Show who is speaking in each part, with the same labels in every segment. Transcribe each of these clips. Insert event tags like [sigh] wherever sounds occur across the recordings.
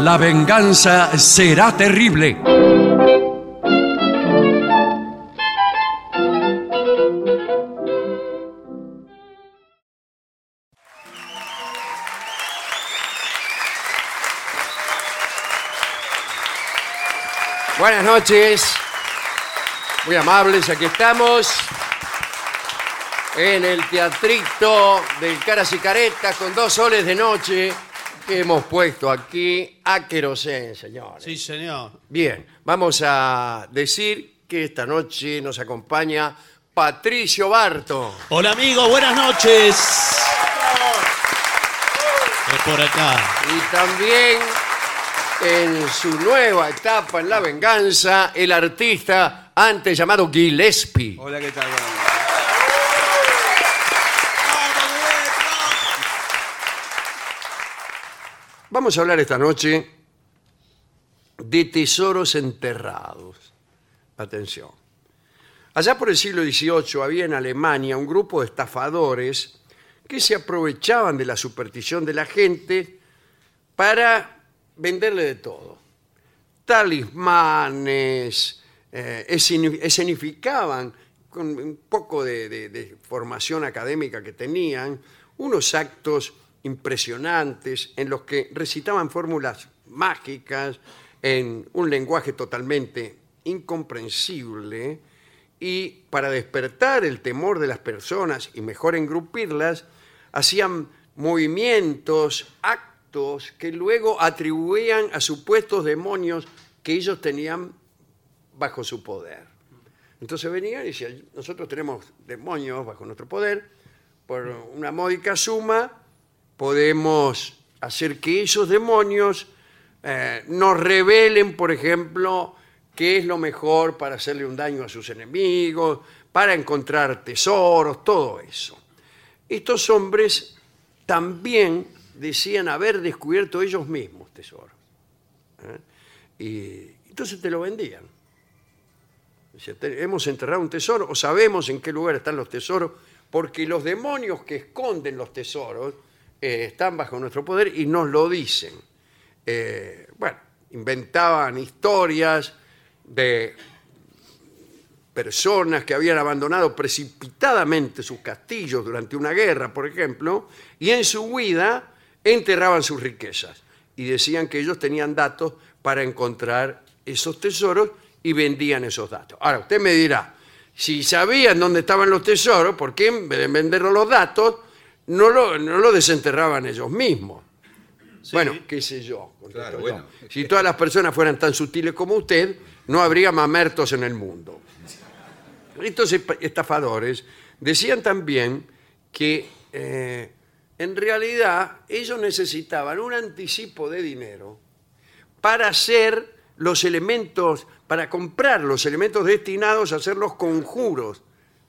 Speaker 1: La venganza será terrible.
Speaker 2: Buenas noches, muy amables, aquí estamos en el teatrito del Caras y Caretas con dos soles de noche que hemos puesto aquí Ah, a querosén, señores.
Speaker 3: Sí, señor.
Speaker 2: Bien, vamos a decir que esta noche nos acompaña Patricio Barto.
Speaker 3: Hola, amigo, buenas noches. Es por acá.
Speaker 2: Y también en su nueva etapa en la venganza, el artista antes llamado Gillespie.
Speaker 4: Hola, ¿qué tal?
Speaker 2: Vamos a hablar esta noche de tesoros enterrados. Atención. Allá por el siglo XVIII había en Alemania un grupo de estafadores que se aprovechaban de la superstición de la gente para venderle de todo. Talismanes, eh, esceni- escenificaban con un poco de, de- de formación académica que tenían unos actos impresionantes en los que recitaban fórmulas mágicas en un lenguaje totalmente incomprensible y para despertar el temor de las personas y mejor engrupirlas, hacían movimientos, actos que luego atribuían a supuestos demonios que ellos tenían bajo su poder. Entonces venían y decían, nosotros tenemos demonios bajo nuestro poder, por una módica suma podemos hacer que esos demonios eh, nos revelen, por ejemplo, qué es lo mejor para hacerle un daño a sus enemigos, para encontrar tesoros, todo eso. Estos hombres también decían haber descubierto ellos mismos tesoros. ¿eh? Y entonces te lo vendían. Dice, "Te- hemos enterrado un tesoro o sabemos en qué lugar están los tesoros, porque los demonios que esconden los tesoros eh, están bajo nuestro poder y nos lo dicen. Eh, bueno, inventaban historias de personas que habían abandonado precipitadamente sus castillos durante una guerra, por ejemplo, y en su huida enterraban sus riquezas y decían que ellos tenían datos para encontrar esos tesoros y vendían esos datos. Ahora, usted me dirá, si sabían dónde estaban los tesoros, ¿por qué en vez de vender los datos no lo, no lo desenterraban ellos mismos? Bueno, qué sé yo. contesto
Speaker 4: Claro,
Speaker 2: yo.
Speaker 4: bueno.
Speaker 2: Si todas las personas fueran tan sutiles como usted, no habría mamertos en el mundo. Estos espa- estafadores decían también que eh, en realidad ellos necesitaban un anticipo de dinero para hacer los elementos, para comprar los elementos destinados a hacer los conjuros,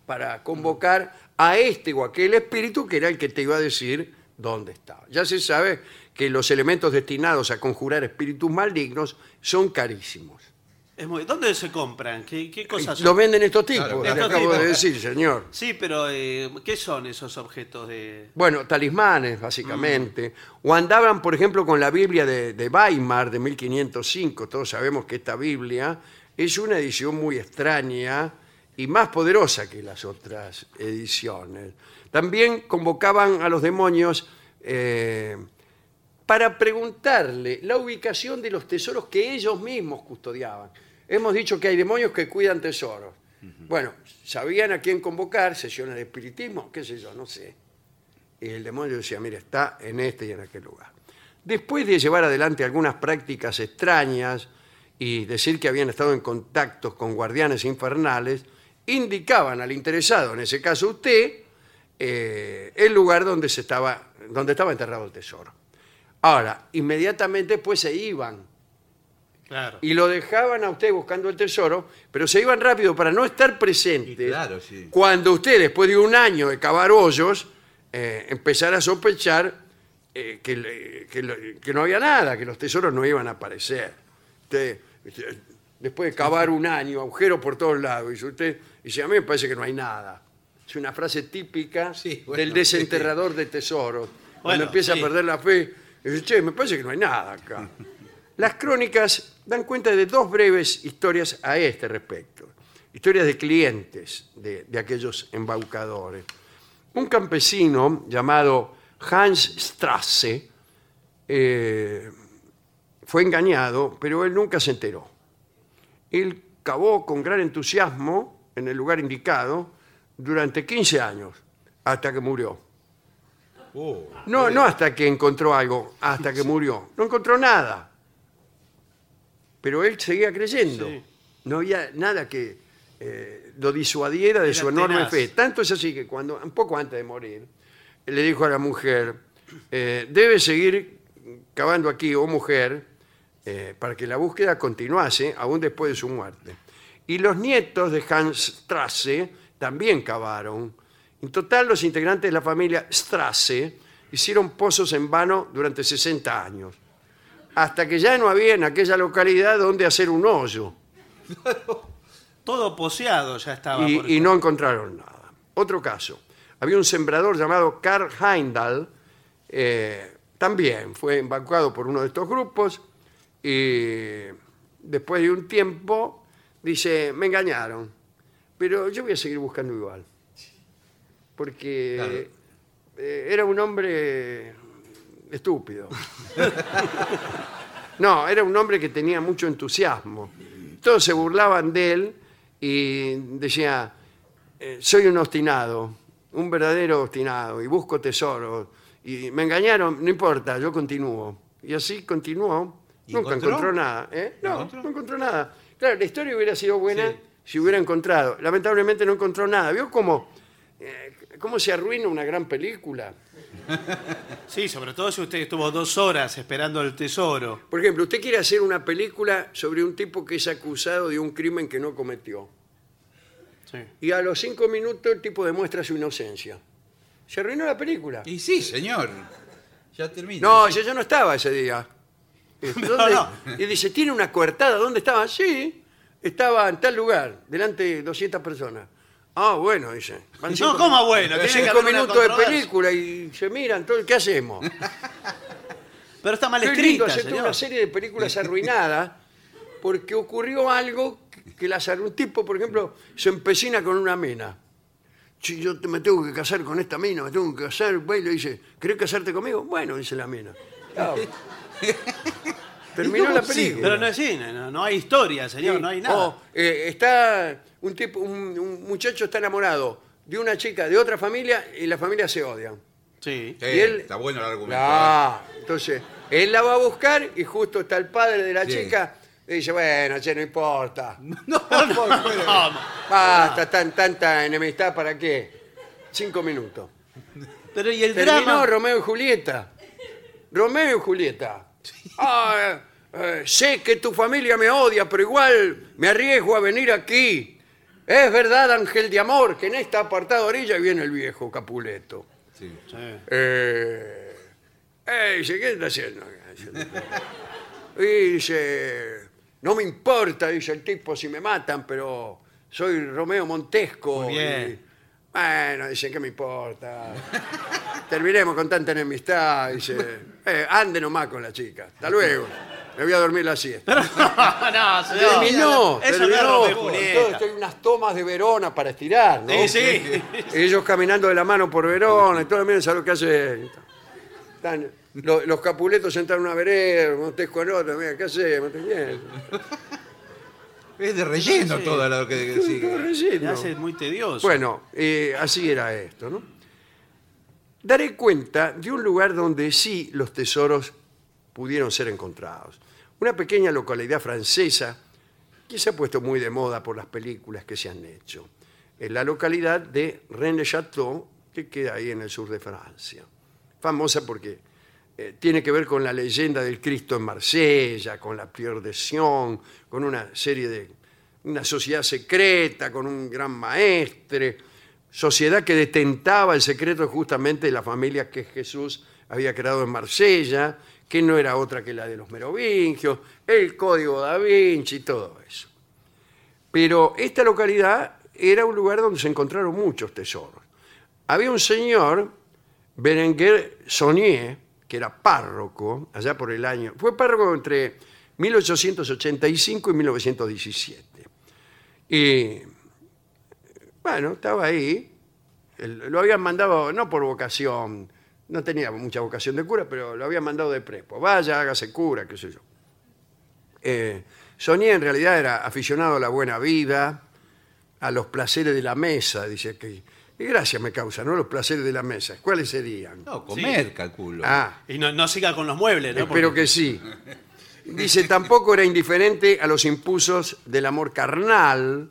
Speaker 2: para convocar a este o aquel espíritu que era el que te iba a decir dónde estaba. Ya se sabe que los elementos destinados a conjurar espíritus malignos son carísimos.
Speaker 3: Es muy... ¿Dónde se compran? ¿Qué, qué cosas son?
Speaker 2: Lo venden estos tipos,
Speaker 4: Claro,
Speaker 2: le
Speaker 3: estos
Speaker 2: acabo de
Speaker 3: tipos.
Speaker 2: decir, señor.
Speaker 3: Sí, pero eh, ¿qué son esos objetos de...?
Speaker 2: Bueno, talismanes, básicamente. O andaban, por ejemplo, con la Biblia de, de Weimar de 1505. Todos sabemos que esta Biblia es una edición muy extraña y más poderosa que las otras ediciones. También convocaban a los demonios eh, para preguntarle la ubicación de los tesoros que ellos mismos custodiaban. Hemos dicho que hay demonios que cuidan tesoros. Bueno, ¿sabían a quién convocar? ¿Sesiones de espiritismo? ¿Qué sé yo? No sé. Y el demonio decía, mira, está en este y en aquel lugar. Después de llevar adelante algunas prácticas extrañas y decir que habían estado en contactos con guardianes infernales, indicaban al interesado, en ese caso usted, eh, el lugar donde, se estaba, donde estaba enterrado el tesoro. Ahora, inmediatamente después se iban
Speaker 3: Claro.
Speaker 2: y lo dejaban a usted buscando el tesoro, pero se iban rápido para no estar presentes.
Speaker 4: Y claro, sí.
Speaker 2: Cuando usted, después de un año de cavar hoyos, eh, empezara a sospechar eh, que, le- que lo- que no había nada, que los tesoros no iban a aparecer. Usted, usted, después de cavar un año, agujero por todos lados, y usted dice, a mí me parece que no hay nada. Es una frase típica
Speaker 4: Sí, bueno,
Speaker 2: del desenterrador de tesoros. Cuando
Speaker 3: Bueno,
Speaker 2: empieza
Speaker 3: sí. [laughs]
Speaker 2: a perder la fe, dice, che, me parece que no hay nada acá. Las crónicas dan cuenta de dos breves historias a este respecto. Historias de clientes de, de aquellos embaucadores. Un campesino llamado Hans Strasse eh, fue engañado, pero él nunca se enteró. Él cavó con gran entusiasmo en el lugar indicado durante 15 años, hasta que murió.
Speaker 4: Oh.
Speaker 2: No, no hasta que encontró algo, hasta que murió. No encontró nada. Pero él seguía creyendo.
Speaker 3: Sí.
Speaker 2: No había nada que eh, lo disuadiera de
Speaker 3: Era
Speaker 2: su enorme
Speaker 3: tenaz.
Speaker 2: fe. Tanto es así que cuando, un poco antes de morir, le dijo a la mujer, eh, debe seguir cavando aquí, o mujer, eh, para que la búsqueda continuase aún después de su muerte. Y los nietos de Hans Strasse también cavaron. En total, los integrantes de la familia Strasse hicieron pozos en vano durante 60 años, hasta que ya no había en aquella localidad donde hacer un hoyo.
Speaker 3: Todo poseado ya estaba.
Speaker 2: Y-
Speaker 3: por
Speaker 2: y,
Speaker 3: el-
Speaker 2: no encontraron nada. Otro caso. Había un sembrador llamado Karl Heindal, eh, también fue evacuado por uno de estos grupos y después de un tiempo dice, me engañaron, pero yo voy a seguir buscando igual. Porque eh, era un hombre estúpido. No, era un hombre que tenía mucho entusiasmo. Todos se burlaban de él y decía, eh, soy un obstinado, un verdadero obstinado, y busco tesoros. Y me engañaron, no importa, yo continúo. Y así continuó,
Speaker 4: ¿Y
Speaker 2: nunca
Speaker 4: encontró?
Speaker 2: encontró nada. ¿eh? No,
Speaker 4: ¿Encontró?
Speaker 2: no encontró nada. Claro, la historia hubiera sido buena
Speaker 3: Sí.
Speaker 2: si hubiera encontrado. Lamentablemente no encontró nada. ¿Vio cómo, eh, cómo se arruina una gran película?
Speaker 3: Sí, sobre todo si usted estuvo dos horas esperando el tesoro.
Speaker 2: Por ejemplo, usted quiere hacer una película sobre un tipo que es acusado de un crimen que no cometió.
Speaker 3: Sí.
Speaker 2: Y a los cinco minutos el tipo demuestra su inocencia. Se arruinó la película.
Speaker 4: Y sí, señor. Ya termina.
Speaker 2: [laughs] No, yo, yo no estaba ese día. Eh, ¿dónde?
Speaker 3: [laughs] no.
Speaker 2: Y dice, ¿tiene una coartada? ¿Dónde estaba? Sí, estaba en tal lugar, delante de 200 personas. Ah, bueno, dice. Van
Speaker 3: [laughs] No, ¿cómo bueno? Tiene que
Speaker 2: Cinco
Speaker 3: haber una
Speaker 2: minutos de
Speaker 3: controversia.
Speaker 2: película y se miran, todo, ¿qué hacemos?
Speaker 3: Pero está mal
Speaker 2: Qué lindo
Speaker 3: escrita,
Speaker 2: hacer toda
Speaker 3: señor.
Speaker 2: una serie de películas arruinadas porque ocurrió algo que las arru- un tipo, por ejemplo, se empecina con una mina. Si yo te- me tengo que casar con esta mina, me tengo que casar, va y le dice, ¿querés casarte conmigo? Bueno, dice la mina.
Speaker 3: [laughs]
Speaker 2: Chao. Terminó la
Speaker 4: ¿Y cómo sigue?
Speaker 2: película.
Speaker 3: Pero no es cine, no, no hay historia, señor, no hay nada.
Speaker 2: O, eh, está un tipo, un, un muchacho está enamorado de una chica de otra familia y la familia se odia.
Speaker 3: Sí. [laughs]
Speaker 4: Sí,
Speaker 2: y él-
Speaker 4: Eh, Está bueno el argumento. eh.
Speaker 2: Ah, entonces, él la va a buscar y justo está el padre de la
Speaker 4: Sí.
Speaker 2: chica y dice, bueno, che, no importa.
Speaker 4: [laughs] No, por fuera.
Speaker 3: No,
Speaker 2: Basta, tan, tanta enemistad, ¿para qué? Cinco minutos.
Speaker 3: pero y el
Speaker 2: Terminó
Speaker 3: drama.
Speaker 2: Romeo y Julieta. Romeo y Julieta. Ah, eh, eh, sé que tu familia me odia, pero igual me arriesgo a venir aquí. Es verdad, Ángel de Amor, que en esta apartada orilla viene el viejo Capuleto.
Speaker 4: Sí.
Speaker 3: Sí.
Speaker 2: Eh, eh, dice, ¿qué está haciendo? Y dice, no me importa, dice el tipo, si me matan, pero soy Romeo Montesco.
Speaker 3: Muy bien.
Speaker 2: y- bueno, dice, ¿qué me importa? Terminemos con tanta enemistad. Dice, eh, ande nomás con la chica. Hasta luego. Me voy a dormir la siesta.
Speaker 3: [laughs] no, señor.
Speaker 2: terminó,
Speaker 3: Eso no es
Speaker 2: terminó.
Speaker 3: Romeo y
Speaker 2: Todo,
Speaker 3: Julieta.
Speaker 2: esto hay unas tomas de Verona para estirar, ¿no?
Speaker 3: Sí, sí.
Speaker 2: Ellos caminando de la mano por Verona, y todo el mundo sabe lo que hace. Están- lo- los, capuletos sentaron en una vereda, Montesco en otra, mira, ¿qué hace?
Speaker 4: Es de relleno todo lo que que sigue.
Speaker 3: Le hace muy tedioso.
Speaker 2: Bueno, eh, así era esto, ¿no? Daré cuenta de un lugar donde sí los tesoros pudieron ser encontrados. Una pequeña localidad francesa que se ha puesto muy de moda por las películas que se han hecho. En la localidad de Rennes-le-Château, que queda ahí en el sur de Francia. Famosa porque eh, tiene que ver con la leyenda del Cristo en Marsella, con la Pierre de Sion, con una serie de. una sociedad secreta, con un gran maestre, sociedad que detentaba el secreto justamente de la familia que Jesús había creado en Marsella, que no era otra que la de los merovingios, el código da Vinci y todo eso. Pero esta localidad era un lugar donde se encontraron muchos tesoros. Había un señor, Berenguer Saunier, que era párroco, allá por el año. Fue párroco entre 1885 y 1917. Y bueno, estaba ahí, el- lo habían mandado, no por vocación, no tenía mucha vocación de cura, pero lo habían mandado de prepo. Vaya, hágase cura, qué sé yo. Eh, Sonia en realidad era aficionado a la buena vida, a los placeres de la mesa, dice que. ¿Qué gracia me causa, no? Los placeres de la mesa. ¿Cuáles serían?
Speaker 4: No, comer, calculo.
Speaker 2: Ah,
Speaker 3: Y no, no siga con los muebles, ¿no?
Speaker 2: Espero
Speaker 3: Porque-
Speaker 2: que sí. Dice, tampoco era indiferente a los impulsos del amor carnal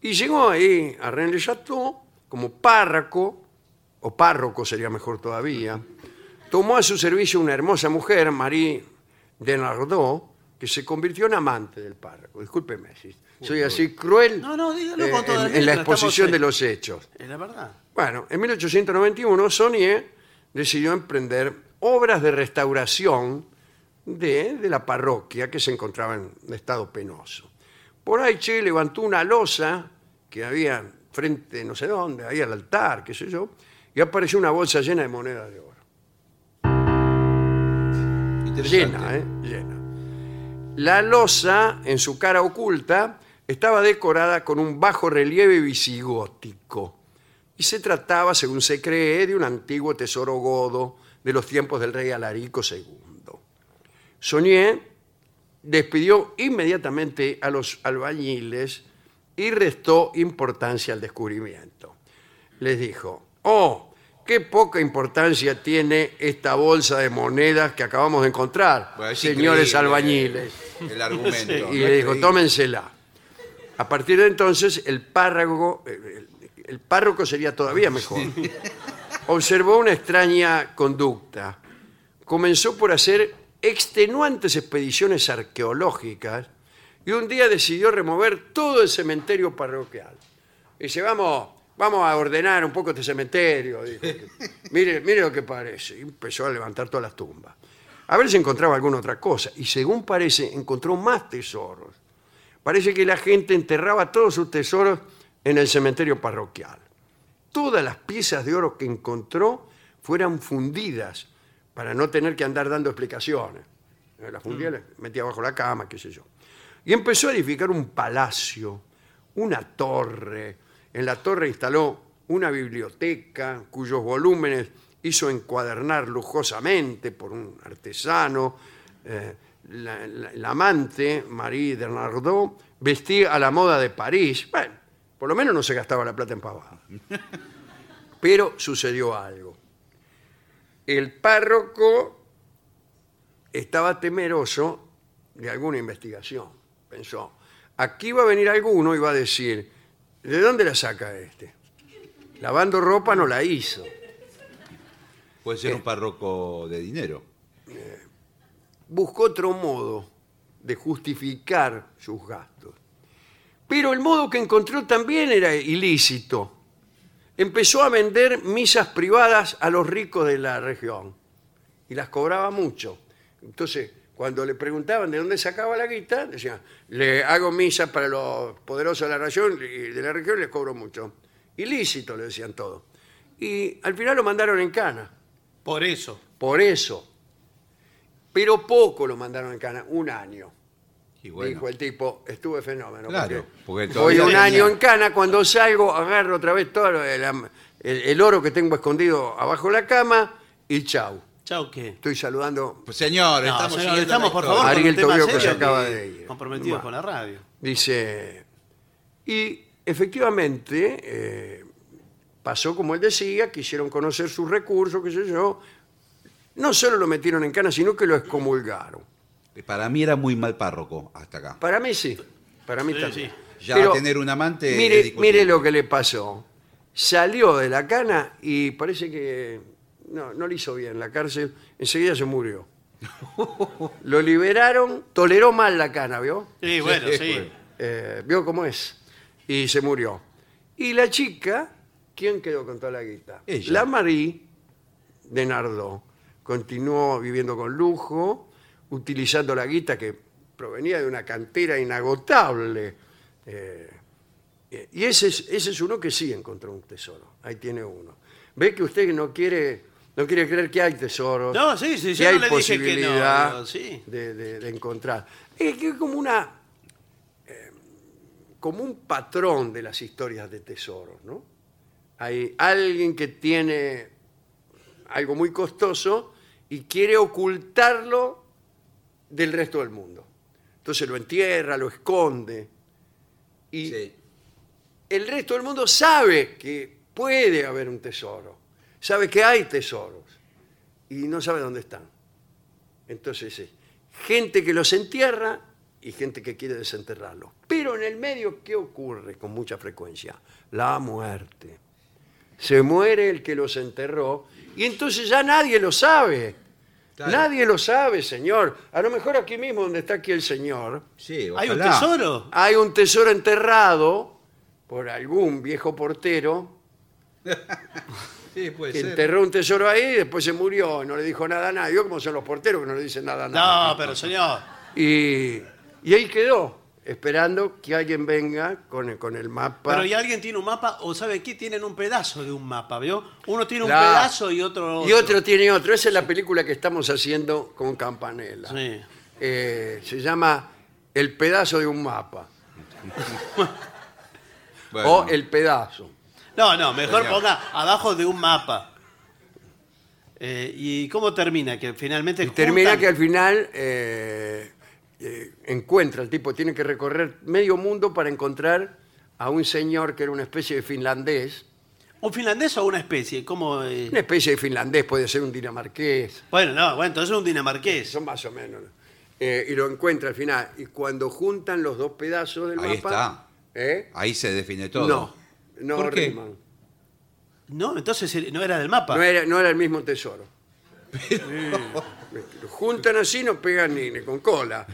Speaker 2: y llegó ahí a René Chateau como párroco, o párroco sería mejor todavía, tomó a su servicio una hermosa mujer, Marie Denardeau, que se convirtió en amante del párroco. Discúlpeme si soy así cruel
Speaker 3: No, no, dígalo
Speaker 2: eh,
Speaker 3: con toda
Speaker 2: en, en la
Speaker 3: letra, estamos
Speaker 2: exposición
Speaker 3: en-
Speaker 2: de los hechos.
Speaker 3: Es la verdad.
Speaker 2: Bueno, en 1891 Sonier eh, decidió emprender obras de restauración de, de la parroquia que se encontraba en estado penoso. Por ahí Che levantó una losa que había frente, no sé dónde, ahí al altar, qué sé yo, y apareció una bolsa llena de monedas de oro.
Speaker 4: Interesante.
Speaker 2: Llena, ¿eh? Llena. La losa, en su cara oculta, estaba decorada con un bajo relieve visigótico. Y se trataba, según se cree, de un antiguo tesoro godo de los tiempos del rey Alarico II. Sonier despidió inmediatamente a los albañiles y restó importancia al descubrimiento. Les dijo, oh, qué poca importancia tiene esta bolsa de monedas que acabamos de encontrar,
Speaker 4: Bueno, es
Speaker 2: señores
Speaker 4: increíble
Speaker 2: albañiles.
Speaker 4: El argumento.
Speaker 2: Y le dijo, tómensela. A partir de entonces, el párroco, el, el párroco sería todavía mejor. Observó una extraña conducta. Comenzó por hacer extenuantes expediciones arqueológicas y un día decidió remover todo el cementerio parroquial. Y dice, vamos, vamos a ordenar un poco este cementerio. dijo. mire, mire lo que parece. Y empezó a levantar todas las tumbas. A ver si encontraba alguna otra cosa. Y según parece, encontró más tesoros. Parece que la gente enterraba todos sus tesoros en el cementerio parroquial. Todas las piezas de oro que encontró fueran fundidas para no tener que andar dando explicaciones. Eh, Las fundía, las metía bajo la cama, qué sé yo. Y empezó a edificar un palacio, una torre. En la torre instaló una biblioteca cuyos volúmenes hizo encuadernar lujosamente por un artesano. Eh, la, la- la amante, Marie Bernardo, vestía a la moda de París. Bueno, por lo menos no se gastaba la plata en pavada. Pero sucedió algo. El párroco estaba temeroso de alguna investigación. Pensó, aquí va a venir alguno y va a decir, ¿de dónde la saca este? Lavando ropa no la hizo.
Speaker 4: Puede ser un párroco de dinero.
Speaker 2: buscó otro modo de justificar sus gastos. Pero el modo que encontró también era ilícito. Empezó a vender misas privadas a los ricos de la región y las cobraba mucho. Entonces, cuando le preguntaban de dónde sacaba la guita, decían, le hago misa para los poderosos de la región y de la región les cobro mucho. Ilícito, le decían todo. Y al final lo mandaron en cana.
Speaker 3: Por eso.
Speaker 2: Por eso. Pero poco lo mandaron en cana, un año.
Speaker 4: Y bueno,
Speaker 2: Dijo el tipo, estuve fenómeno.
Speaker 4: Claro, porque
Speaker 2: voy
Speaker 4: todavía
Speaker 2: un
Speaker 4: tenía-
Speaker 2: año en cana, cuando salgo agarro otra vez todo lo- el, am- el- el oro que tengo escondido abajo de la cama y chau.
Speaker 3: Chao, ¿qué?
Speaker 2: Estoy saludando,
Speaker 4: Pues, señor,
Speaker 3: No,
Speaker 4: estamos,
Speaker 3: señor,
Speaker 4: siguiendo
Speaker 3: estamos,
Speaker 4: la
Speaker 3: por
Speaker 4: historia.
Speaker 3: favor, con
Speaker 2: Ariel
Speaker 3: un tema
Speaker 2: Tobío, que
Speaker 3: serio
Speaker 2: se acaba de ir.
Speaker 3: Comprometidos
Speaker 2: Bueno.
Speaker 3: con la radio.
Speaker 2: dice. Y efectivamente eh, pasó como él decía, quisieron conocer sus recursos, qué sé yo. No solo lo metieron en cana, sino que lo excomulgaron.
Speaker 4: Para mí era muy mal párroco hasta acá.
Speaker 2: Para mí sí. Para mí
Speaker 3: Sí,
Speaker 2: también.
Speaker 4: sí. Ya tener un amante es
Speaker 2: Mire,
Speaker 4: discutible.
Speaker 2: mire lo que le pasó. Salió de la cana y parece que no, no le hizo bien la cárcel. Enseguida se
Speaker 4: [laughs]
Speaker 2: murió. lo liberaron, toleró mal la cana, ¿vio?
Speaker 3: Sí, bueno, sí.
Speaker 4: bueno.
Speaker 2: Eh, ¿Vio cómo es? Y se murió. Y la chica, ¿quién quedó con toda la guita?
Speaker 4: Ella.
Speaker 2: La Marie de Nardó. Continuó viviendo con lujo, utilizando la guita que provenía de una cantera inagotable. Eh, eh, y ese es, ese es uno que sí encontró un tesoro. Ahí tiene uno. Ve que usted no quiere No quiere creer que hay tesoros.
Speaker 3: No, sí, sí,
Speaker 2: que
Speaker 3: yo no
Speaker 2: hay
Speaker 3: le dije que no,
Speaker 2: posibilidad
Speaker 3: digo, sí.
Speaker 2: de, de- de encontrar. Es que es como una. eh, como un patrón de las historias de tesoros, ¿no? Hay alguien que tiene algo muy costoso y quiere ocultarlo del resto del mundo. Entonces lo entierra, lo esconde. Y
Speaker 4: Sí.
Speaker 2: el resto del mundo sabe que puede haber un tesoro, sabe que hay tesoros y no sabe dónde están. Entonces, es gente que los entierra y gente que quiere desenterrarlos. Pero en el medio, ¿qué ocurre con mucha frecuencia? La muerte. Se muere el que los enterró y entonces ya nadie lo sabe.
Speaker 4: Claro.
Speaker 2: Nadie lo sabe, señor. A lo mejor aquí mismo, donde está aquí el señor,
Speaker 4: Sí,
Speaker 3: ¿Hay un
Speaker 4: ojalá.
Speaker 3: tesoro?
Speaker 2: hay un tesoro enterrado por algún viejo portero
Speaker 4: Sí, puede
Speaker 2: que
Speaker 4: ser.
Speaker 2: enterró un tesoro ahí y después se murió, no le dijo nada a nadie, como son los porteros que no le dicen nada a nadie.
Speaker 3: No, pero señor.
Speaker 2: Y, y ahí quedó, esperando que alguien venga con el, con el mapa.
Speaker 3: Pero y alguien tiene un mapa, o sabe qué, tienen un pedazo de un mapa, ¿vio? Uno tiene un
Speaker 2: Claro.
Speaker 3: pedazo y otro
Speaker 2: Y otro tiene otro. Esa es la película que estamos haciendo con Campanella.
Speaker 3: Sí.
Speaker 2: Eh, se llama El pedazo de un mapa
Speaker 4: Bueno,
Speaker 2: o El pedazo.
Speaker 3: No, no, mejor
Speaker 4: Señor.
Speaker 3: ponga abajo de un mapa. Eh, ¿Y cómo termina? Que finalmente.
Speaker 2: Y termina
Speaker 3: juntan-
Speaker 2: que al final eh, eh, encuentra, el tipo tiene que recorrer medio mundo para encontrar a un señor que era una especie de finlandés.
Speaker 3: ¿Un finlandés o una especie? ¿Cómo, eh?
Speaker 2: Una especie de finlandés, puede ser un dinamarqués,
Speaker 3: Bueno, no, bueno, entonces un dinamarqués.
Speaker 2: son más o menos. Eh, y lo encuentra al final. Y cuando juntan los dos pedazos del
Speaker 4: Ahí
Speaker 2: mapa. ¿eh?
Speaker 4: Ahí se define todo.
Speaker 2: No, no
Speaker 4: ¿Por qué?
Speaker 2: riman.
Speaker 3: No, entonces eh, no era del mapa.
Speaker 2: No era, no era el mismo tesoro. Lo [laughs] juntan así, no pegan ni, ni con cola.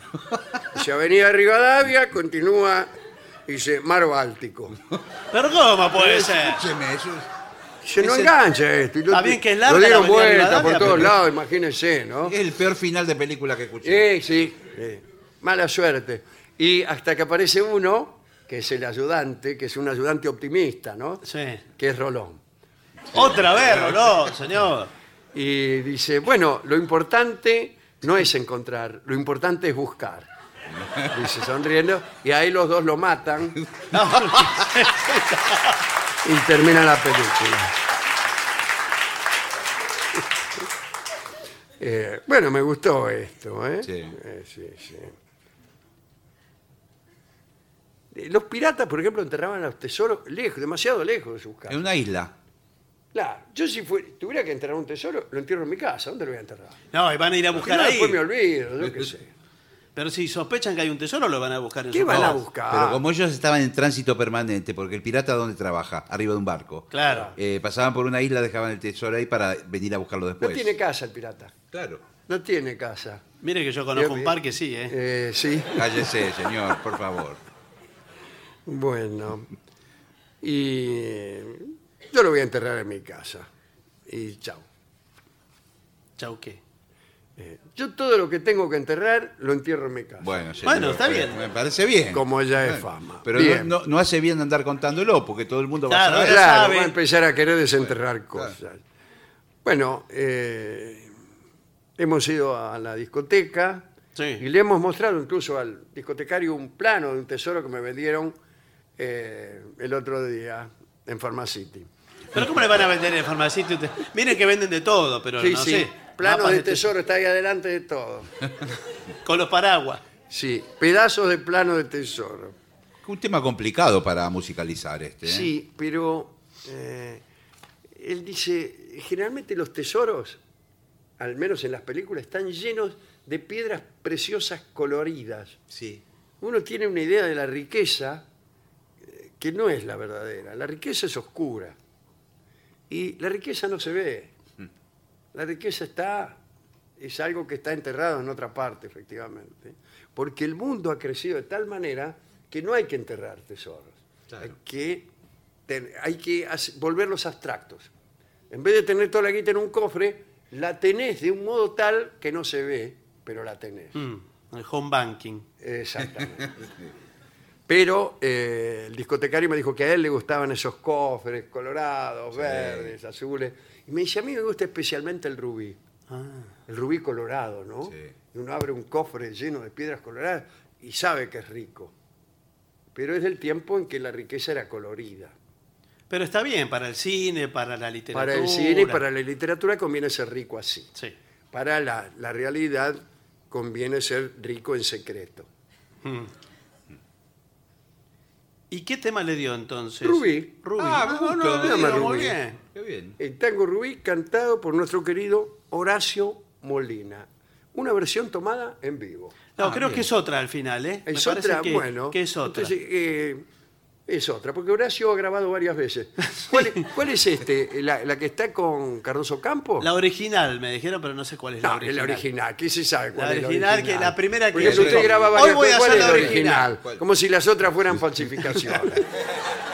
Speaker 2: Dice Avenida Rivadavia, continúa, dice Mar Báltico.
Speaker 3: Pero ¿cómo
Speaker 2: [laughs]
Speaker 3: puede ser?
Speaker 4: Escúcheme, eso es-
Speaker 2: Se no
Speaker 4: Ese-
Speaker 2: engancha esto. y lo-
Speaker 3: Está bien que es larga
Speaker 2: Lo
Speaker 3: la
Speaker 2: dieron
Speaker 3: Avenida
Speaker 2: vuelta por
Speaker 3: Rivadavia,
Speaker 2: todos
Speaker 3: pero-
Speaker 2: lados, imagínense, ¿no?
Speaker 4: es el peor final de película que escuché.
Speaker 2: Eh, sí, eh, mala suerte. Y hasta que aparece uno, que es el ayudante, que es un ayudante optimista, ¿no?
Speaker 3: Sí.
Speaker 2: Que es Rolón.
Speaker 3: Otra vez, no, señor.
Speaker 2: Y dice, bueno, lo importante no es encontrar, lo importante es buscar. Dice sonriendo, y ahí los dos lo matan y termina la película. Eh, bueno, me gustó esto, ¿eh?
Speaker 4: Sí.
Speaker 2: Eh, sí, sí. Eh, Los piratas, por ejemplo, enterraban los tesoros lejos, demasiado lejos de sus casas.
Speaker 4: En una isla.
Speaker 2: Claro, yo si fue- tuviera que enterrar un tesoro, lo entierro en mi casa. ¿Dónde lo voy a enterrar?
Speaker 3: No, y van a ir a
Speaker 2: Porque
Speaker 3: buscar
Speaker 2: no,
Speaker 3: ahí.
Speaker 2: después me olvido,
Speaker 4: Eh,
Speaker 2: yo qué sé.
Speaker 3: Pero si sospechan que hay un tesoro, lo van a buscar en
Speaker 2: ¿Qué
Speaker 3: su
Speaker 2: van a
Speaker 3: casa.
Speaker 2: buscar?
Speaker 4: Pero como ellos estaban en tránsito permanente, porque el pirata ¿dónde trabaja? Arriba de un barco.
Speaker 3: Claro.
Speaker 4: Eh, pasaban por una isla, dejaban el tesoro ahí para venir a buscarlo
Speaker 2: no
Speaker 4: después.
Speaker 2: tiene casa el pirata.
Speaker 4: Claro.
Speaker 2: No tiene casa.
Speaker 3: Mire que yo conozco un
Speaker 2: Bien,
Speaker 3: parque, sí, ¿eh?
Speaker 2: Eh, sí,
Speaker 4: Cállese, señor, por favor.
Speaker 2: bueno. Y eh, yo lo voy a enterrar en mi casa. Y chao.
Speaker 3: Chau, ¿qué?
Speaker 2: Yo todo lo que tengo que enterrar, lo entierro en mi casa.
Speaker 4: Bueno, señor,
Speaker 3: Bueno, está
Speaker 4: me-
Speaker 3: bien.
Speaker 4: Me parece bien.
Speaker 2: Como ya es fama.
Speaker 4: Pero
Speaker 2: Bien.
Speaker 4: no, no- no hace bien andar contándolo, porque todo el mundo
Speaker 3: Claro,
Speaker 4: va a
Speaker 3: ya
Speaker 4: saber.
Speaker 2: Claro,
Speaker 3: sabe.
Speaker 2: va a empezar a querer desenterrar
Speaker 4: claro.
Speaker 2: cosas. Bueno, eh, hemos ido a la discoteca
Speaker 3: Sí.
Speaker 2: y le hemos mostrado incluso al discotecario un plano de un tesoro que me vendieron eh, el otro día en Pharmacity.
Speaker 3: ¿Pero cómo le van a vender en farmacéutico? Miren que venden de todo, pero
Speaker 2: sí,
Speaker 3: no
Speaker 2: sí,
Speaker 3: sé.
Speaker 2: plano
Speaker 3: mapas
Speaker 2: de tesoro está ahí adelante de todo.
Speaker 3: tes- Con los paraguas.
Speaker 2: Sí, pedazos de plano de tesoro.
Speaker 4: Un tema complicado para musicalizar este. ¿eh?
Speaker 2: Sí, pero eh, él dice, generalmente los tesoros, al menos en las películas, están llenos de piedras preciosas coloridas.
Speaker 4: Sí.
Speaker 2: Uno tiene una idea de la riqueza eh, que no es la verdadera. La riqueza es oscura. Y la riqueza no se ve. La riqueza está, es algo que está enterrado en otra parte, efectivamente. Porque el mundo ha crecido de tal manera que no hay que enterrar tesoros.
Speaker 4: Claro.
Speaker 2: Hay que, ten- hay que hace- volverlos abstractos. En vez de tener toda la guita en un cofre, la tenés de un modo tal que no se ve, pero la tenés.
Speaker 3: Mm, el home banking.
Speaker 2: Exactamente. [laughs] Pero eh, el discotecario me dijo que a él le gustaban esos cofres colorados, verdes, azules. Y me dice, a mí me gusta especialmente el rubí.
Speaker 3: Ah.
Speaker 2: El rubí colorado, ¿no?
Speaker 4: Sí.
Speaker 2: Y uno abre un cofre lleno de piedras coloradas y sabe que es rico. Pero es del tiempo en que la riqueza era colorida.
Speaker 3: Pero está bien para el cine, para la literatura.
Speaker 2: Para el cine y para la literatura conviene ser rico así.
Speaker 3: Sí.
Speaker 2: Para la, la realidad conviene ser rico en secreto.
Speaker 3: Mm. ¿Y qué tema le dio entonces?
Speaker 2: Rubí.
Speaker 3: Rubí.
Speaker 4: Ah, me gusta.
Speaker 3: no, no, le
Speaker 2: Llama
Speaker 3: dio muy
Speaker 2: Rubí.
Speaker 3: bien.
Speaker 4: Qué bien.
Speaker 2: El tango rubí cantado por nuestro querido Horacio Molina. Una versión tomada en vivo.
Speaker 3: No,
Speaker 4: Ah,
Speaker 3: creo
Speaker 4: bien.
Speaker 3: que es otra al final, ¿eh? Me
Speaker 2: Es
Speaker 3: parece
Speaker 2: otra,
Speaker 3: que-
Speaker 2: bueno.
Speaker 3: Que es otra.
Speaker 2: entonces, eh, es otra, porque Horacio ha grabado varias
Speaker 3: [laughs]
Speaker 2: veces. ¿Cuál, es- cuál es este? ¿La, la que está con Cardoso Campo?
Speaker 3: La original, me dijeron, pero no sé cuál es la
Speaker 2: no,
Speaker 3: original.
Speaker 2: la original. ¿Qué se sabe cuál
Speaker 3: La
Speaker 2: es
Speaker 3: original, que la primera que
Speaker 2: Porque
Speaker 4: hizo.
Speaker 2: usted graba
Speaker 3: Hoy
Speaker 2: varias
Speaker 3: voy
Speaker 2: veces,
Speaker 3: a
Speaker 2: ¿cuál
Speaker 3: hacer
Speaker 2: es
Speaker 3: la original?
Speaker 4: ¿Cuál?
Speaker 2: Como si las otras
Speaker 3: [laughs]
Speaker 2: fueran falsificaciones.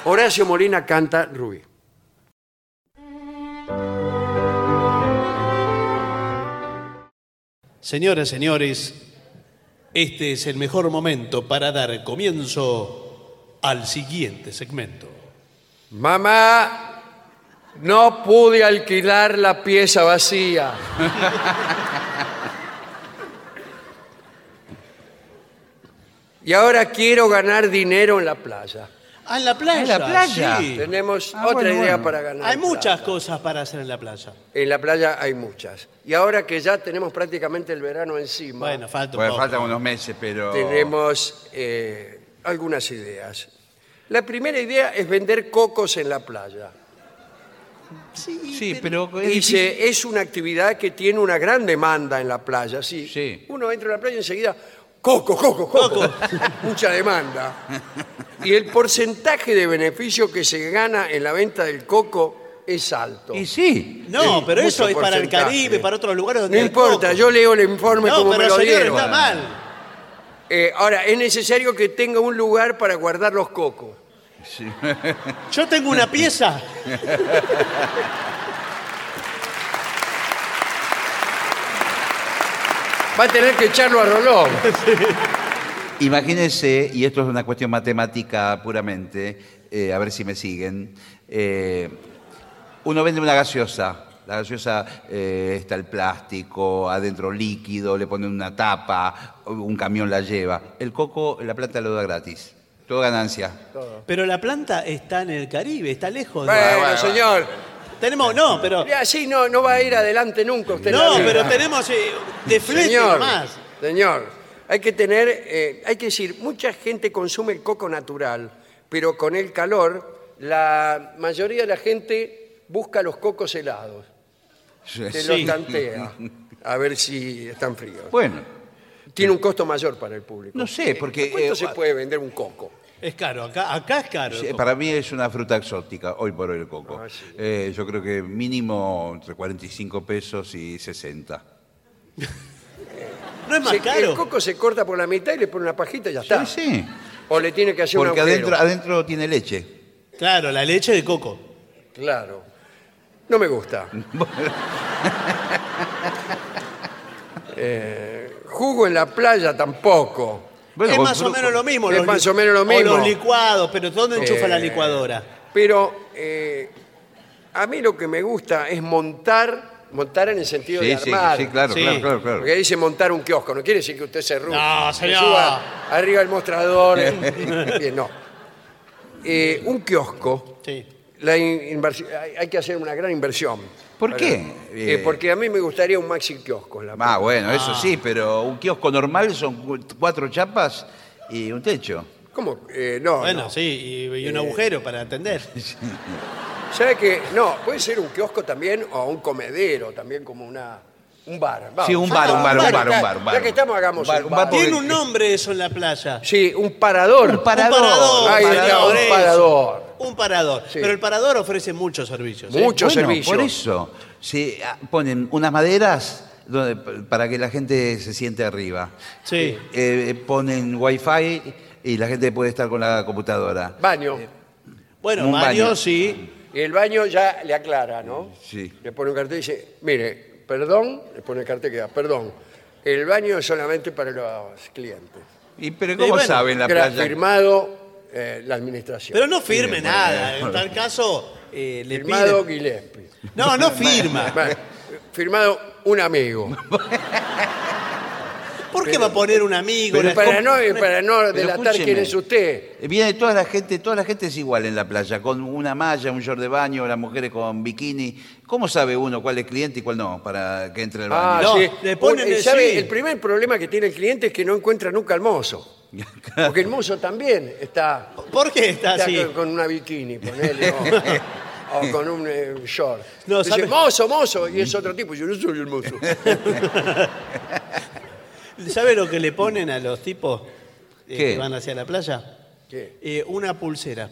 Speaker 2: Horacio Molina canta Rubí.
Speaker 3: Señoras, señores, este es el mejor momento para dar comienzo al siguiente segmento.
Speaker 2: Mamá, no pude alquilar la pieza vacía. Y ahora quiero ganar dinero en la playa.
Speaker 3: Ah, en la playa.
Speaker 4: En la playa.
Speaker 3: sí.
Speaker 2: Tenemos
Speaker 4: Ah,
Speaker 2: otra
Speaker 4: bueno,
Speaker 2: idea
Speaker 4: bueno.
Speaker 2: para ganar.
Speaker 3: Hay muchas
Speaker 2: plata.
Speaker 3: cosas para hacer en la playa.
Speaker 2: En la playa hay muchas. Y ahora que ya tenemos prácticamente el verano encima,
Speaker 3: Bueno, falta un
Speaker 4: Bueno,
Speaker 3: poco.
Speaker 4: faltan unos meses, pero.
Speaker 2: tenemos eh, algunas ideas. La primera idea es vender cocos en la playa.
Speaker 4: Sí, pero. es difícil.
Speaker 2: Dice, es una actividad que tiene una gran demanda en la playa, sí.
Speaker 4: Sí.
Speaker 2: Uno entra a la playa y enseguida, coco, coco, coco.
Speaker 3: Coco.
Speaker 2: [laughs] Mucha demanda. Y el porcentaje de beneficio que se gana en la venta del coco es alto.
Speaker 4: Y sí.
Speaker 3: No,
Speaker 2: Sí,
Speaker 3: pero eso
Speaker 2: mucho
Speaker 3: es para el
Speaker 2: porcentaje.
Speaker 3: Caribe, para otros lugares donde
Speaker 2: No
Speaker 3: hay
Speaker 2: importa,
Speaker 3: coco.
Speaker 2: yo leo el informe
Speaker 3: No,
Speaker 2: como me
Speaker 3: pero
Speaker 2: lo
Speaker 3: señor,
Speaker 2: dieron.
Speaker 3: está mal.
Speaker 2: Eh, ahora, es necesario que tenga un lugar para guardar los cocos.
Speaker 3: Yo tengo una pieza.
Speaker 2: Va a tener que echarlo a Rolón.
Speaker 4: Imagínense, y esto es una cuestión matemática puramente, eh, a ver si me siguen. eh, uno vende una gaseosa. La gaseosa eh, está el plástico, adentro líquido, le ponen una tapa, un camión la lleva. El coco, la planta lo da gratis. Todo ganancia.
Speaker 3: Pero la planta está en el Caribe, está lejos. de-
Speaker 2: Bueno,
Speaker 4: bueno.
Speaker 2: señor.
Speaker 3: Tenemos, no, pero.
Speaker 2: Así no, no va a ir adelante nunca usted. en la
Speaker 3: No,
Speaker 2: vida.
Speaker 3: pero tenemos eh, de flete
Speaker 2: Señor,
Speaker 3: nomás.
Speaker 2: señor, hay que tener, eh, hay que decir, mucha gente consume el coco natural, pero con el calor, la mayoría de la gente busca los cocos helados. Se los tantea a ver si están fríos.
Speaker 4: Bueno,
Speaker 2: Tiene un costo mayor para el público.
Speaker 4: no sé, porque
Speaker 2: ¿Cuánto
Speaker 4: eh,
Speaker 2: se puede vender un coco?
Speaker 3: Es caro, acá, acá es caro.
Speaker 4: eh, para mí es una fruta exótica, hoy por hoy el coco.
Speaker 2: Ah, sí.
Speaker 4: Eh, yo creo que mínimo entre 45 pesos y 60.
Speaker 3: no es más
Speaker 2: Se-
Speaker 3: caro.
Speaker 2: El coco se corta por la mitad y le pone una pajita y ya está.
Speaker 4: Sí, sí.
Speaker 2: O le tiene que hacer
Speaker 4: Porque
Speaker 2: un
Speaker 4: adentro,
Speaker 2: agujero.
Speaker 4: adentro tiene leche.
Speaker 3: Claro, la leche de coco.
Speaker 2: Claro. No me
Speaker 4: [laughs]
Speaker 2: gusta. Eh, jugo en la playa tampoco.
Speaker 3: es
Speaker 4: con
Speaker 3: más o
Speaker 4: fruta-
Speaker 3: menos lo mismo.
Speaker 2: Es
Speaker 3: los li-
Speaker 2: más o menos lo
Speaker 3: O
Speaker 2: mismo.
Speaker 3: los licuados, pero ¿dónde enchufa la
Speaker 2: Eh,
Speaker 3: licuadora?
Speaker 2: Pero eh, a mí lo que me gusta es montar, montar en el sentido de
Speaker 4: Sí, sí,
Speaker 2: armar.
Speaker 4: sí, claro,
Speaker 3: Sí.
Speaker 4: claro, claro, claro.
Speaker 2: Porque dice montar un kiosco, no quiere decir que usted se arrugue.
Speaker 3: No,
Speaker 2: se
Speaker 3: señor.
Speaker 2: suba arriba del
Speaker 4: [laughs]
Speaker 2: mostrador. Bien, no. Eh, un kiosco,
Speaker 3: Sí.
Speaker 2: la in- inversi- hay, hay que hacer una gran inversión.
Speaker 4: ¿Por
Speaker 2: Para-
Speaker 4: qué?
Speaker 2: Eh,
Speaker 4: Eh,
Speaker 2: porque a mí me gustaría un maxi kiosco. en La
Speaker 4: Ah, bueno, eso sí, pero un kiosco normal son cu- cuatro chapas y un techo.
Speaker 2: ¿Cómo? Eh, no,
Speaker 3: Bueno,
Speaker 2: no. Eh,
Speaker 3: sí, y, y un agujero
Speaker 2: [laughs]
Speaker 3: para atender.
Speaker 2: ¿Sabe qué? No, puede ser un kiosco también o un comedero, también como una, un bar. Vamos.
Speaker 4: Sí, un bar, un bar, un bar, un bar. un bar.
Speaker 2: Ya que estamos, hagamos un bar.
Speaker 4: porque-
Speaker 3: Tiene un nombre eso en la playa.
Speaker 2: Sí, un parador.
Speaker 4: Un parador.
Speaker 3: Un parador.
Speaker 2: Ahí está,
Speaker 3: parador,
Speaker 2: un
Speaker 3: eso.
Speaker 2: parador.
Speaker 3: Un parador.
Speaker 2: Sí.
Speaker 3: Pero el parador ofrece muchos servicios. ¿eh?
Speaker 2: Muchos
Speaker 4: Bueno,
Speaker 2: servicios.
Speaker 4: Por eso, se ah, ponen unas maderas donde- para que la gente se siente arriba.
Speaker 3: Sí.
Speaker 4: Eh, ponen wifi y la gente puede estar con la computadora.
Speaker 2: Baño.
Speaker 3: Bueno,
Speaker 4: Un
Speaker 3: Mario,
Speaker 4: baño.
Speaker 3: sí.
Speaker 2: Y el baño ya le aclara, ¿no?
Speaker 4: Sí.
Speaker 2: Le pone un cartel y dice, mire, perdón, le pone el cartel que da, perdón. El baño es solamente para los clientes.
Speaker 4: Y, pero
Speaker 3: Y
Speaker 4: ¿cómo
Speaker 3: bueno,
Speaker 4: saben la
Speaker 2: Gra-
Speaker 4: playa?
Speaker 2: Firmado eh, la administración.
Speaker 3: Pero no firme
Speaker 4: Bien,
Speaker 3: nada.
Speaker 4: bueno.
Speaker 3: En tal caso, eh, le
Speaker 2: firmado
Speaker 3: pide.
Speaker 2: Gillespie.
Speaker 3: No,
Speaker 2: [laughs]
Speaker 3: no firma.
Speaker 2: Bueno, firmado un
Speaker 3: [laughs]
Speaker 2: amigo.
Speaker 3: ¿Por qué va a poner un amigo?
Speaker 2: Pero
Speaker 3: Una
Speaker 2: para
Speaker 3: escom-
Speaker 2: no, para no
Speaker 4: Pero
Speaker 2: delatar quién
Speaker 4: escúcheme. Eh,
Speaker 2: es usted.
Speaker 4: Viene toda la gente, toda la gente es igual en la playa, con una malla, un short de baño, las mujeres con bikini. ¿Cómo sabe uno cuál es cliente y cuál no para que entre al
Speaker 2: Ah,
Speaker 4: baño?
Speaker 3: No,
Speaker 2: sí.
Speaker 3: le ponen
Speaker 2: Un- eh,
Speaker 3: el
Speaker 2: ¿sabe?
Speaker 3: sí.
Speaker 2: El primer problema que tiene el cliente es que no encuentra nunca al
Speaker 3: [laughs]
Speaker 2: mozo. Porque el mozo también está,
Speaker 3: ¿Por qué está
Speaker 2: está
Speaker 3: así?
Speaker 2: con, con una bikini, ponele,
Speaker 3: [laughs]
Speaker 2: o, o con un eh, short.
Speaker 3: No,
Speaker 2: Dice,
Speaker 3: ¿sabe?
Speaker 2: mozo, mozo, y es otro tipo. Yo no soy el
Speaker 3: [laughs]
Speaker 2: mozo.
Speaker 3: ¿Sabe lo que le ponen a los tipos eh,
Speaker 4: ¿Qué?
Speaker 3: que van hacia la playa?
Speaker 2: ¿Qué?
Speaker 3: Eh, una pulsera.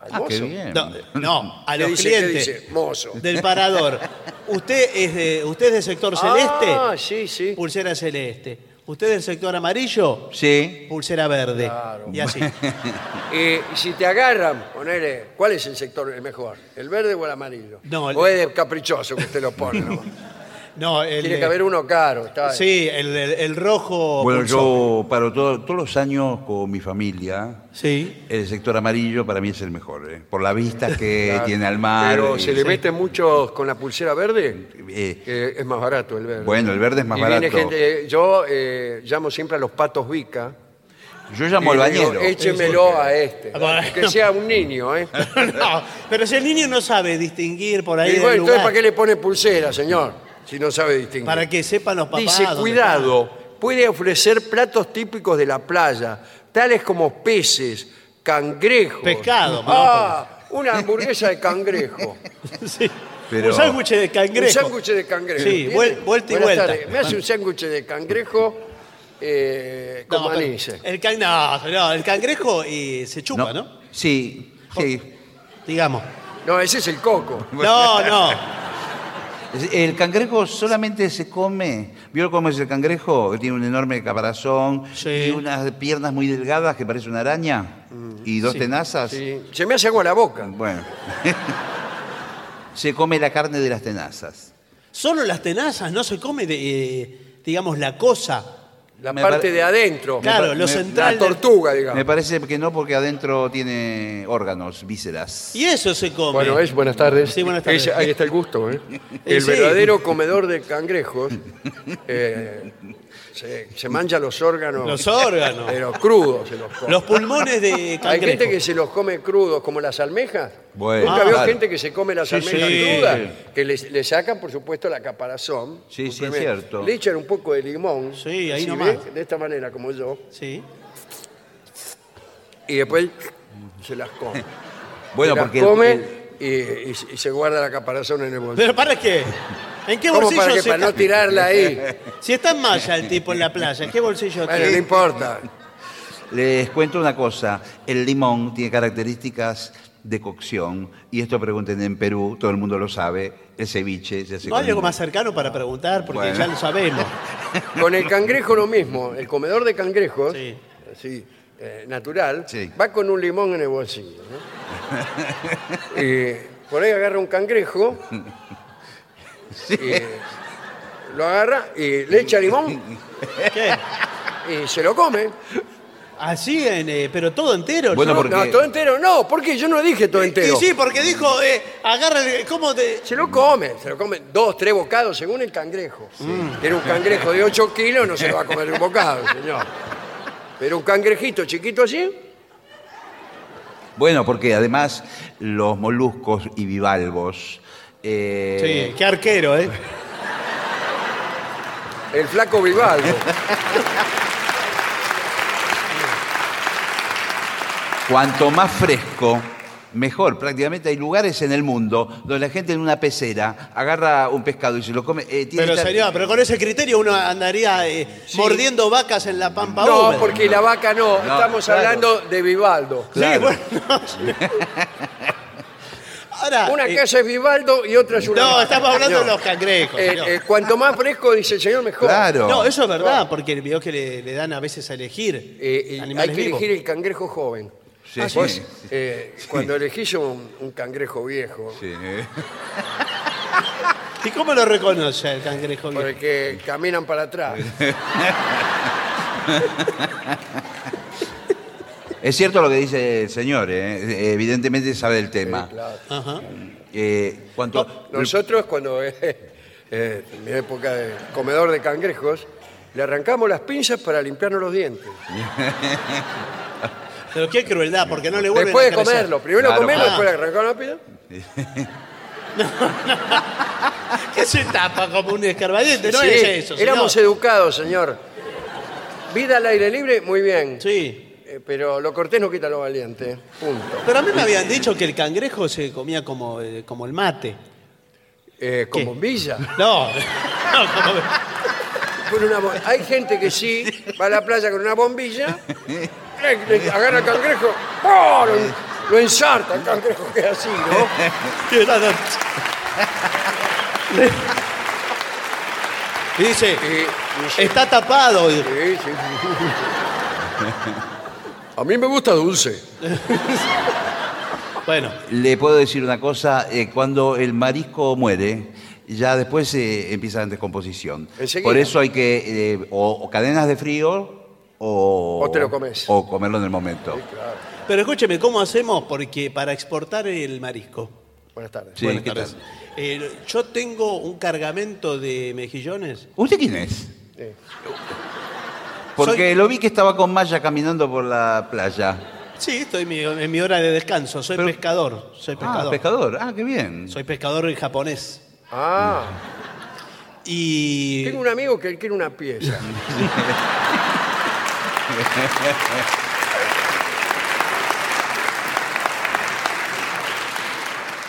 Speaker 2: ¿Al
Speaker 4: Ah,
Speaker 2: mozo?
Speaker 4: qué bien.
Speaker 3: No, no, a
Speaker 2: ¿Qué
Speaker 3: los
Speaker 2: dice, qué
Speaker 3: clientes
Speaker 2: dice? Mozo.
Speaker 3: del parador. Usted es de, usted es del sector celeste,
Speaker 2: Ah, sí, sí.
Speaker 3: pulsera celeste. Usted es del sector amarillo,
Speaker 4: Sí.
Speaker 3: pulsera verde.
Speaker 2: Claro.
Speaker 3: Y así.
Speaker 2: Eh, si te agarran, ponele, ¿cuál es el sector el mejor? ¿El verde o el amarillo?
Speaker 3: No, el-
Speaker 2: o es de caprichoso que usted lo pone.
Speaker 3: [laughs]
Speaker 2: ¿no?
Speaker 3: No, el,
Speaker 2: Tiene
Speaker 3: eh,
Speaker 2: que haber uno caro. Está
Speaker 3: Sí, el, el- el rojo.
Speaker 4: Bueno,
Speaker 3: pulsó.
Speaker 4: yo paro todo- todos los años con mi familia.
Speaker 3: Sí. [laughs]
Speaker 4: El sector amarillo para mí es el mejor, ¿eh? por la vista que
Speaker 2: [laughs]
Speaker 4: tiene al mar.
Speaker 2: Pero
Speaker 4: y-
Speaker 2: se le meten muchos con la pulsera verde,
Speaker 4: Eh,
Speaker 2: que es más barato el verde.
Speaker 4: Bueno, el verde es más
Speaker 2: Y
Speaker 4: barato.
Speaker 2: viene gente- yo eh, llamo siempre a los patos Vica.
Speaker 4: Yo llamo
Speaker 2: y
Speaker 4: al
Speaker 2: le digo,
Speaker 4: bañero.
Speaker 2: Échemelo a este.
Speaker 3: Ah, bueno.
Speaker 2: Que sea un niño, ¿eh?
Speaker 3: no, pero si el niño no sabe distinguir por [laughs] ahí.
Speaker 2: Y
Speaker 3: del
Speaker 2: bueno, entonces,
Speaker 3: lugar,
Speaker 2: ¿para qué le pone pulsera, señor? Si no sabe distinguir.
Speaker 3: Para que sepan los papás.
Speaker 2: Dice,
Speaker 3: dónde
Speaker 2: cuidado, puede ofrecer platos típicos de la playa, tales como peces, cangrejos.
Speaker 3: Pescado,
Speaker 2: Ah, una hamburguesa de
Speaker 3: [laughs]
Speaker 2: cangrejo.
Speaker 3: están. Sí.
Speaker 4: Pero-
Speaker 3: Un sándwich de
Speaker 2: Un
Speaker 3: cangrejo.
Speaker 2: sándwich de cangrejo.
Speaker 3: Sí,
Speaker 2: ¿Tiene?
Speaker 3: vuel- vuelta y
Speaker 2: Buenas
Speaker 3: vuelta.
Speaker 2: tardes. Me hace un sándwich de cangrejo eh, con
Speaker 3: No, pero
Speaker 2: anís.
Speaker 3: el, can- no, no, el cangrejo eh, se chupa, ¿no?
Speaker 4: Sí, sí.
Speaker 3: Digamos.
Speaker 2: No, ese es el coco.
Speaker 3: No, no.
Speaker 4: El cangrejo solamente se come. ¿Vieron cómo es el cangrejo? Que tiene un enorme caparazón
Speaker 3: Sí.
Speaker 4: y unas piernas muy delgadas que parece una araña y dos tenazas.
Speaker 2: Mm. Sí. Se me hace agua la boca.
Speaker 4: Bueno. [laughs] se come la carne de las tenazas.
Speaker 3: Solo las tenazas, no se come, de, eh, digamos, la cosa.
Speaker 2: La
Speaker 4: Me
Speaker 2: parte
Speaker 4: pare-
Speaker 2: de adentro.
Speaker 4: pa-
Speaker 3: Claro, lo
Speaker 4: me-
Speaker 2: La
Speaker 3: central. del-
Speaker 2: tortuga,
Speaker 4: Me
Speaker 2: digamos.
Speaker 4: parece que no porque adentro tiene órganos, vísceras.
Speaker 3: Y eso se come.
Speaker 2: Bueno, es buenas tardes.
Speaker 3: Sí, buenas tardes.
Speaker 2: Es- ahí está el gusto,
Speaker 3: [laughs]
Speaker 2: ¿eh? El
Speaker 3: sí.
Speaker 2: verdadero comedor de cangrejos eh, se, se mancha los órganos.
Speaker 3: Los órganos.
Speaker 2: Pero crudos se los come.
Speaker 3: Los pulmones de
Speaker 2: [laughs]
Speaker 3: cangrejo.
Speaker 2: Hay gente que se los come crudos, como las almejas.
Speaker 4: Bueno, Ah,
Speaker 2: Nunca veo
Speaker 4: claro.
Speaker 2: gente que se come las
Speaker 3: Sí,
Speaker 2: almejas
Speaker 3: sí.
Speaker 2: crudas, que le, le sacan, por supuesto, la caparazón.
Speaker 4: Sí, sí,
Speaker 2: Simplemente
Speaker 4: cierto.
Speaker 2: Le echan un poco de limón.
Speaker 3: Sí, ahí
Speaker 2: así,
Speaker 3: nomás.
Speaker 2: ¿ves? De esta manera, como yo.
Speaker 3: Sí.
Speaker 2: Y después se las come.
Speaker 4: Bueno,
Speaker 2: se las
Speaker 4: porque el-
Speaker 2: come
Speaker 4: el-
Speaker 2: y, y- y se guarda la caparazón en el bolsillo.
Speaker 3: Pero para qué. ¿En qué
Speaker 2: ¿Cómo
Speaker 3: Este bolsillo
Speaker 2: para, que,
Speaker 3: se
Speaker 2: para no
Speaker 3: está-
Speaker 2: tirarla
Speaker 3: [laughs]
Speaker 2: ahí?
Speaker 3: Si está en malla el tipo en la playa, ¿en qué bolsillo
Speaker 2: Bueno, no
Speaker 3: tiene?
Speaker 2: importa.
Speaker 4: Les cuento una cosa, el limón tiene características de cocción, y esto pregunten en Perú, todo el mundo lo sabe, el ceviche se hace
Speaker 3: No
Speaker 4: con
Speaker 3: hay algo
Speaker 4: limón.
Speaker 3: más cercano para preguntar, porque
Speaker 4: Bueno.
Speaker 3: ya lo sabemos.
Speaker 2: Con el cangrejo lo mismo. El comedor de cangrejos,
Speaker 3: Sí.
Speaker 2: así, eh, natural,
Speaker 4: Sí.
Speaker 2: va con un limón en el bolsillo. ¿no? Y por ahí agarra un cangrejo, y lo agarra y le echa limón
Speaker 3: ¿Qué?
Speaker 2: y se lo come.
Speaker 3: Así, en, eh, pero todo entero.
Speaker 4: Bueno,
Speaker 3: ¿no?
Speaker 4: porque-
Speaker 2: No, todo entero. No, porque yo no dije todo entero.
Speaker 3: Y sí, porque dijo, eh, agarra el... ¿Cómo te...?
Speaker 2: Se lo come, se lo come dos, tres bocados según el cangrejo. Tiene un cangrejo de 8 kilos, no se lo va a comer un bocado, señor. Pero un cangrejito chiquito así,
Speaker 4: Bueno, porque además los moluscos y bivalvos... eh,
Speaker 3: Sí, qué arquero, ¿eh?
Speaker 2: el flaco Vivaldo.
Speaker 4: Cuanto más fresco, mejor. Prácticamente hay lugares en el mundo donde la gente en una pecera agarra un pescado y se lo come. eh, tiene
Speaker 3: Pero
Speaker 4: esta-
Speaker 3: señor, pero con ese criterio uno andaría eh, mordiendo vacas en la pampa
Speaker 2: No,
Speaker 3: húmeda.
Speaker 2: porque la vaca no,
Speaker 4: No,
Speaker 2: estamos
Speaker 4: claro.
Speaker 2: hablando de Vivaldo.
Speaker 3: Sí,
Speaker 4: Claro.
Speaker 3: bueno, no, señor. Ahora,
Speaker 2: Una
Speaker 3: eh,
Speaker 2: casa es Vivaldo y otra es una.
Speaker 3: no,
Speaker 2: vaca,
Speaker 3: estamos hablando de
Speaker 2: señor.
Speaker 3: los cangrejos.
Speaker 2: Eh,
Speaker 3: señor.
Speaker 2: eh, cuanto más fresco, dice el señor, mejor.
Speaker 4: Claro.
Speaker 3: no, eso es verdad, porque el video que le, le dan a veces a elegir
Speaker 2: Eh, y hay
Speaker 3: animales
Speaker 2: que
Speaker 3: vivos.
Speaker 2: elegir el cangrejo joven.
Speaker 4: Sí,
Speaker 2: Vos,
Speaker 4: sí.
Speaker 2: eh, Cuando elegís un, un cangrejo viejo,
Speaker 4: Sí.
Speaker 3: ¿Y cómo lo reconoce el cangrejo? viejo?
Speaker 2: porque caminan para atrás.
Speaker 4: Es cierto lo que dice el señor, ¿eh? evidentemente sabe del tema.
Speaker 3: Ajá.
Speaker 4: Eh, cuanto-
Speaker 2: Nosotros cuando, eh, eh, en mi época de comedor de cangrejos, le arrancamos las pinzas para limpiarnos los dientes.
Speaker 3: Pero qué crueldad, porque no le vuelven
Speaker 2: Después de
Speaker 3: a crecer.
Speaker 2: comerlo, primero
Speaker 4: Claro,
Speaker 2: comerlo,
Speaker 4: claro.
Speaker 2: después arrancar la pinza.
Speaker 3: ¿Qué se tapa como un escarbadiente? No
Speaker 2: Sí,
Speaker 3: es eso, señor.
Speaker 2: Éramos educados, señor. Vida al aire libre, muy bien.
Speaker 3: Sí.
Speaker 2: Eh, pero lo cortés no quita lo valiente. Punto.
Speaker 3: Pero a mí me habían dicho que el cangrejo se comía como, eh, como el mate.
Speaker 2: Eh, con
Speaker 3: ¿Qué?
Speaker 2: bombilla.
Speaker 3: No. no como-
Speaker 2: Con una bo- Hay gente que
Speaker 3: [laughs]
Speaker 2: sí va a la playa con una bombilla, le- le agarra el cangrejo, ¡pah! lo, en- lo ensarta el cangrejo que es así,
Speaker 3: [laughs]
Speaker 2: ¿no?
Speaker 3: que [laughs] era la- Y Dice,
Speaker 2: Y- y sí,
Speaker 3: está tapado. Y-
Speaker 2: sí, sí. A mí me gusta dulce.
Speaker 3: Bueno,
Speaker 4: Le puedo decir una cosa, eh, cuando el marisco muere, ya después eh, empieza la descomposición.
Speaker 2: Enseguida.
Speaker 4: Por eso hay que, eh, o, o cadenas de frío, o...
Speaker 2: O te lo comes.
Speaker 4: O comerlo en el momento.
Speaker 3: pero escúcheme, ¿cómo hacemos porque para exportar el marisco?
Speaker 2: Buenas tardes.
Speaker 4: Sí,
Speaker 3: Buenas
Speaker 4: ¿qué
Speaker 3: tardes.
Speaker 4: tal?
Speaker 3: Eh, yo tengo un cargamento de mejillones.
Speaker 4: ¿Usted quién es?
Speaker 2: Sí.
Speaker 4: Porque lo vi que estaba con Maya caminando por la playa.
Speaker 3: Sí, estoy en mi, en mi hora de descanso. Soy
Speaker 4: Pero-
Speaker 3: pescador. Soy pescador.
Speaker 4: Ah, pescador. Ah, qué bien.
Speaker 3: Soy pescador en japonés.
Speaker 2: Ah,
Speaker 3: Y
Speaker 2: tengo un amigo que él quiere una pieza.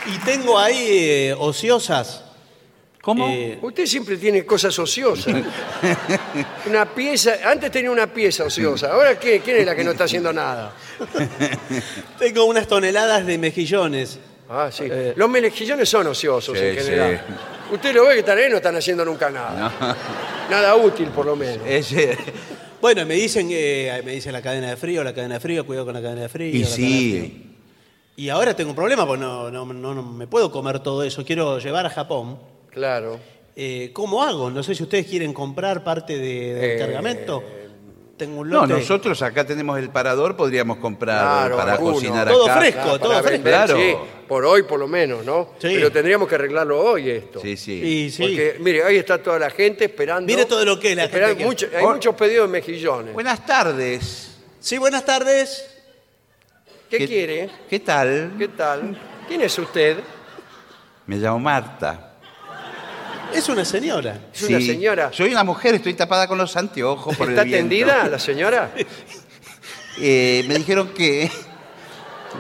Speaker 3: Y tengo ahí eh, ociosas.
Speaker 4: ¿Cómo? [laughs]
Speaker 3: Eh,
Speaker 2: Usted siempre tiene cosas ociosas. Una pieza, antes tenía una pieza ociosa, ahora qué, ¿quién es la que no está haciendo nada?
Speaker 3: tengo unas toneladas de mejillones.
Speaker 2: Ah, sí. Los melejillones son ociosos
Speaker 4: Sí,
Speaker 2: en general. Usted lo ve que están ahí, no están haciendo nunca nada. Nada útil, por lo menos.
Speaker 4: Ese-
Speaker 3: Bueno, me dicen, eh, me dicen la cadena de frío, la cadena de frío, cuidado con la cadena de frío.
Speaker 4: y
Speaker 3: la cadena de frío.
Speaker 4: sí,
Speaker 3: Y ahora tengo un problema, porque no, no, no- no me puedo comer todo eso. Quiero llevar a Japón.
Speaker 2: Claro.
Speaker 3: Eh, ¿Cómo hago? No sé si ustedes quieren comprar parte de- del
Speaker 2: Eh,
Speaker 3: cargamento. Tengo un
Speaker 4: No,
Speaker 3: lote.
Speaker 4: nosotros acá tenemos el parador, podríamos comprar
Speaker 2: Claro,
Speaker 4: para
Speaker 2: alguno.
Speaker 4: cocinar
Speaker 3: Todo
Speaker 4: acá.
Speaker 3: fresco.
Speaker 2: Ah,
Speaker 3: todo
Speaker 2: para
Speaker 4: fresco.
Speaker 2: vender,
Speaker 4: Claro.
Speaker 2: sí, por hoy, por lo menos, ¿no?
Speaker 3: Sí.
Speaker 2: Pero tendríamos que arreglarlo hoy esto.
Speaker 4: Sí, sí.
Speaker 3: Y sí.
Speaker 2: Porque, mire, ahí está toda la gente esperando.
Speaker 3: Mire todo lo que es la gente
Speaker 2: Esperan
Speaker 3: que-
Speaker 2: mucho- Hay
Speaker 4: Por-
Speaker 2: muchos pedidos de mejillones.
Speaker 4: Buenas tardes.
Speaker 3: Sí, buenas tardes.
Speaker 2: ¿Qué, quiere?
Speaker 4: ¿Qué tal?
Speaker 2: ¿Qué tal? ¿Quién es usted?
Speaker 4: Me llamo Marta.
Speaker 3: Es una señora.
Speaker 2: Es una
Speaker 4: Sí.
Speaker 2: señora.
Speaker 4: Soy una mujer, estoy tapada con los anteojos por el
Speaker 2: ¿Está
Speaker 4: viento.
Speaker 2: atendida la
Speaker 3: [laughs]
Speaker 2: señora?
Speaker 4: Eh, me dijeron que...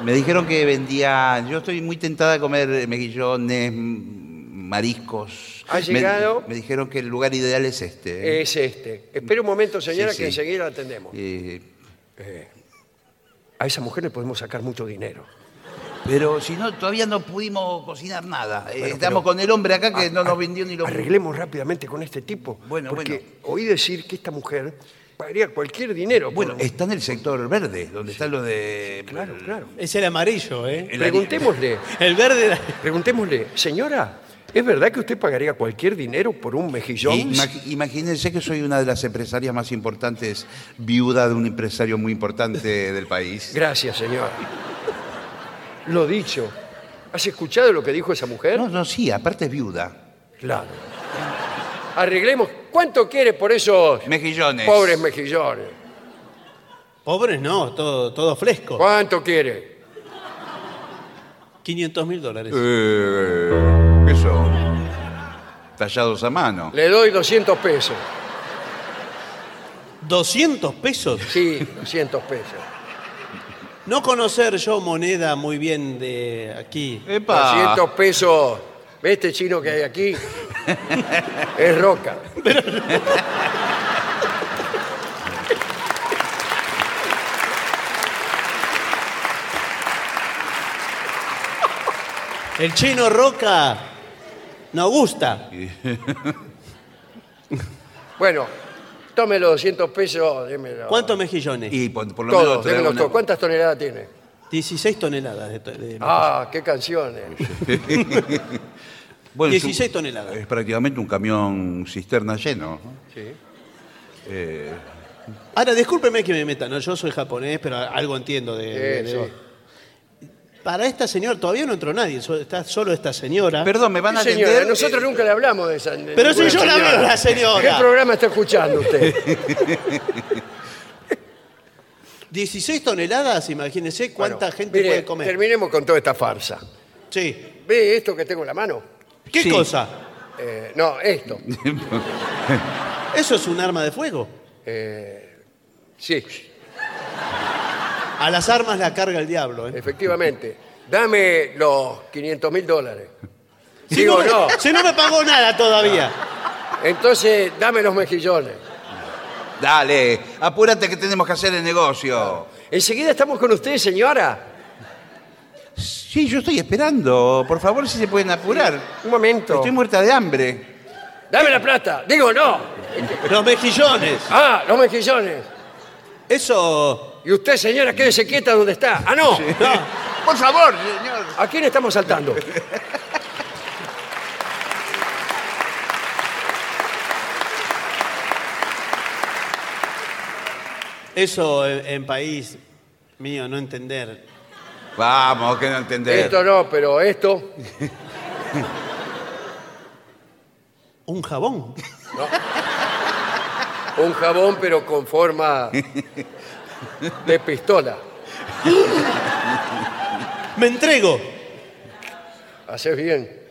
Speaker 4: Me dijeron que vendía... Yo estoy muy tentada de comer mejillones, m- mariscos.
Speaker 2: Ha
Speaker 4: Me-
Speaker 2: llegado-
Speaker 4: Me, dijeron que el lugar ideal es este.
Speaker 2: Es este. Espere un momento, señora,
Speaker 4: Sí,
Speaker 2: que
Speaker 4: sí.
Speaker 2: enseguida la atendemos.
Speaker 4: Eh,
Speaker 2: A esa mujer le podemos sacar mucho dinero.
Speaker 4: pero si no, todavía no pudimos cocinar nada. Eh,
Speaker 2: Bueno,
Speaker 4: Estamos
Speaker 2: pero-
Speaker 4: con el hombre acá que
Speaker 2: Ah,
Speaker 4: Eh, no
Speaker 2: ah,
Speaker 4: nos vendió ni lo...
Speaker 2: Arreglemos rápidamente con este tipo.
Speaker 4: Bueno,
Speaker 2: porque
Speaker 4: bueno.
Speaker 2: oí decir que esta mujer pagaría cualquier dinero. por
Speaker 4: Bueno,
Speaker 2: un-
Speaker 4: está en el sector verde, donde está lo de...
Speaker 2: claro, claro.
Speaker 3: Es el amarillo, ¿eh?
Speaker 4: El-
Speaker 2: Preguntémosle,
Speaker 3: El verde. era-
Speaker 2: preguntémosle, señora, ¿es verdad que usted pagaría cualquier dinero por un mejillón?
Speaker 4: Ima- imagínense que soy una de las empresarias más importantes, viuda de un empresario muy importante del país.
Speaker 2: Gracias, señora. Lo dicho. ¿Has escuchado lo que dijo esa mujer?
Speaker 4: No, no, sí, aparte es viuda.
Speaker 2: Claro. Arreglemos. ¿Cuánto quiere por esos
Speaker 4: Mejillones.
Speaker 2: pobres mejillones?
Speaker 3: Pobres no, todo, todo fresco.
Speaker 2: ¿Cuánto quiere?
Speaker 3: 500 mil dólares.
Speaker 4: Eh, ¿Qué son? Tallados a mano.
Speaker 2: Le doy 200 pesos.
Speaker 3: 200 pesos.
Speaker 2: Sí, 200 pesos.
Speaker 3: No conocer yo moneda muy bien de aquí.
Speaker 4: Epa.
Speaker 2: 200 pesos. ¿Ve este chino que hay aquí? es roca.
Speaker 3: El chino Roca nos gusta.
Speaker 2: Bueno, tome los 200 pesos. démelo.
Speaker 3: ¿Cuántos mejillones?
Speaker 4: Y por, por lo
Speaker 2: Todo,
Speaker 4: menos trae
Speaker 2: démelo
Speaker 4: una-
Speaker 2: todo. ¿Cuántas toneladas tiene?
Speaker 3: 16 toneladas de, to- de-
Speaker 2: Ah, qué canciones.
Speaker 4: Bueno, es un-
Speaker 3: 16 toneladas.
Speaker 4: Es prácticamente un camión cisterna lleno.
Speaker 2: Sí.
Speaker 3: Ahora, discúlpeme que me meta, ¿no? Yo soy japonés, pero algo entiendo de... de-
Speaker 2: Sí,
Speaker 3: de-
Speaker 2: sí.
Speaker 3: Para esta señora todavía no entró nadie, so- está solo esta señora.
Speaker 4: Perdón, ¿me van a
Speaker 2: Sí, señora,
Speaker 4: atender? eh,
Speaker 2: nosotros nunca le hablamos de esa. de
Speaker 3: Pero si
Speaker 2: ninguna
Speaker 3: yo la
Speaker 2: señora.
Speaker 3: veo, la
Speaker 2: ¿Qué
Speaker 3: señora.
Speaker 2: programa está escuchando
Speaker 3: [laughs]
Speaker 2: usted?
Speaker 3: 16 toneladas, imagínese cuánta
Speaker 2: Bueno,
Speaker 3: gente
Speaker 2: mire,
Speaker 3: puede comer.
Speaker 2: Terminemos con toda esta farsa.
Speaker 3: Sí.
Speaker 2: ¿Ve esto que tengo en la mano?
Speaker 3: ¿Qué
Speaker 4: Sí.
Speaker 3: cosa?
Speaker 2: Eh, no, esto.
Speaker 3: Eso es un arma de fuego.
Speaker 2: Sí,
Speaker 3: A las armas la carga el diablo. ¿eh?
Speaker 2: efectivamente. Dame los 500 mil dólares.
Speaker 3: Si
Speaker 2: Digo,
Speaker 3: me-
Speaker 2: no.
Speaker 3: Si no me pagó nada todavía.
Speaker 2: Entonces, dame los mejillones.
Speaker 4: Eh, Dale, apúrate que tenemos que hacer el negocio.
Speaker 2: Enseguida estamos con usted, señora.
Speaker 4: Sí, yo estoy esperando. Por favor, si se pueden apurar.
Speaker 2: Un momento.
Speaker 4: Estoy muerta de hambre.
Speaker 2: Dame la plata. Digo, no.
Speaker 3: Los mejillones.
Speaker 2: Ah, los mejillones.
Speaker 3: Eso. eh,
Speaker 2: Y usted, señora, quédese quieta donde está. Ah, no.
Speaker 3: no.
Speaker 4: Por favor, señor.
Speaker 2: ¿A quién estamos saltando?
Speaker 3: Eso en, en país mío, no entender.
Speaker 4: Vamos, que no entender.
Speaker 2: Esto no, pero esto.
Speaker 3: Un jabón.
Speaker 2: Un jabón, pero con forma de pistola.
Speaker 3: Me entrego.
Speaker 2: Haces bien.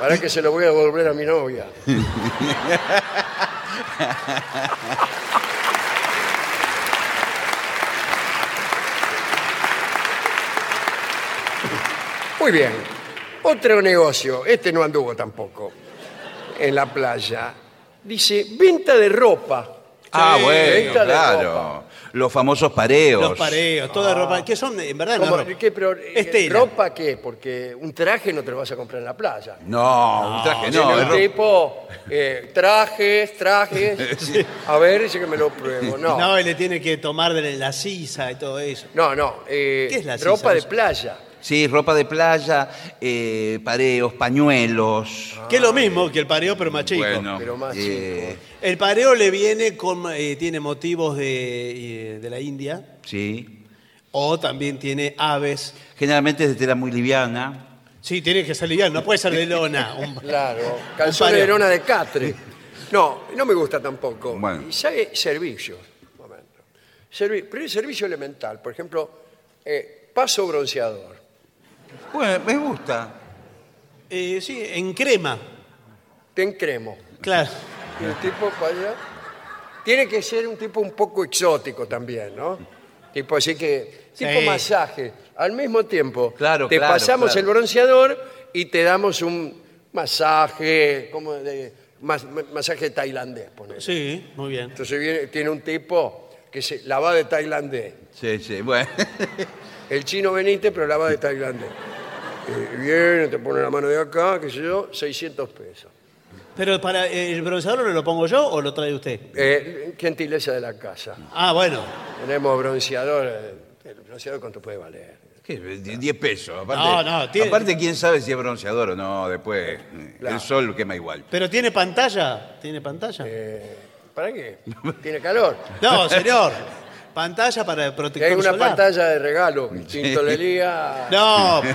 Speaker 2: Para que se lo voy a devolver a mi novia. Muy bien. Otro negocio. Este no anduvo tampoco. En la playa. Dice, venta de ropa.
Speaker 4: Ah,
Speaker 2: Sí,
Speaker 4: bueno,
Speaker 2: venta de ropa.
Speaker 4: claro. Los famosos pareos.
Speaker 3: Los pareos, toda ropa. Que son, en verdad, no
Speaker 2: ¿Cómo?
Speaker 3: ropa.
Speaker 2: ¿Qué, pero, eh,
Speaker 3: Estela.
Speaker 2: ¿Ropa qué? Porque un traje no te lo vas a comprar en la playa.
Speaker 4: No, un traje
Speaker 2: Tiene
Speaker 4: Eh, no.
Speaker 2: un
Speaker 4: es ropa.
Speaker 2: tipo, eh, trajes, trajes. A ver, dice que me lo pruebo. No, no,
Speaker 3: No, y le tiene que tomar de la sisa y todo eso.
Speaker 2: no. eh,
Speaker 3: ¿Qué es la
Speaker 2: ropa
Speaker 3: sisa?
Speaker 2: de playa.
Speaker 4: Sí, ropa de playa, eh, pareos, pañuelos.
Speaker 3: que es lo mismo que el pareo, pero más chico.
Speaker 4: bueno,
Speaker 2: pero más
Speaker 4: eh,
Speaker 3: El pareo le viene con. eh, tiene motivos de, eh, de la India.
Speaker 4: sí.
Speaker 3: O también tiene aves.
Speaker 4: Generalmente es de tela muy liviana.
Speaker 3: Sí, tiene que ser liviano, no puede ser de lona. un-
Speaker 2: Claro. Calzones de
Speaker 3: pareo.
Speaker 2: lona de catre. No, no me gusta tampoco.
Speaker 4: Bueno.
Speaker 2: Y sabe servicios. Un momento. Servi- primer servicio elemental. Por ejemplo, eh, paso bronceador.
Speaker 4: Bueno, me gusta.
Speaker 3: Eh, sí, en crema.
Speaker 2: Te encremo.
Speaker 3: Claro.
Speaker 2: Y el tipo para allá. Tiene que ser un tipo un poco exótico también, ¿no? Tipo así que. Tipo
Speaker 3: Sí.
Speaker 2: masaje. Al mismo tiempo.
Speaker 4: Claro,
Speaker 2: Te
Speaker 4: claro,
Speaker 2: pasamos
Speaker 4: claro.
Speaker 2: el bronceador y te damos un masaje. como de.? mas- ma- masaje tailandés, ponele.
Speaker 3: Sí, muy bien.
Speaker 2: Entonces viene, tiene un tipo que se la va de tailandés.
Speaker 4: Sí, sí, bueno. [laughs]
Speaker 2: El chino veniste, pero la va de tailandés. Eh, viene, te pone la mano de acá, qué sé yo, 600 pesos.
Speaker 3: Pero para eh, el bronceador no lo pongo yo o lo trae usted.
Speaker 2: Eh, gentileza de la casa.
Speaker 3: Ah, bueno.
Speaker 2: Tenemos bronceador. eh, El bronceador cuánto puede valer.
Speaker 4: ¿Qué? 10 pesos. Aparte,
Speaker 3: No, no, tiene-
Speaker 4: aparte, quién sabe si es bronceador o no después.
Speaker 2: Claro.
Speaker 4: El sol quema igual.
Speaker 3: Pero tiene pantalla. ¿Tiene pantalla?
Speaker 2: Eh. ¿Para qué? Tiene
Speaker 3: [laughs]
Speaker 2: calor.
Speaker 3: No, señor. Pantalla para el
Speaker 2: Que hay
Speaker 3: protector
Speaker 2: una
Speaker 3: solar.
Speaker 2: pantalla de regalo.
Speaker 4: [laughs]
Speaker 2: Tintolería.
Speaker 3: No.
Speaker 2: qué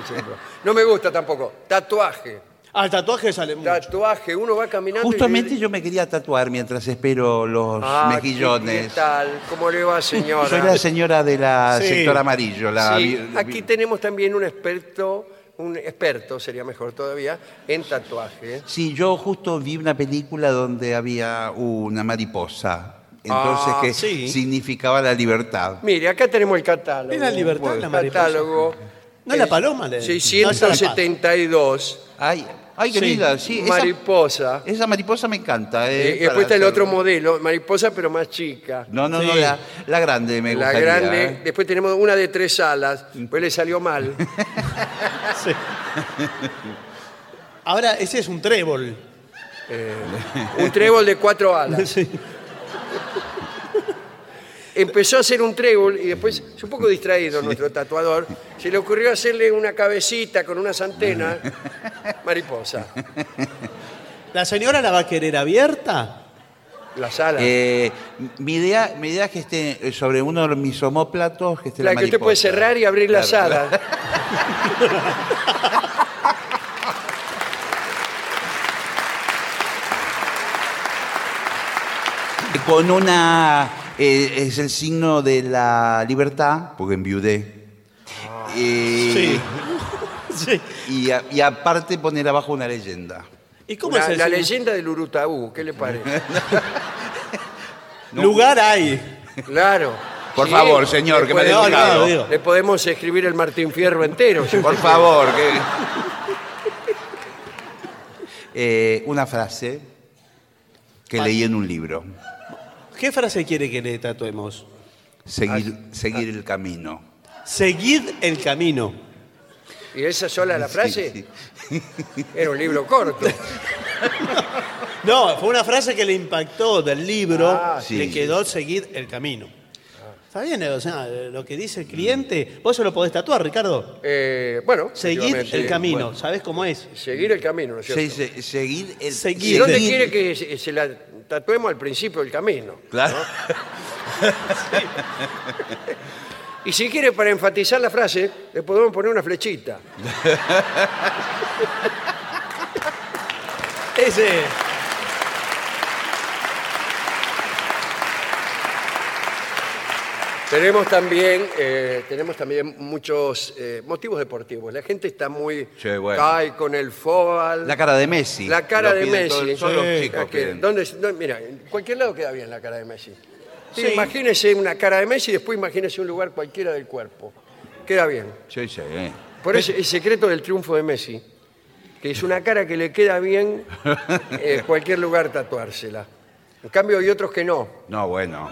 Speaker 2: sé yo. No me gusta tampoco. Tatuaje.
Speaker 3: Ah, el tatuaje sale mucho.
Speaker 2: Tatuaje. Uno va caminando. y-
Speaker 4: Justamente yo me quería tatuar mientras espero los
Speaker 2: Ah, ¿qué,
Speaker 4: mejillones.
Speaker 2: qué tal? ¿Cómo le va, señora?
Speaker 4: Soy la señora de la
Speaker 3: Sí.
Speaker 4: sector amarillo. La
Speaker 2: Sí,
Speaker 4: vi-
Speaker 2: aquí tenemos también un experto, un experto sería mejor todavía, en tatuaje.
Speaker 4: Sí, yo justo vi una película donde había una mariposa. Entonces,
Speaker 2: Ah,
Speaker 4: que
Speaker 3: sí.
Speaker 4: significaba la libertad.
Speaker 2: Mire, acá tenemos el catálogo.
Speaker 3: Mira, libertad,
Speaker 2: Bueno,
Speaker 3: la mariposa.
Speaker 2: catálogo.
Speaker 3: No es la paloma, le-
Speaker 2: 672.
Speaker 4: Ay, ay qué
Speaker 3: Sí.
Speaker 4: linda. Sí, esa,
Speaker 2: mariposa.
Speaker 4: esa mariposa me encanta. eh,
Speaker 2: Eh, y después
Speaker 4: para
Speaker 2: está el otro
Speaker 4: hacer-
Speaker 2: modelo, mariposa pero más chica.
Speaker 4: No, no, no,
Speaker 3: Sí.
Speaker 4: la, la grande me
Speaker 2: la
Speaker 4: gustaría.
Speaker 2: grande.
Speaker 4: eh.
Speaker 2: Después tenemos una de tres alas, pues le salió
Speaker 4: [laughs]
Speaker 2: mal.
Speaker 3: Sí. Ahora, ese es un trébol.
Speaker 2: Eh, Un trébol de cuatro alas. Empezó a hacer un trébol y después, es un poco distraído nuestro tatuador, se le ocurrió hacerle una cabecita con unas antenas. Mariposa.
Speaker 3: ¿La señora la va a querer abierta?
Speaker 2: Las alas.
Speaker 4: Eh, mi, idea, mi idea es que esté sobre uno de mis homóplatos, que esté
Speaker 2: Claro,
Speaker 4: la
Speaker 2: que usted
Speaker 4: mariposa.
Speaker 2: puede cerrar y abrir las
Speaker 4: Claro, claro.
Speaker 2: alas.
Speaker 4: Con una... eh, es el signo de la libertad, porque enviudé. Y,
Speaker 3: Sí. Sí. [laughs]
Speaker 4: y, a- y aparte poner abajo una leyenda.
Speaker 3: ¿Y cómo
Speaker 2: Una-
Speaker 3: es el
Speaker 2: la
Speaker 3: signo?
Speaker 2: leyenda del Urutaú, ¿qué le parece?
Speaker 3: Lugar hay.
Speaker 2: Claro.
Speaker 4: Por
Speaker 2: Sí,
Speaker 4: favor, señor,
Speaker 2: le
Speaker 4: que me ha
Speaker 2: podemos-
Speaker 3: educado.
Speaker 4: educado.
Speaker 3: No, digo.
Speaker 2: Le podemos escribir el Martín Fierro entero.
Speaker 4: [laughs]
Speaker 2: si
Speaker 4: Por
Speaker 2: usted
Speaker 4: favor, que- Eh, una frase que leí en un libro.
Speaker 3: ¿Qué frase quiere que le tatuemos?
Speaker 4: Seguir, seguir el camino.
Speaker 3: Seguid el camino.
Speaker 2: quiere. ¿Y esa sola la
Speaker 4: Sí,
Speaker 2: frase?
Speaker 4: sí.
Speaker 2: Era un libro corto.
Speaker 3: No, fue una frase que le impactó del libro,
Speaker 2: Ah,
Speaker 4: sí.
Speaker 3: le quedó seguir el camino. Está bien, eh, o sea, lo que dice el cliente, vos se lo podés tatuar, Ricardo.
Speaker 2: Eh, bueno.
Speaker 3: Seguir
Speaker 2: efectivamente,
Speaker 3: el camino, ¿sabés cómo es?
Speaker 2: Seguir el camino, ¿no es cierto?
Speaker 4: Se- se- seguir el
Speaker 3: Seguir.
Speaker 2: ¿Y dónde
Speaker 3: Sí.
Speaker 2: quiere que se, se la tatuemos al principio del camino?
Speaker 4: Claro.
Speaker 2: Y si quiere, para enfatizar la frase, le podemos poner una flechita.
Speaker 3: Ese.
Speaker 2: Tenemos también, eh, tenemos también muchos eh, motivos deportivos. La gente está muy...
Speaker 4: Sí, bueno.
Speaker 2: Cae con el fóbal.
Speaker 4: La cara de Messi.
Speaker 2: La cara
Speaker 4: Lo
Speaker 2: de
Speaker 4: piden
Speaker 2: Messi.
Speaker 4: todos- todos los
Speaker 2: Sí.
Speaker 4: chicos
Speaker 2: Aquí,
Speaker 4: piden.
Speaker 2: ¿dónde- dónde- mira, en cualquier lado queda bien la cara de Messi. Sí,
Speaker 3: Sí.
Speaker 2: Imagínese una cara de Messi y después imagínese un lugar cualquiera del cuerpo. Queda bien.
Speaker 4: Sí, sí, eh.
Speaker 2: Por eso el secreto del triunfo de Messi, que es una cara que le queda bien
Speaker 4: [laughs]
Speaker 2: en cualquier lugar tatuársela. En cambio hay otros que no.
Speaker 4: No,
Speaker 2: [laughs]
Speaker 4: bueno.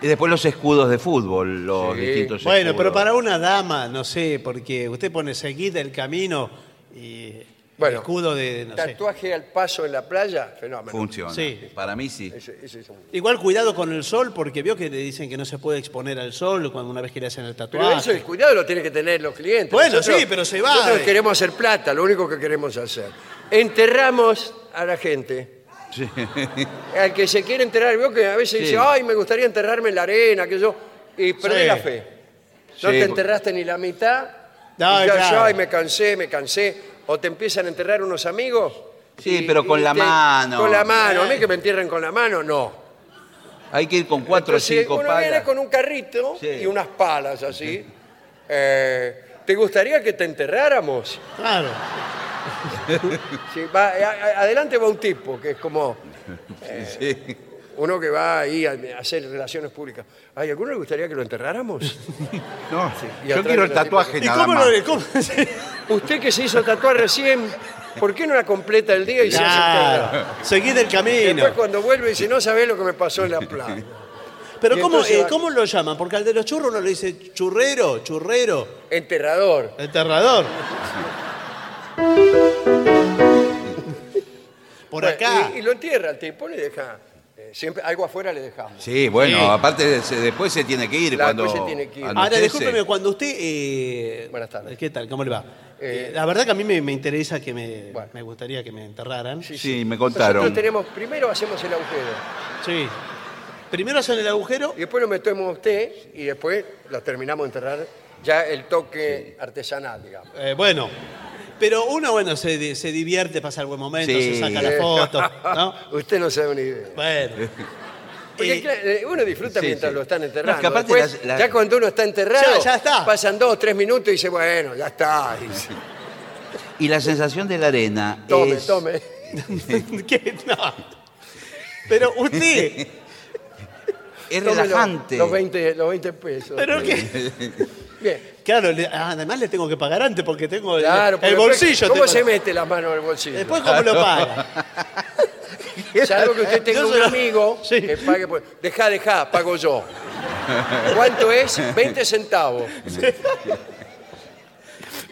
Speaker 4: y después los escudos de fútbol, los
Speaker 2: Sí.
Speaker 4: distintos
Speaker 3: Bueno,
Speaker 4: escudos.
Speaker 3: pero para una dama, no sé, porque usted pone seguid el camino y
Speaker 2: Bueno,
Speaker 3: escudo de, no sé.
Speaker 2: Tatuaje al paso en la playa, fenómeno.
Speaker 4: Funciona.
Speaker 3: Sí.
Speaker 4: Para mí sí.
Speaker 2: Ese- ese es un-
Speaker 3: Igual cuidado con el sol, porque vio que le dicen que no se puede exponer al sol cuando una vez que le hacen el
Speaker 2: Pero eso
Speaker 3: tatuaje.
Speaker 2: el cuidado lo tienen que tener los clientes.
Speaker 3: Bueno, sí, pero se va.
Speaker 2: Nosotros queremos hacer plata, lo único que queremos hacer. Enterramos a la gente. [laughs] Al que se quiere enterrar, veo que a veces
Speaker 4: Sí.
Speaker 2: dice, ay, me gustaría enterrarme en la arena, que yo. Y perdí
Speaker 3: Sí.
Speaker 2: la fe. No
Speaker 4: Sí. pues.
Speaker 2: te enterraste ni la mitad.
Speaker 3: No,
Speaker 2: y ya,
Speaker 3: claro.
Speaker 2: ya, ay, me cansé, me cansé. O te empiezan a enterrar unos amigos.
Speaker 4: Sí, pero con la mano.
Speaker 2: Con la mano.
Speaker 3: Eh.
Speaker 2: A mí que me entierren con la mano, no.
Speaker 4: Hay que ir con cuatro o
Speaker 2: Entonces,
Speaker 4: cinco
Speaker 2: uno
Speaker 4: palas.
Speaker 2: viene con un carrito
Speaker 4: Sí.
Speaker 2: y unas palas así. Eh, ¿Te gustaría que te
Speaker 4: [laughs]
Speaker 2: enterráramos?
Speaker 3: Claro.
Speaker 2: Sí, va- eh, a- a- adelante va un tipo que es como
Speaker 4: [laughs] Sí.
Speaker 2: uno que va ahí a, a hacer relaciones públicas. ¿Ay, alguno le gustaría que lo
Speaker 4: [laughs]
Speaker 2: enterráramos?
Speaker 4: No,
Speaker 2: y
Speaker 4: yo
Speaker 2: atrás
Speaker 4: quiero el
Speaker 2: de la
Speaker 4: tatuaje
Speaker 3: ¿Y
Speaker 4: nada
Speaker 3: cómo
Speaker 4: más.
Speaker 3: lo cómo- [laughs] sí.
Speaker 2: Usted que se hizo tatuar recién, ¿por qué no la completa el día y se hace enterrar?
Speaker 3: Claro. Seguid el camino.
Speaker 2: Después cuando vuelve dice, no sabés lo que me pasó en la
Speaker 4: [laughs]
Speaker 2: playa.
Speaker 3: Pero
Speaker 2: Y
Speaker 3: ¿cómo,
Speaker 2: entonces
Speaker 3: eh,
Speaker 2: va-
Speaker 3: ¿cómo lo llaman? Porque al de los churros uno le dice churrero, churrero,
Speaker 2: Enterrador.
Speaker 3: enterrador. Por acá.
Speaker 2: Y, y lo entierra el tipo, le deja. eh, siempre, algo afuera le dejamos.
Speaker 4: Sí, bueno,
Speaker 3: Sí.
Speaker 4: aparte de- se- después se tiene que ir
Speaker 2: Claro,
Speaker 4: cuando
Speaker 2: después se tiene que ir.
Speaker 4: anochece.
Speaker 3: Ahora, discúlpeme, cuando usted... eh,
Speaker 2: Buenas tardes.
Speaker 3: ¿Qué tal? ¿Cómo le va?
Speaker 2: Eh,
Speaker 3: Eh, la verdad que a mí me, me interesa que me,
Speaker 2: Bueno.
Speaker 3: me gustaría que me enterraran. Sí.
Speaker 4: Sí, me
Speaker 2: Nosotros
Speaker 4: contaron.
Speaker 2: tenemos, primero hacemos el agujero.
Speaker 3: Primero hacen el agujero.
Speaker 2: Y después lo metemos a usted y después lo terminamos de enterrar ya el toque artesanal, digamos.
Speaker 3: eh, bueno. Pero uno, bueno, se, di- se divierte, pasa el buen momento,
Speaker 4: Sí.
Speaker 3: se saca la
Speaker 2: [laughs]
Speaker 3: foto, ¿no?
Speaker 2: Eh, Usted no sabe ni idea.
Speaker 3: Bueno.
Speaker 2: Porque
Speaker 3: Eh,
Speaker 2: claro, eh, uno disfruta
Speaker 4: sí,
Speaker 2: mientras
Speaker 4: sí.
Speaker 2: lo están
Speaker 4: No, es que
Speaker 2: enterrando.
Speaker 4: aparte
Speaker 2: Después,
Speaker 4: las- las-
Speaker 2: Ya cuando uno está enterrado,
Speaker 3: Ya, ya está.
Speaker 2: pasan dos o tres minutos y dice, bueno, ya está. Y dice,
Speaker 4: Y la sensación de la arena
Speaker 2: tome,
Speaker 4: es...
Speaker 2: tome.
Speaker 3: [laughs] ¿Qué? No. Pero usted,
Speaker 2: [laughs]
Speaker 4: Es
Speaker 2: Tome los-
Speaker 4: relajante.
Speaker 2: Los 20, los 20 pesos.
Speaker 3: pero qué.
Speaker 2: Bien.
Speaker 3: Claro, le- ah, además le tengo que pagar antes porque tengo el-
Speaker 2: Claro,
Speaker 3: el,
Speaker 2: porque
Speaker 3: bolsillo.
Speaker 2: ¿Cómo
Speaker 3: tengo-
Speaker 2: se mete las manos en el bolsillo?
Speaker 3: Después, ¿cómo
Speaker 2: [laughs]
Speaker 3: lo paga?
Speaker 2: Salvo que usted tenga
Speaker 3: Yo
Speaker 2: un
Speaker 3: se lo-
Speaker 2: amigo
Speaker 3: Sí.
Speaker 2: que pague por... Dejá, dejá, pago yo.
Speaker 3: [laughs]
Speaker 2: ¿Cuánto es? 20 centavos.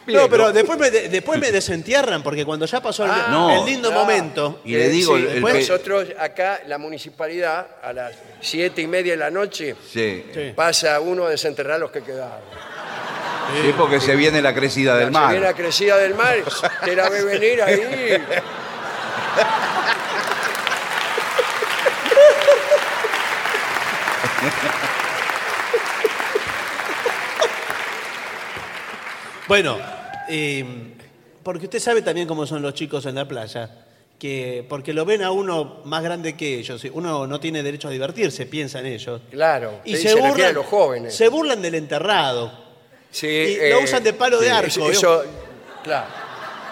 Speaker 3: No, pero después me, de- después me desentierran porque cuando ya pasó el,
Speaker 2: Ah,
Speaker 4: no.
Speaker 3: el lindo
Speaker 2: claro.
Speaker 3: momento.
Speaker 4: Y le digo, el-
Speaker 2: después
Speaker 4: el-
Speaker 2: nosotros acá, la municipalidad, a las siete y media de la noche,
Speaker 4: Sí. Sí.
Speaker 3: Sí.
Speaker 2: pasa uno a desenterrar los que quedaron.
Speaker 4: porque se viene la crecida del
Speaker 2: Se
Speaker 4: mar.
Speaker 2: viene la
Speaker 4: [laughs]
Speaker 2: crecida del mar, te la ve venir ahí.
Speaker 3: Bueno, eh, porque usted sabe también cómo son los chicos en la playa, que porque lo ven a uno más grande que ellos, y uno no tiene derecho a divertirse, piensan ellos.
Speaker 2: Claro, te dicen aquí a los jóvenes.
Speaker 3: se burlan del enterrado,
Speaker 2: Sí, eh,
Speaker 3: Y lo usan de palo de arco,
Speaker 2: Eso, claro.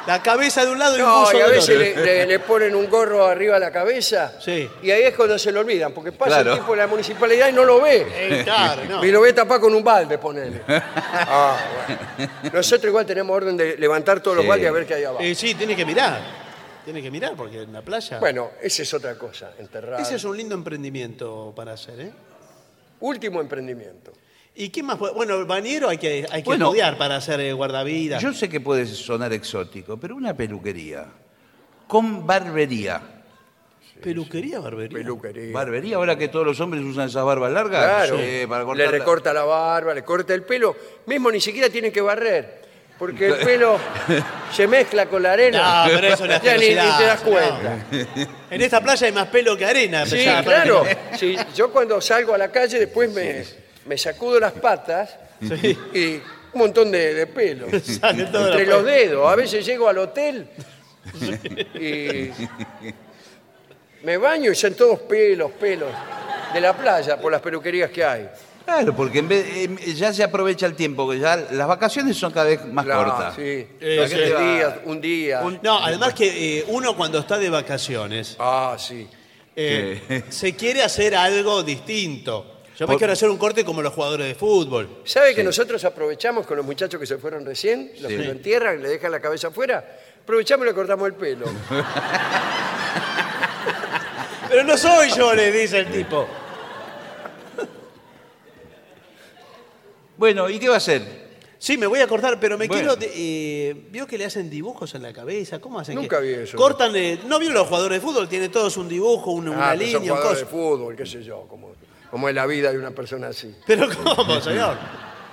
Speaker 3: la cabeza de un lado y un
Speaker 2: No,
Speaker 3: buzo
Speaker 2: y a
Speaker 3: del
Speaker 2: veces le,
Speaker 3: otro. [laughs]
Speaker 2: le- le ponen un gorro arriba de la cabeza
Speaker 3: Sí.
Speaker 2: y ahí es cuando se lo olvidan, porque pasa
Speaker 4: Claro.
Speaker 2: el tipo de la municipalidad y no lo ve.
Speaker 3: Eh, claro, no.
Speaker 2: Y lo ve tapado con un balde,
Speaker 4: [laughs]
Speaker 2: ponele. Ah, bueno. Nosotros igual tenemos orden de levantar todos los
Speaker 4: Sí.
Speaker 2: baldes a ver qué hay abajo.
Speaker 3: Eh, sí, tiene que mirar, tiene que mirar porque en la playa.
Speaker 2: Bueno, esa es otra cosa, enterrar.
Speaker 3: Ese es un lindo emprendimiento para hacer, ¿eh?
Speaker 2: Último emprendimiento.
Speaker 3: ¿Y qué más? puede- Bueno, el bañero hay que, hay que
Speaker 4: Bueno,
Speaker 3: estudiar para hacer eh, guardavidas.
Speaker 4: Yo sé que puede sonar exótico, pero una peluquería con barbería.
Speaker 3: Peluquería, barbería.
Speaker 2: Peluquería.
Speaker 4: Barbería, ahora que todos los hombres usan esas barbas largas.
Speaker 2: Claro.
Speaker 4: sí, para
Speaker 2: le
Speaker 4: cortarla.
Speaker 2: recorta la barba, le corta el pelo. Mismo ni siquiera tiene que barrer. Porque el
Speaker 4: [laughs]
Speaker 2: pelo se mezcla con la arena.
Speaker 3: No, pero eso no
Speaker 2: [laughs]
Speaker 3: es
Speaker 2: Ya ni, ni te das
Speaker 3: velocidad,
Speaker 2: cuenta.
Speaker 3: [laughs] En esta playa hay más pelo que arena.
Speaker 2: Sí,
Speaker 3: ya, para
Speaker 2: claro.
Speaker 3: que-
Speaker 2: Sí, yo cuando salgo a la calle después me, me sacudo las patas
Speaker 3: Sí,
Speaker 2: y un montón de, de pelo.
Speaker 3: [laughs] sale todo
Speaker 2: Entre
Speaker 3: la-
Speaker 2: los dedos. A veces llego al
Speaker 4: [laughs]
Speaker 2: hotel y me baño y son todos pelos, pelos de la playa por las peluquerías que hay.
Speaker 4: Claro, porque en vez- eh, ya se aprovecha el tiempo, que ya las vacaciones son cada vez más
Speaker 2: Claro,
Speaker 4: cortas.
Speaker 2: sí.
Speaker 3: Eh,
Speaker 2: Tres
Speaker 3: sí.
Speaker 2: días, un día.
Speaker 3: No, además que eh, uno cuando está de vacaciones
Speaker 2: Ah, sí.
Speaker 3: eh,
Speaker 4: Sí.
Speaker 3: se quiere hacer algo distinto. Yo me
Speaker 4: Por-
Speaker 3: quiero hacer un corte como los jugadores de fútbol.
Speaker 2: ¿Sabe que nosotros aprovechamos con los muchachos que se fueron recién? Los
Speaker 4: Sí.
Speaker 2: que lo entierran, le dejan la cabeza afuera. Aprovechamos y le cortamos el
Speaker 4: [laughs]
Speaker 2: pelo.
Speaker 3: Pero no soy yo, le dice el tipo.
Speaker 4: Bueno, ¿y qué va a hacer?
Speaker 3: Sí, me voy a cortar, pero me
Speaker 4: Bueno.
Speaker 3: quiero. de- eh, ¿Vio que le hacen dibujos en la cabeza? ¿Cómo hacen?
Speaker 2: Nunca
Speaker 3: que-
Speaker 2: vi eso.
Speaker 3: Cortan. eh, ¿No vio los jugadores de fútbol? Tiene todos un dibujo, una, una
Speaker 2: Ah, pero son
Speaker 3: línea, un
Speaker 2: jugadores
Speaker 3: coso.
Speaker 2: de fútbol, qué sé yo, como, como es la vida de una persona así.
Speaker 3: Pero ¿cómo, señor?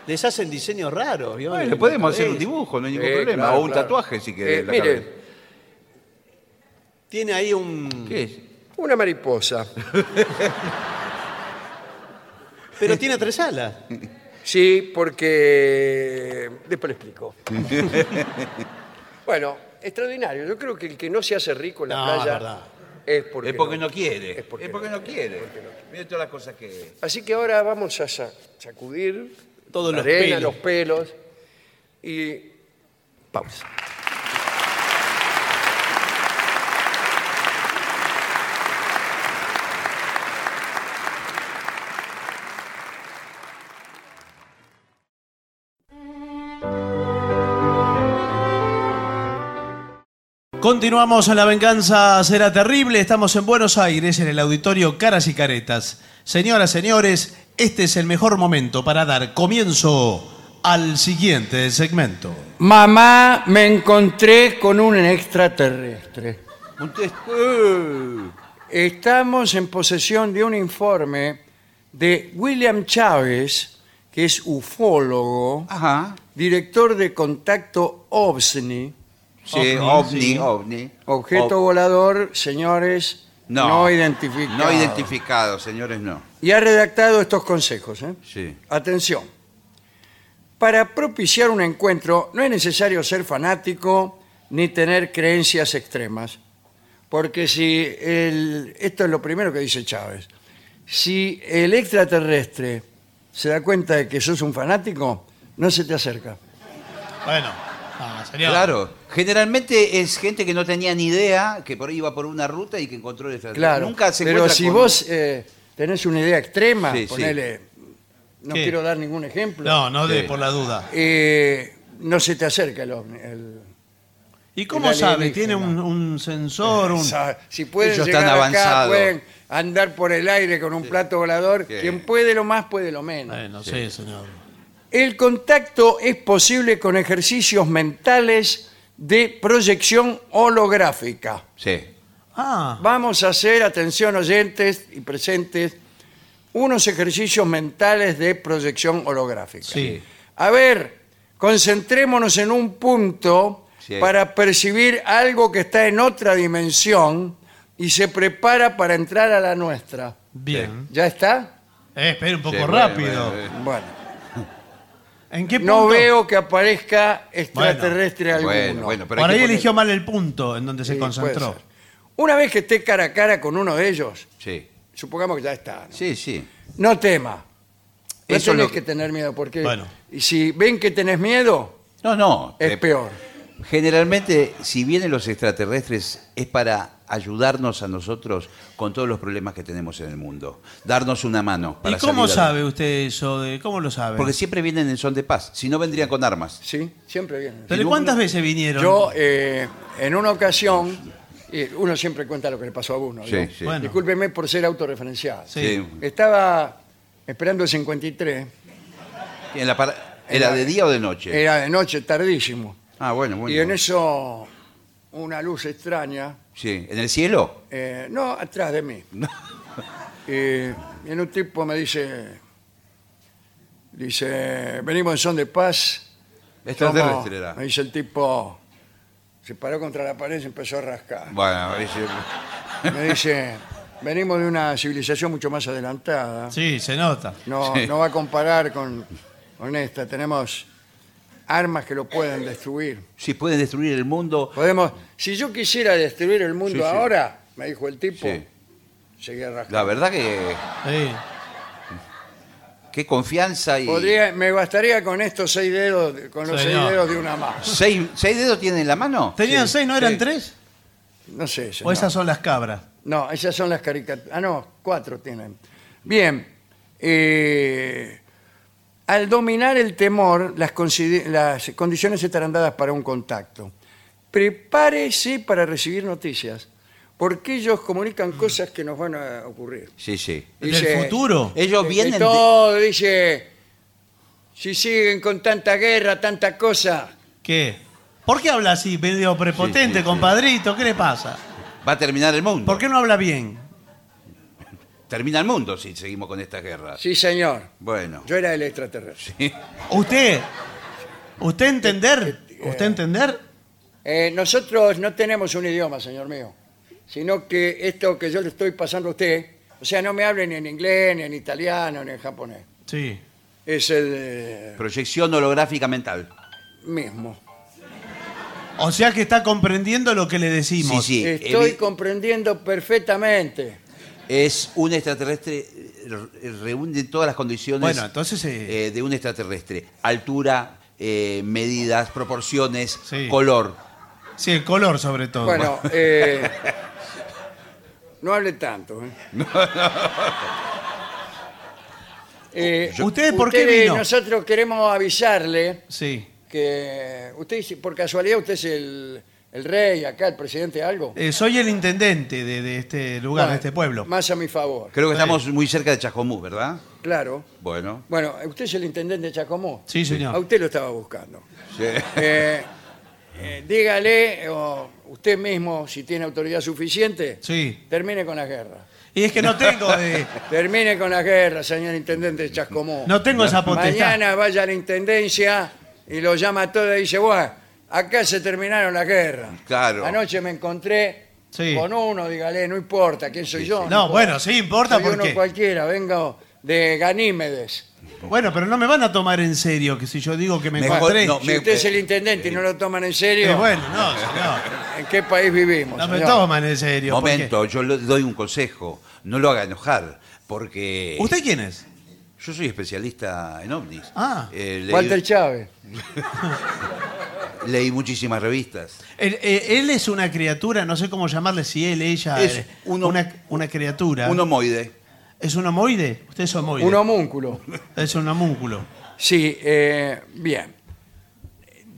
Speaker 3: Les hacen diseños raros. ¿vio? Eh, En
Speaker 4: Bueno,
Speaker 3: la
Speaker 4: podemos hacer un
Speaker 3: cabeza.
Speaker 4: dibujo, no hay ningún
Speaker 2: Eh,
Speaker 4: problema.
Speaker 2: claro,
Speaker 4: o un
Speaker 2: claro.
Speaker 4: tatuaje, si querés.
Speaker 2: Eh,
Speaker 4: en la
Speaker 2: mire,
Speaker 4: cabeza.
Speaker 3: Tiene ahí un.
Speaker 4: ¿Qué es?
Speaker 2: una mariposa.
Speaker 3: Pero tiene tres alas.
Speaker 2: Sí, porque... Después le
Speaker 3: [laughs]
Speaker 2: explico. bueno, extraordinario. Yo creo que el que no se hace rico en la
Speaker 3: No, es
Speaker 2: playa
Speaker 3: verdad.
Speaker 2: es porque,
Speaker 4: Es porque no quiere.
Speaker 2: Es porque,
Speaker 4: no quiere. Mire todas las cosas que.
Speaker 2: Así que ahora vamos a sa- sacudir
Speaker 3: Todos
Speaker 2: la
Speaker 3: los
Speaker 2: arena,
Speaker 3: pelos.
Speaker 2: los pelos y pausa.
Speaker 3: Continuamos en La Venganza Será Terrible. Estamos en Buenos Aires, en el auditorio Caras y Caretas. Señoras, señores, este es el mejor momento para dar comienzo al siguiente segmento.
Speaker 2: Mamá, me encontré con un extraterrestre.
Speaker 4: Un test- ¡Eh!
Speaker 2: Estamos en posesión de un informe de William Chávez, que es ufólogo,
Speaker 4: Ajá.
Speaker 2: director de contacto OVSNI,
Speaker 4: Sí, ovni, ovni.
Speaker 2: objeto
Speaker 4: Ob-
Speaker 2: volador, señores, no, identificado.
Speaker 4: No identificado, señores, no.
Speaker 2: y ha redactado estos consejos. ¿eh?
Speaker 4: Sí.
Speaker 2: Atención. Para propiciar un encuentro no es necesario ser fanático ni tener creencias extremas. Porque si el, esto es lo primero que dice Chávez, si el extraterrestre se da cuenta de que sos un fanático, no se te acerca.
Speaker 3: Bueno, ah, señor.
Speaker 4: Claro. Generalmente es gente que no tenía ni idea, que por ahí iba por una ruta y que encontró el
Speaker 2: Claro.
Speaker 4: Nunca se
Speaker 2: pero
Speaker 4: encuentra
Speaker 2: si
Speaker 4: con-
Speaker 2: vos eh, tenés una idea extrema,
Speaker 4: Sí, sí.
Speaker 2: ponele, no
Speaker 3: ¿Qué?
Speaker 2: quiero dar ningún ejemplo,
Speaker 3: No, no de
Speaker 4: Sí.
Speaker 3: por la duda.
Speaker 2: eh, no se te acerca el ovni. el-
Speaker 3: ¿Y
Speaker 2: El
Speaker 3: cómo
Speaker 2: alienígena.
Speaker 3: sabe? ¿Tiene un, un sensor? Un...
Speaker 2: Sa- Si pueden
Speaker 4: Ellos
Speaker 2: llegar
Speaker 4: están
Speaker 2: acá,
Speaker 4: avanzados.
Speaker 2: pueden andar por el aire con un plato volador.
Speaker 4: Sí.
Speaker 2: Quien puede lo más, puede lo menos.
Speaker 3: Eh, no sé, señor.
Speaker 2: El contacto es posible con ejercicios mentales de proyección holográfica.
Speaker 4: Sí.
Speaker 3: Ah,
Speaker 2: Vamos a hacer, atención oyentes y presentes, unos ejercicios mentales de proyección holográfica.
Speaker 3: Sí.
Speaker 2: A ver, concentrémonos en un punto
Speaker 4: Sí.
Speaker 2: para percibir algo que está en otra dimensión y se prepara para entrar a la nuestra.
Speaker 3: bien.
Speaker 2: ¿Ya está?
Speaker 3: Eh, espere un poco
Speaker 4: Sí, bueno, eh.
Speaker 2: eh,
Speaker 3: rápido.
Speaker 4: bueno, bueno.
Speaker 2: Bueno.
Speaker 3: ¿En qué punto?
Speaker 2: No veo que aparezca extraterrestre
Speaker 4: Bueno,
Speaker 2: alguno.
Speaker 4: bueno, pero
Speaker 3: Por
Speaker 4: hay
Speaker 3: ahí
Speaker 4: que poner-
Speaker 3: eligió mal el punto en donde se
Speaker 2: Sí,
Speaker 3: concentró.
Speaker 2: puede ser. Una vez que esté cara a cara con uno de ellos,
Speaker 4: Sí,
Speaker 2: supongamos que ya está. ¿no?
Speaker 4: sí, sí.
Speaker 2: No tema. No
Speaker 4: Eso
Speaker 2: tenés
Speaker 4: lo-
Speaker 2: que tener miedo, porque
Speaker 3: Bueno.
Speaker 2: y si ven que tenés miedo,
Speaker 4: No, no.
Speaker 2: es
Speaker 4: eh,
Speaker 2: peor.
Speaker 4: Generalmente, si vienen los extraterrestres, es para ayudarnos a nosotros con todos los problemas que tenemos en el mundo. Darnos una mano.
Speaker 3: ¿Y
Speaker 4: para
Speaker 3: cómo
Speaker 4: salir adelante.
Speaker 3: sabe usted eso? De, ¿Cómo lo sabe?
Speaker 4: Porque siempre vienen en son de paz. Si no, vendrían con armas.
Speaker 2: Sí, siempre vienen.
Speaker 3: ¿Pero cuántas veces vinieron?
Speaker 2: Yo, eh, en una ocasión, eh, uno siempre cuenta lo que le pasó a uno.
Speaker 4: Sí,
Speaker 2: ¿no?
Speaker 4: sí.
Speaker 3: Bueno.
Speaker 2: Discúlpeme por ser autorreferencial.
Speaker 3: Sí.
Speaker 2: Estaba esperando el 53,
Speaker 4: En la para- ¿Era de día o de noche?
Speaker 2: era de noche, tardísimo.
Speaker 4: Ah, bueno, bueno.
Speaker 2: Y en eso, una luz extraña,
Speaker 4: Sí. ¿En el cielo?
Speaker 2: eh, no, atrás de mí. Eh, [laughs] y en un tipo me dice, dice, venimos en son de paz. Somos-
Speaker 4: Extraterrestre era.
Speaker 2: Me dice el tipo, se paró contra la pared y se empezó a rascar.
Speaker 4: Bueno, dice-
Speaker 2: Me dice,
Speaker 4: [laughs]
Speaker 2: venimos de una civilización mucho más adelantada.
Speaker 3: Sí, se nota.
Speaker 2: No,
Speaker 4: Sí.
Speaker 2: no va a comparar con, con esta. Tenemos armas que lo pueden destruir.
Speaker 4: si pueden destruir el mundo.
Speaker 2: Podemos, si yo quisiera destruir el mundo
Speaker 4: Sí, sí.
Speaker 2: ahora, me dijo el tipo,
Speaker 4: Sí.
Speaker 2: seguía rascando.
Speaker 4: La verdad que.
Speaker 3: Sí.
Speaker 4: Qué confianza y.
Speaker 2: Podría- me bastaría con estos seis dedos, de- con los
Speaker 3: Señor.
Speaker 2: seis dedos de una mano.
Speaker 4: ¿Seis, seis dedos tienen en la mano?
Speaker 3: ¿Tenían
Speaker 2: Sí,
Speaker 3: seis, no eran
Speaker 2: sí.
Speaker 3: tres?
Speaker 2: No sé.
Speaker 3: ¿O
Speaker 2: señor.
Speaker 3: esas son las cabras?
Speaker 2: No, esas son las caricaturas. Ah, no, cuatro tienen. Bien. eh, al dominar el temor, las, consi- las condiciones estarán dadas para un contacto. Prepárese para recibir noticias, porque ellos comunican cosas que nos van a ocurrir.
Speaker 4: Sí, sí.
Speaker 3: ¿Del futuro?
Speaker 4: Ellos
Speaker 2: de- de
Speaker 4: vienen de-
Speaker 2: todo, dice, si siguen con tanta guerra, tanta cosa,
Speaker 3: ¿Qué? ¿Por qué habla así, medio prepotente,
Speaker 4: Sí, sí, sí.
Speaker 3: compadrito? ¿Qué le pasa?
Speaker 4: Va a terminar el mundo.
Speaker 3: ¿Por qué no habla bien?
Speaker 4: Termina el mundo si seguimos con estas guerras.
Speaker 2: sí señor,
Speaker 4: Bueno.
Speaker 2: yo era el extraterrestre.
Speaker 3: ¿Usted? ¿Usted entender? ¿Usted entender?
Speaker 2: Eh, nosotros no tenemos un idioma, señor mío, sino que esto que yo le estoy pasando a usted, o sea, no me hablen ni en inglés, ni en italiano, ni en japonés.
Speaker 3: Sí.
Speaker 2: Es el eh,
Speaker 4: Proyección holográfica mental.
Speaker 2: mismo.
Speaker 3: O sea que está comprendiendo lo que le decimos.
Speaker 4: Sí, sí.
Speaker 2: Estoy
Speaker 4: evi-
Speaker 2: comprendiendo perfectamente.
Speaker 4: Es un extraterrestre, eh, reúne todas las condiciones
Speaker 3: Bueno, entonces, eh,
Speaker 4: eh, de un extraterrestre. Altura, eh, medidas, proporciones,
Speaker 3: Sí.
Speaker 4: color.
Speaker 3: Sí, el color sobre todo.
Speaker 2: Bueno,
Speaker 3: [laughs]
Speaker 2: eh, no hable tanto. ¿eh? Eh,
Speaker 3: ¿Usted por qué
Speaker 2: ustedes,
Speaker 3: vino?
Speaker 2: Nosotros queremos avisarle
Speaker 3: Sí.
Speaker 2: que usted, por casualidad, usted es el, el rey acá, el presidente, algo.
Speaker 3: Eh, soy el intendente de, de este lugar, de este pueblo.
Speaker 2: Más a mi favor.
Speaker 4: Creo que
Speaker 3: Sí.
Speaker 4: estamos muy cerca de Chascomús, ¿verdad?
Speaker 2: Claro.
Speaker 4: Bueno.
Speaker 2: Bueno, usted es el intendente de Chacomó.
Speaker 3: Sí, señor.
Speaker 2: A usted lo estaba buscando.
Speaker 4: Sí.
Speaker 2: Eh, eh, dígale, o usted mismo, si tiene autoridad suficiente,
Speaker 3: Sí.
Speaker 2: termine con las guerras.
Speaker 3: Y es que no tengo
Speaker 2: [laughs]
Speaker 3: de-
Speaker 2: Termine con las guerras, señor intendente de Chascomú.
Speaker 3: no tengo esa potestad.
Speaker 2: Mañana vaya a la intendencia y lo llama a todo y dice, bueno, acá se terminaron las guerras.
Speaker 4: Claro.
Speaker 2: Anoche me encontré
Speaker 3: Sí.
Speaker 2: con uno, dígale, no importa quién soy yo.
Speaker 3: No, bueno, sí importa
Speaker 2: soy uno
Speaker 3: porque.
Speaker 2: cualquiera, vengo de Ganímedes.
Speaker 3: Bueno, pero no me van a tomar en serio que si yo digo que me
Speaker 4: Mejor-
Speaker 3: encontré.
Speaker 4: no,
Speaker 2: Si
Speaker 4: me-
Speaker 2: usted es el intendente y no lo toman en serio,
Speaker 3: Eh, bueno, no, señor.
Speaker 2: ¿en qué país vivimos?
Speaker 3: No me
Speaker 2: señor?
Speaker 3: toman en serio. porque-
Speaker 4: Momento, yo le doy un consejo. No lo haga enojar, porque
Speaker 3: ¿Usted quién es?
Speaker 4: yo soy especialista en ovnis.
Speaker 3: Ah.
Speaker 4: Eh, leí-
Speaker 2: Walter Chávez.
Speaker 4: leí muchísimas revistas.
Speaker 3: Él, eh, él es una criatura, no sé cómo llamarle, si él, ella.
Speaker 4: Es
Speaker 3: eh,
Speaker 4: un hom-
Speaker 3: una, una criatura.
Speaker 4: Un homoide.
Speaker 3: ¿Es un homoide? Usted es homoide.
Speaker 2: Un homúnculo.
Speaker 3: es un homúnculo.
Speaker 2: Sí, eh, bien.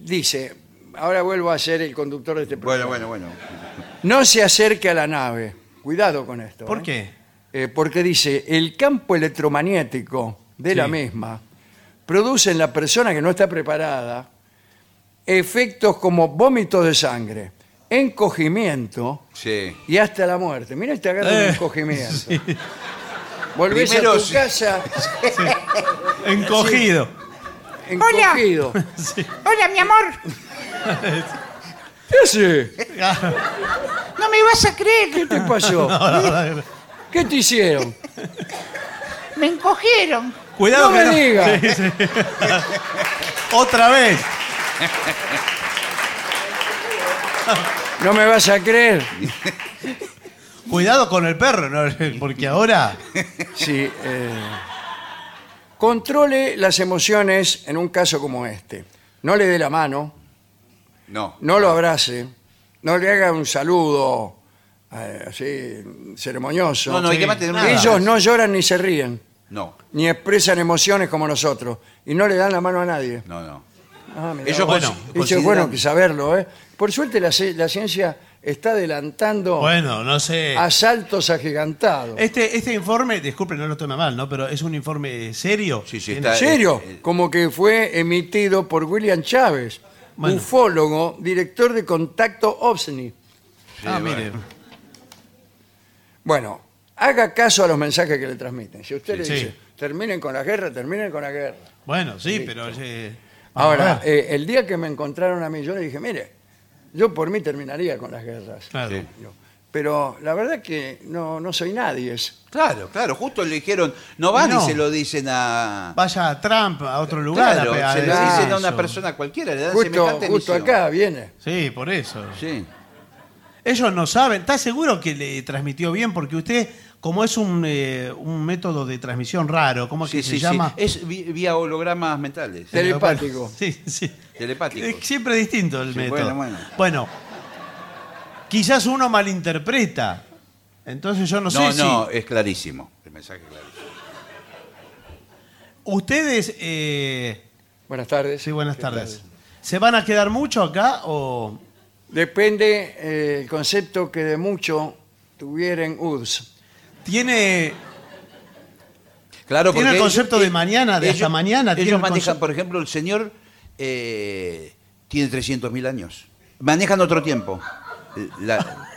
Speaker 2: Dice, ahora vuelvo a ser el conductor de este programa.
Speaker 4: Bueno, bueno, bueno.
Speaker 2: No se acerque a la nave. Cuidado con esto.
Speaker 3: ¿Por
Speaker 2: ¿eh?
Speaker 3: qué?
Speaker 2: Eh, porque dice, el campo electromagnético de la
Speaker 3: Sí.
Speaker 2: misma produce en la persona que no está preparada efectos como vómitos de sangre, encogimiento
Speaker 4: Sí.
Speaker 2: y hasta la muerte. Mira, te agarra
Speaker 3: Eh,
Speaker 2: un encogimiento.
Speaker 3: sí.
Speaker 2: Volvés
Speaker 4: Primero
Speaker 2: a tu
Speaker 4: sí.
Speaker 2: casa
Speaker 3: Encogido.
Speaker 2: encogido.
Speaker 5: Hola, mi amor.
Speaker 2: ¿Qué hace?
Speaker 3: Ah,
Speaker 5: No me vas a
Speaker 2: ¿Qué
Speaker 5: creer.
Speaker 2: te
Speaker 3: [laughs]
Speaker 2: pasó? ¿Qué te hicieron?
Speaker 5: Me encogieron.
Speaker 3: Cuidado
Speaker 2: No
Speaker 3: que
Speaker 2: me diga.
Speaker 3: Sí, sí. Otra vez.
Speaker 2: ¿No me vas a creer?
Speaker 3: Cuidado con el perro, ¿no? [laughs] porque ahora.
Speaker 2: Sí. eh, controle las emociones en un caso como este. No le dé la mano,
Speaker 4: No.
Speaker 2: no lo abrace, no le haga un saludo eh, así ceremonioso.
Speaker 4: No, no, hay
Speaker 3: Sí.
Speaker 4: que mantener una.
Speaker 2: Ellos no lloran ni se ríen,
Speaker 4: No,
Speaker 2: ni expresan emociones como nosotros, y no le dan la mano a nadie.
Speaker 4: no, no.
Speaker 2: Ah, mirá.
Speaker 4: Ellos
Speaker 3: bueno,
Speaker 4: consi-
Speaker 2: Eso es
Speaker 4: consideran-
Speaker 2: bueno que saberlo, ¿eh? Por suerte la, ci- la ciencia está adelantando
Speaker 3: Bueno, no sé.
Speaker 2: a saltos agigantados.
Speaker 3: Este, este informe, disculpe, no lo tome mal, ¿no? Pero es un informe serio.
Speaker 4: Sí, sí,
Speaker 3: Tiene-
Speaker 2: ¿En
Speaker 4: está-
Speaker 2: serio?
Speaker 4: eh, eh.
Speaker 2: Como que fue emitido por William Chávez,
Speaker 3: Bueno.
Speaker 2: ufólogo, director de Contacto OVNI.
Speaker 3: Ah,
Speaker 4: Sí,
Speaker 3: mire.
Speaker 2: Bueno, haga caso a los mensajes que le transmiten. Si usted
Speaker 3: Sí.
Speaker 2: le dice,
Speaker 3: Sí.
Speaker 2: terminen con la guerra, terminen con la guerra.
Speaker 3: Bueno, sí, pero. eh, vamos a
Speaker 2: Ahora,
Speaker 3: ver.
Speaker 2: eh, el día que me encontraron a mí, yo le dije, mire, yo por mí terminaría con las guerras.
Speaker 3: Claro.
Speaker 4: sí.
Speaker 2: Yo, Pero la verdad que no, no soy nadie. es-
Speaker 4: Claro, claro. Justo le dijeron, no van
Speaker 3: No.
Speaker 4: y se lo dicen a.
Speaker 3: Vaya a Trump, a otro lugar.
Speaker 4: Claro,
Speaker 3: a- a
Speaker 4: se lo
Speaker 3: decir
Speaker 4: dicen a una
Speaker 3: eso.
Speaker 4: persona cualquiera, le dan
Speaker 2: Justo,
Speaker 4: semejante
Speaker 2: justo
Speaker 4: misión.
Speaker 2: acá viene.
Speaker 3: Sí, por eso.
Speaker 4: Sí.
Speaker 3: Ellos no saben. ¿Está seguro que le transmitió bien? Porque usted, como es un, eh, un método de transmisión raro, ¿cómo es
Speaker 4: Sí,
Speaker 3: que
Speaker 4: sí,
Speaker 3: se
Speaker 4: sí.
Speaker 3: llama?
Speaker 4: Es vi- vía hologramas mentales.
Speaker 2: Tele- Telepático.
Speaker 3: Sí, sí.
Speaker 4: Telepático.
Speaker 3: Es siempre distinto el
Speaker 4: Sí,
Speaker 3: método.
Speaker 4: bueno, bueno.
Speaker 3: Bueno, quizás uno malinterpreta. Entonces yo no,
Speaker 4: No,
Speaker 3: sé
Speaker 4: no,
Speaker 3: si
Speaker 4: es clarísimo. El mensaje es clarísimo.
Speaker 3: ustedes... eh,
Speaker 2: Buenas tardes.
Speaker 3: Sí, buenas
Speaker 2: ¿Qué
Speaker 3: tardes.
Speaker 2: tal?
Speaker 3: ¿Se van a quedar mucho acá o...?
Speaker 2: Depende eh, el concepto que de mucho tuviera en UDS.
Speaker 3: Tiene... [laughs]
Speaker 4: Claro,
Speaker 3: Tiene
Speaker 4: porque
Speaker 3: el concepto
Speaker 4: ellos-
Speaker 3: de mañana, de hasta mañana, tiene
Speaker 4: Ellos
Speaker 3: el
Speaker 4: manejan,
Speaker 3: concepto-
Speaker 4: por ejemplo, el señor eh, tiene 300.000 años. Manejan otro tiempo. La-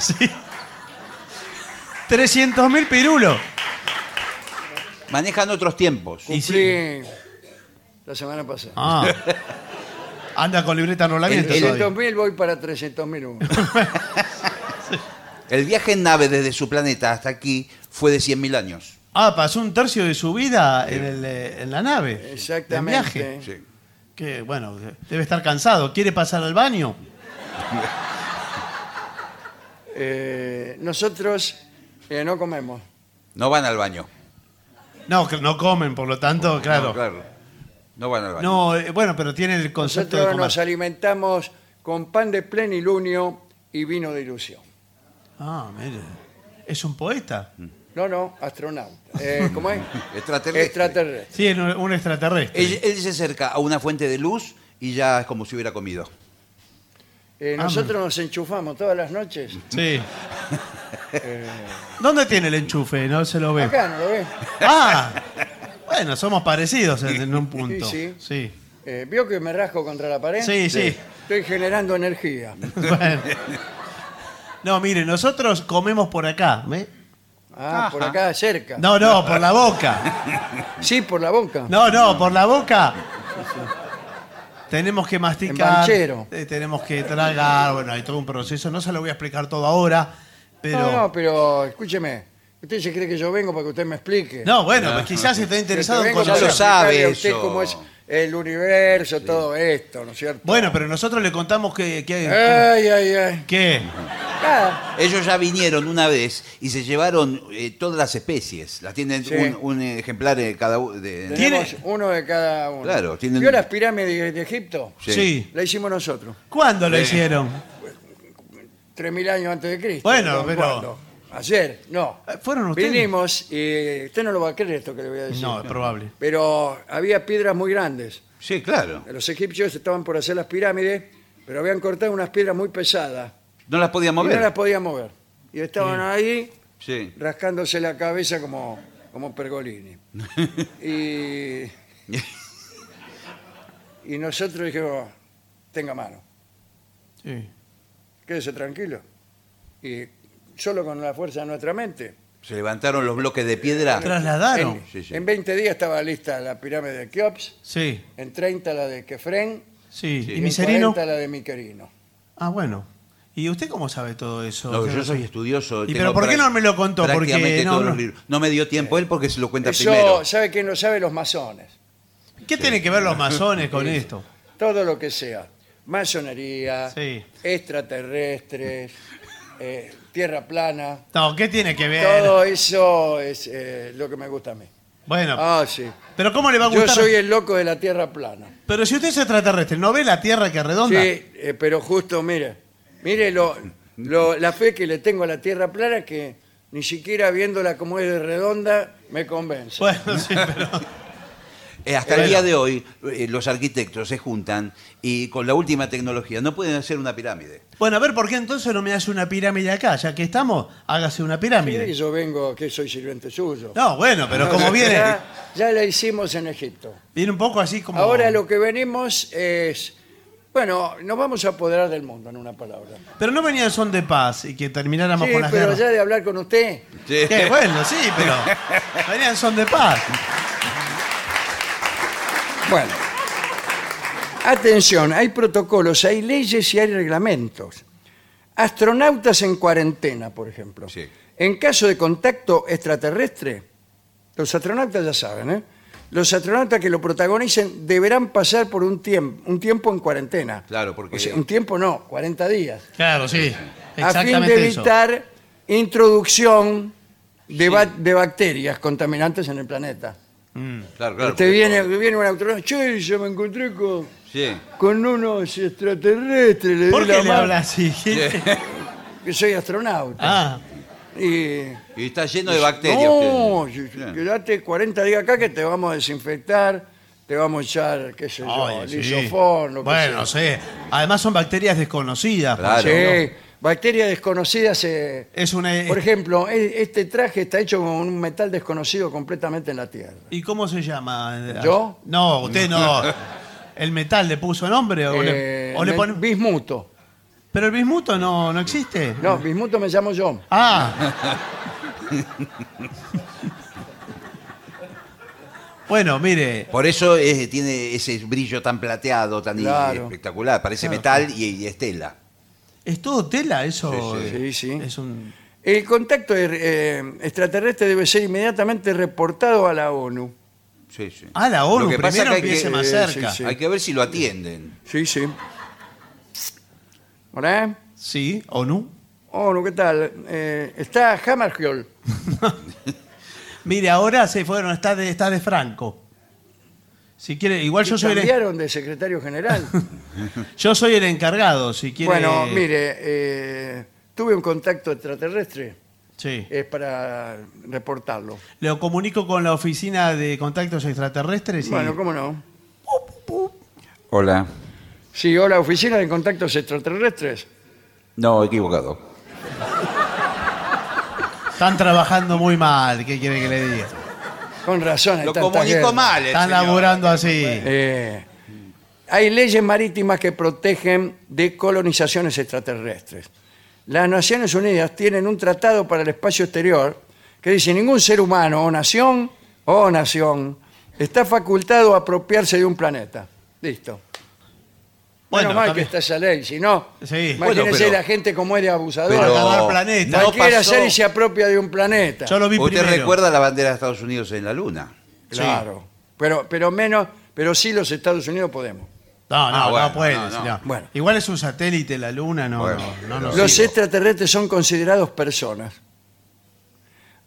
Speaker 3: sí. 300.000 pirulos.
Speaker 4: manejan otros tiempos.
Speaker 3: Y sí.
Speaker 2: Cumplí la semana pasada.
Speaker 3: Ah. Anda con libreta no la
Speaker 4: El- el-
Speaker 3: todavía.
Speaker 2: 300.000 voy para 300.000
Speaker 3: [laughs]
Speaker 2: uno.
Speaker 4: El viaje en nave desde su planeta hasta aquí fue de 100.000 años.
Speaker 3: Ah, pasó un tercio de su vida en, el, eh, en la nave. del
Speaker 2: Exactamente.
Speaker 3: viaje. Que bueno, debe estar cansado. ¿Quiere pasar al baño?
Speaker 2: Eh, nosotros eh, no comemos.
Speaker 4: No van al baño.
Speaker 3: No, que no comen, por lo tanto,
Speaker 4: No,
Speaker 3: claro.
Speaker 4: claro. No van al baño.
Speaker 3: No, eh, bueno, pero tiene el concepto de
Speaker 2: Nosotros nos
Speaker 3: comer.
Speaker 2: alimentamos con pan de plenilunio y vino de ilusión.
Speaker 3: Ah, mire. Es un poeta.
Speaker 2: No, no, astronauta.
Speaker 3: [laughs]
Speaker 2: Eh, ¿Cómo es?
Speaker 4: Extraterrestre.
Speaker 2: Extraterrestre.
Speaker 3: Sí, es un un extraterrestre.
Speaker 4: Él, él se acerca a una fuente de luz y ya es como si hubiera comido.
Speaker 2: Eh,
Speaker 3: Ah,
Speaker 2: nosotros nos enchufamos todas las
Speaker 3: [laughs]
Speaker 2: noches. [laughs]
Speaker 3: Sí. ¿Dónde tiene el enchufe? No se lo ve.
Speaker 2: Acá, ¿no lo ves?
Speaker 3: Ah, bueno, somos parecidos en,
Speaker 2: [laughs]
Speaker 3: en un punto.
Speaker 2: Sí,
Speaker 3: sí.
Speaker 2: Eh, ¿Vio que me rasco contra la pared?
Speaker 3: Sí, sí.
Speaker 2: Estoy generando energía.
Speaker 3: Bueno. No, mire, nosotros comemos por acá. ¿ve?
Speaker 2: Ah, por acá cerca.
Speaker 3: No, no, por la boca.
Speaker 2: Sí, por la boca.
Speaker 3: No, no, por la boca. Tenemos que
Speaker 2: En
Speaker 3: masticar.
Speaker 2: banchero.
Speaker 3: eh, tenemos que tragar. Bueno, hay todo un proceso. No se lo voy a explicar todo ahora. Pero.
Speaker 2: No, no, pero escúcheme. Usted se cree que yo vengo para que usted me explique.
Speaker 3: No, bueno, pues quizás está interesado
Speaker 2: Yo
Speaker 3: en
Speaker 2: vengo para
Speaker 4: Ya lo
Speaker 3: conocer.
Speaker 4: sabe
Speaker 2: explicarle a usted
Speaker 4: eso.
Speaker 2: cómo es el universo, todo esto, ¿no es cierto?
Speaker 3: Bueno, pero nosotros le contamos que. que
Speaker 2: Ay, ay, ay.
Speaker 3: ¿Qué?
Speaker 2: Nada.
Speaker 4: Ellos ya vinieron una vez y se llevaron eh, todas las especies. Las tienen
Speaker 2: Sí.
Speaker 4: un, un ejemplar de cada u- de-
Speaker 3: ¿Tiene-
Speaker 2: Tenemos uno de cada uno.
Speaker 4: Claro, tienen-
Speaker 2: ¿Vio las pirámides de, de Egipto?
Speaker 4: Sí.
Speaker 3: sí.
Speaker 2: La hicimos nosotros,
Speaker 3: ¿Cuándo lo hicieron?
Speaker 2: 3.000 años antes de Cristo.
Speaker 3: Bueno,
Speaker 2: ¿Con
Speaker 3: pero-
Speaker 2: cuándo? Ayer, no.
Speaker 3: Eh, ¿Fueron ustedes?
Speaker 2: Vinimos y usted no lo va a creer esto que le voy a decir.
Speaker 3: No, es probable.
Speaker 2: Pero había piedras muy grandes.
Speaker 4: Sí, claro.
Speaker 2: Los egipcios estaban por hacer las pirámides, pero habían cortado unas piedras muy pesadas.
Speaker 4: No las
Speaker 2: Y
Speaker 4: podían mover.
Speaker 2: no las podían mover. Y estaban ahí
Speaker 4: Sí.
Speaker 2: rascándose la cabeza como, como
Speaker 4: [laughs]
Speaker 2: pergolini. y, y nosotros dijimos, tenga mano,
Speaker 3: Sí.
Speaker 2: quédese tranquilo. Y solo con la fuerza de nuestra mente.
Speaker 4: Se levantaron los bloques de piedra.
Speaker 3: Trasladaron.
Speaker 2: En,
Speaker 4: Sí, sí.
Speaker 2: en 20 días estaba lista la pirámide de Keops,
Speaker 3: Sí,
Speaker 2: en 30 la de Kefren,
Speaker 3: sí.
Speaker 4: Sí.
Speaker 3: ¿Y
Speaker 2: en
Speaker 3: Miserino?
Speaker 2: 40 la de Miquerino.
Speaker 3: Ah, bueno. ¿Y usted cómo sabe todo eso?
Speaker 4: No, yo soy estudioso.
Speaker 3: ¿Y
Speaker 4: tengo
Speaker 3: pero por qué
Speaker 4: prac-
Speaker 3: no me lo contó? Porque
Speaker 4: prácticamente
Speaker 3: no, Eh,
Speaker 4: todos
Speaker 3: no.
Speaker 4: los libros. No me dio tiempo él porque se lo cuenta
Speaker 2: Eso,
Speaker 4: primero.
Speaker 2: ¿sabe quién lo sabe? Los masones.
Speaker 3: ¿Qué tienen que
Speaker 4: [laughs]
Speaker 3: ver los masones con esto?
Speaker 2: Todo lo que sea. Masonería,
Speaker 3: Sí. [laughs]
Speaker 2: extraterrestres, eh, tierra plana.
Speaker 3: No, ¿qué tiene que ver?
Speaker 2: Todo eso es eh, lo que me gusta a mí.
Speaker 3: Bueno,
Speaker 2: Ah, sí.
Speaker 3: pero ¿cómo le va a
Speaker 2: Yo
Speaker 3: gustar?
Speaker 2: soy el loco de la tierra plana.
Speaker 3: Pero si usted es extraterrestre, este, ¿no ve la Tierra que es redonda?
Speaker 2: Sí, eh, pero justo, mire, mire lo, lo- la fe que le tengo a la Tierra plana que ni siquiera viéndola como es de redonda me convence.
Speaker 3: Bueno, [laughs] sí, pero...
Speaker 4: Eh, hasta el día de hoy, eh, los arquitectos se juntan y con la última tecnología no pueden hacer una pirámide.
Speaker 3: Bueno, a ver, ¿por qué entonces no me hace una pirámide acá? Ya que estamos, hágase una
Speaker 2: Mire que
Speaker 3: pirámide.
Speaker 2: yo vengo, que soy sirviente suyo.
Speaker 3: No, bueno, pero como
Speaker 2: [laughs] Ya-
Speaker 3: viene,
Speaker 2: Ya la hicimos en Egipto.
Speaker 3: viene un poco así como...
Speaker 2: Ahora lo que venimos es. Bueno, nos vamos a apoderar del mundo, en una palabra.
Speaker 3: Pero no venían son de paz y que termináramos
Speaker 2: Sí,
Speaker 3: con las
Speaker 2: pero
Speaker 3: guerras.
Speaker 2: ya de hablar con usted.
Speaker 3: [laughs] Que bueno, sí, pero venían son de paz.
Speaker 2: Bueno. Atención, hay protocolos, hay leyes y hay reglamentos. Astronautas en cuarentena, por ejemplo.
Speaker 4: Sí.
Speaker 2: En caso de contacto extraterrestre, los astronautas ya saben, ¿eh? Los astronautas que lo protagonicen deberán pasar por un, tiempo un tiempo en cuarentena.
Speaker 4: Claro, porque-
Speaker 2: O sea, un tiempo no, 40 días.
Speaker 3: Claro, sí.
Speaker 2: A fin de
Speaker 3: Exactamente eso.
Speaker 2: evitar introducción de, ba- de bacterias contaminantes en el planeta.
Speaker 4: [laughs]
Speaker 3: Mm.
Speaker 4: Claro, claro.
Speaker 3: Este
Speaker 2: Te viene, viene un astronauta, che, yo me encontré con,
Speaker 4: Sí.
Speaker 2: con unos extraterrestres, le
Speaker 3: ¿Por
Speaker 2: di la
Speaker 3: qué le
Speaker 2: mano, [laughs]
Speaker 3: habla así?
Speaker 2: que soy astronauta.
Speaker 3: [laughs] Ah,
Speaker 2: Y,
Speaker 4: Y está lleno de bacterias.
Speaker 2: no,
Speaker 4: usted.
Speaker 2: si- si-
Speaker 4: Bien.
Speaker 2: quedate 40 días acá que te vamos a desinfectar, te vamos a echar, qué sé yo,
Speaker 3: oye, sí.
Speaker 2: lisofón, lo que
Speaker 3: Bueno,
Speaker 2: sea.
Speaker 3: sí. Además son bacterias desconocidas. pues.
Speaker 4: Claro.
Speaker 2: Sí, bacterias desconocidas. eh,
Speaker 3: Es una...
Speaker 2: por ejemplo, e- este traje está hecho con un metal desconocido completamente en la Tierra.
Speaker 3: ¿Y cómo se llama?
Speaker 2: ¿Yo?
Speaker 3: No,
Speaker 2: [laughs]
Speaker 3: usted no. ¿El metal le puso nombre? ¿O
Speaker 2: Eh,
Speaker 3: le, o le
Speaker 2: me-
Speaker 3: pone-
Speaker 2: Bismuto.
Speaker 3: Pero el bismuto no, no existe.
Speaker 2: No, bismuto me llamo yo.
Speaker 3: Ah. bueno, mire.
Speaker 4: Por eso eh, tiene ese brillo tan plateado, tan
Speaker 2: Claro.
Speaker 4: espectacular. Parece metal y, y estela.
Speaker 3: ¿Es todo tela eso?
Speaker 2: Sí, sí.
Speaker 3: Eh,
Speaker 2: Sí, sí.
Speaker 3: Es un...
Speaker 2: El contacto eh, extraterrestre debe ser inmediatamente reportado a la ONU.
Speaker 4: Sí, sí.
Speaker 3: Ah, la ONU,
Speaker 4: Lo que pasa
Speaker 3: primero
Speaker 4: es que hay
Speaker 3: empiece
Speaker 4: que,
Speaker 3: más
Speaker 2: eh,
Speaker 3: cerca.
Speaker 2: sí,
Speaker 3: Sí,
Speaker 2: sí.
Speaker 4: hay que ver si lo atienden.
Speaker 2: Sí, sí. Hola, ¿eh?
Speaker 3: ONU.
Speaker 2: ONU, ¿qué tal? Eh, está Hammarskjöld.
Speaker 3: Mire, ahora se fueron, está de, está de Franco. Si quiere, igual yo
Speaker 2: Y
Speaker 3: soy, el,
Speaker 2: cambiaron de secretario general.
Speaker 3: yo soy el encargado, si [laughs] quiere.
Speaker 2: Bueno, mire, eh, tuve un contacto extraterrestre.
Speaker 3: Sí.
Speaker 2: Es para reportarlo.
Speaker 3: Lo comunico con la oficina de contactos extraterrestres. y-
Speaker 2: Bueno, ¿cómo no?
Speaker 4: Hola.
Speaker 2: Sí, o la oficina de contactos extraterrestres.
Speaker 4: No, equivocado.
Speaker 3: Están trabajando muy mal, ¿qué quiere que le diga?
Speaker 2: Con razón. hay
Speaker 4: Lo
Speaker 2: tantas
Speaker 4: comunicó
Speaker 2: guerras.
Speaker 4: mal. eh. el
Speaker 3: Están
Speaker 4: señor.
Speaker 3: laburando así.
Speaker 2: Eh, hay leyes marítimas que protegen de colonizaciones extraterrestres. Las Naciones Unidas tienen un tratado para el espacio exterior que dice ningún ser humano o nación o nación está facultado a apropiarse de un planeta. Listo. Bueno,
Speaker 3: Bueno,
Speaker 2: mal que
Speaker 3: también-
Speaker 2: está esa ley, si no,
Speaker 3: Sí.
Speaker 2: imagínense
Speaker 4: Bueno, pero-
Speaker 2: la gente como es de abusadora.
Speaker 4: Pero-
Speaker 3: acabar planeta.
Speaker 4: no
Speaker 2: Cualquiera
Speaker 4: pasó-
Speaker 2: sale y se apropia de un planeta.
Speaker 3: Yo lo vi
Speaker 4: Usted
Speaker 3: primero.
Speaker 4: recuerda la bandera de Estados Unidos en la luna.
Speaker 2: Claro. Pero, pero menos, pero sí los Estados Unidos podemos.
Speaker 3: No, no,
Speaker 4: Ah, bueno,
Speaker 3: no puede,
Speaker 4: no, no.
Speaker 3: señor.
Speaker 2: Bueno.
Speaker 3: Igual es un satélite la luna, no,
Speaker 4: Bueno,
Speaker 3: no, no, nos
Speaker 2: Los
Speaker 3: sirve.
Speaker 2: extraterrestres son considerados personas.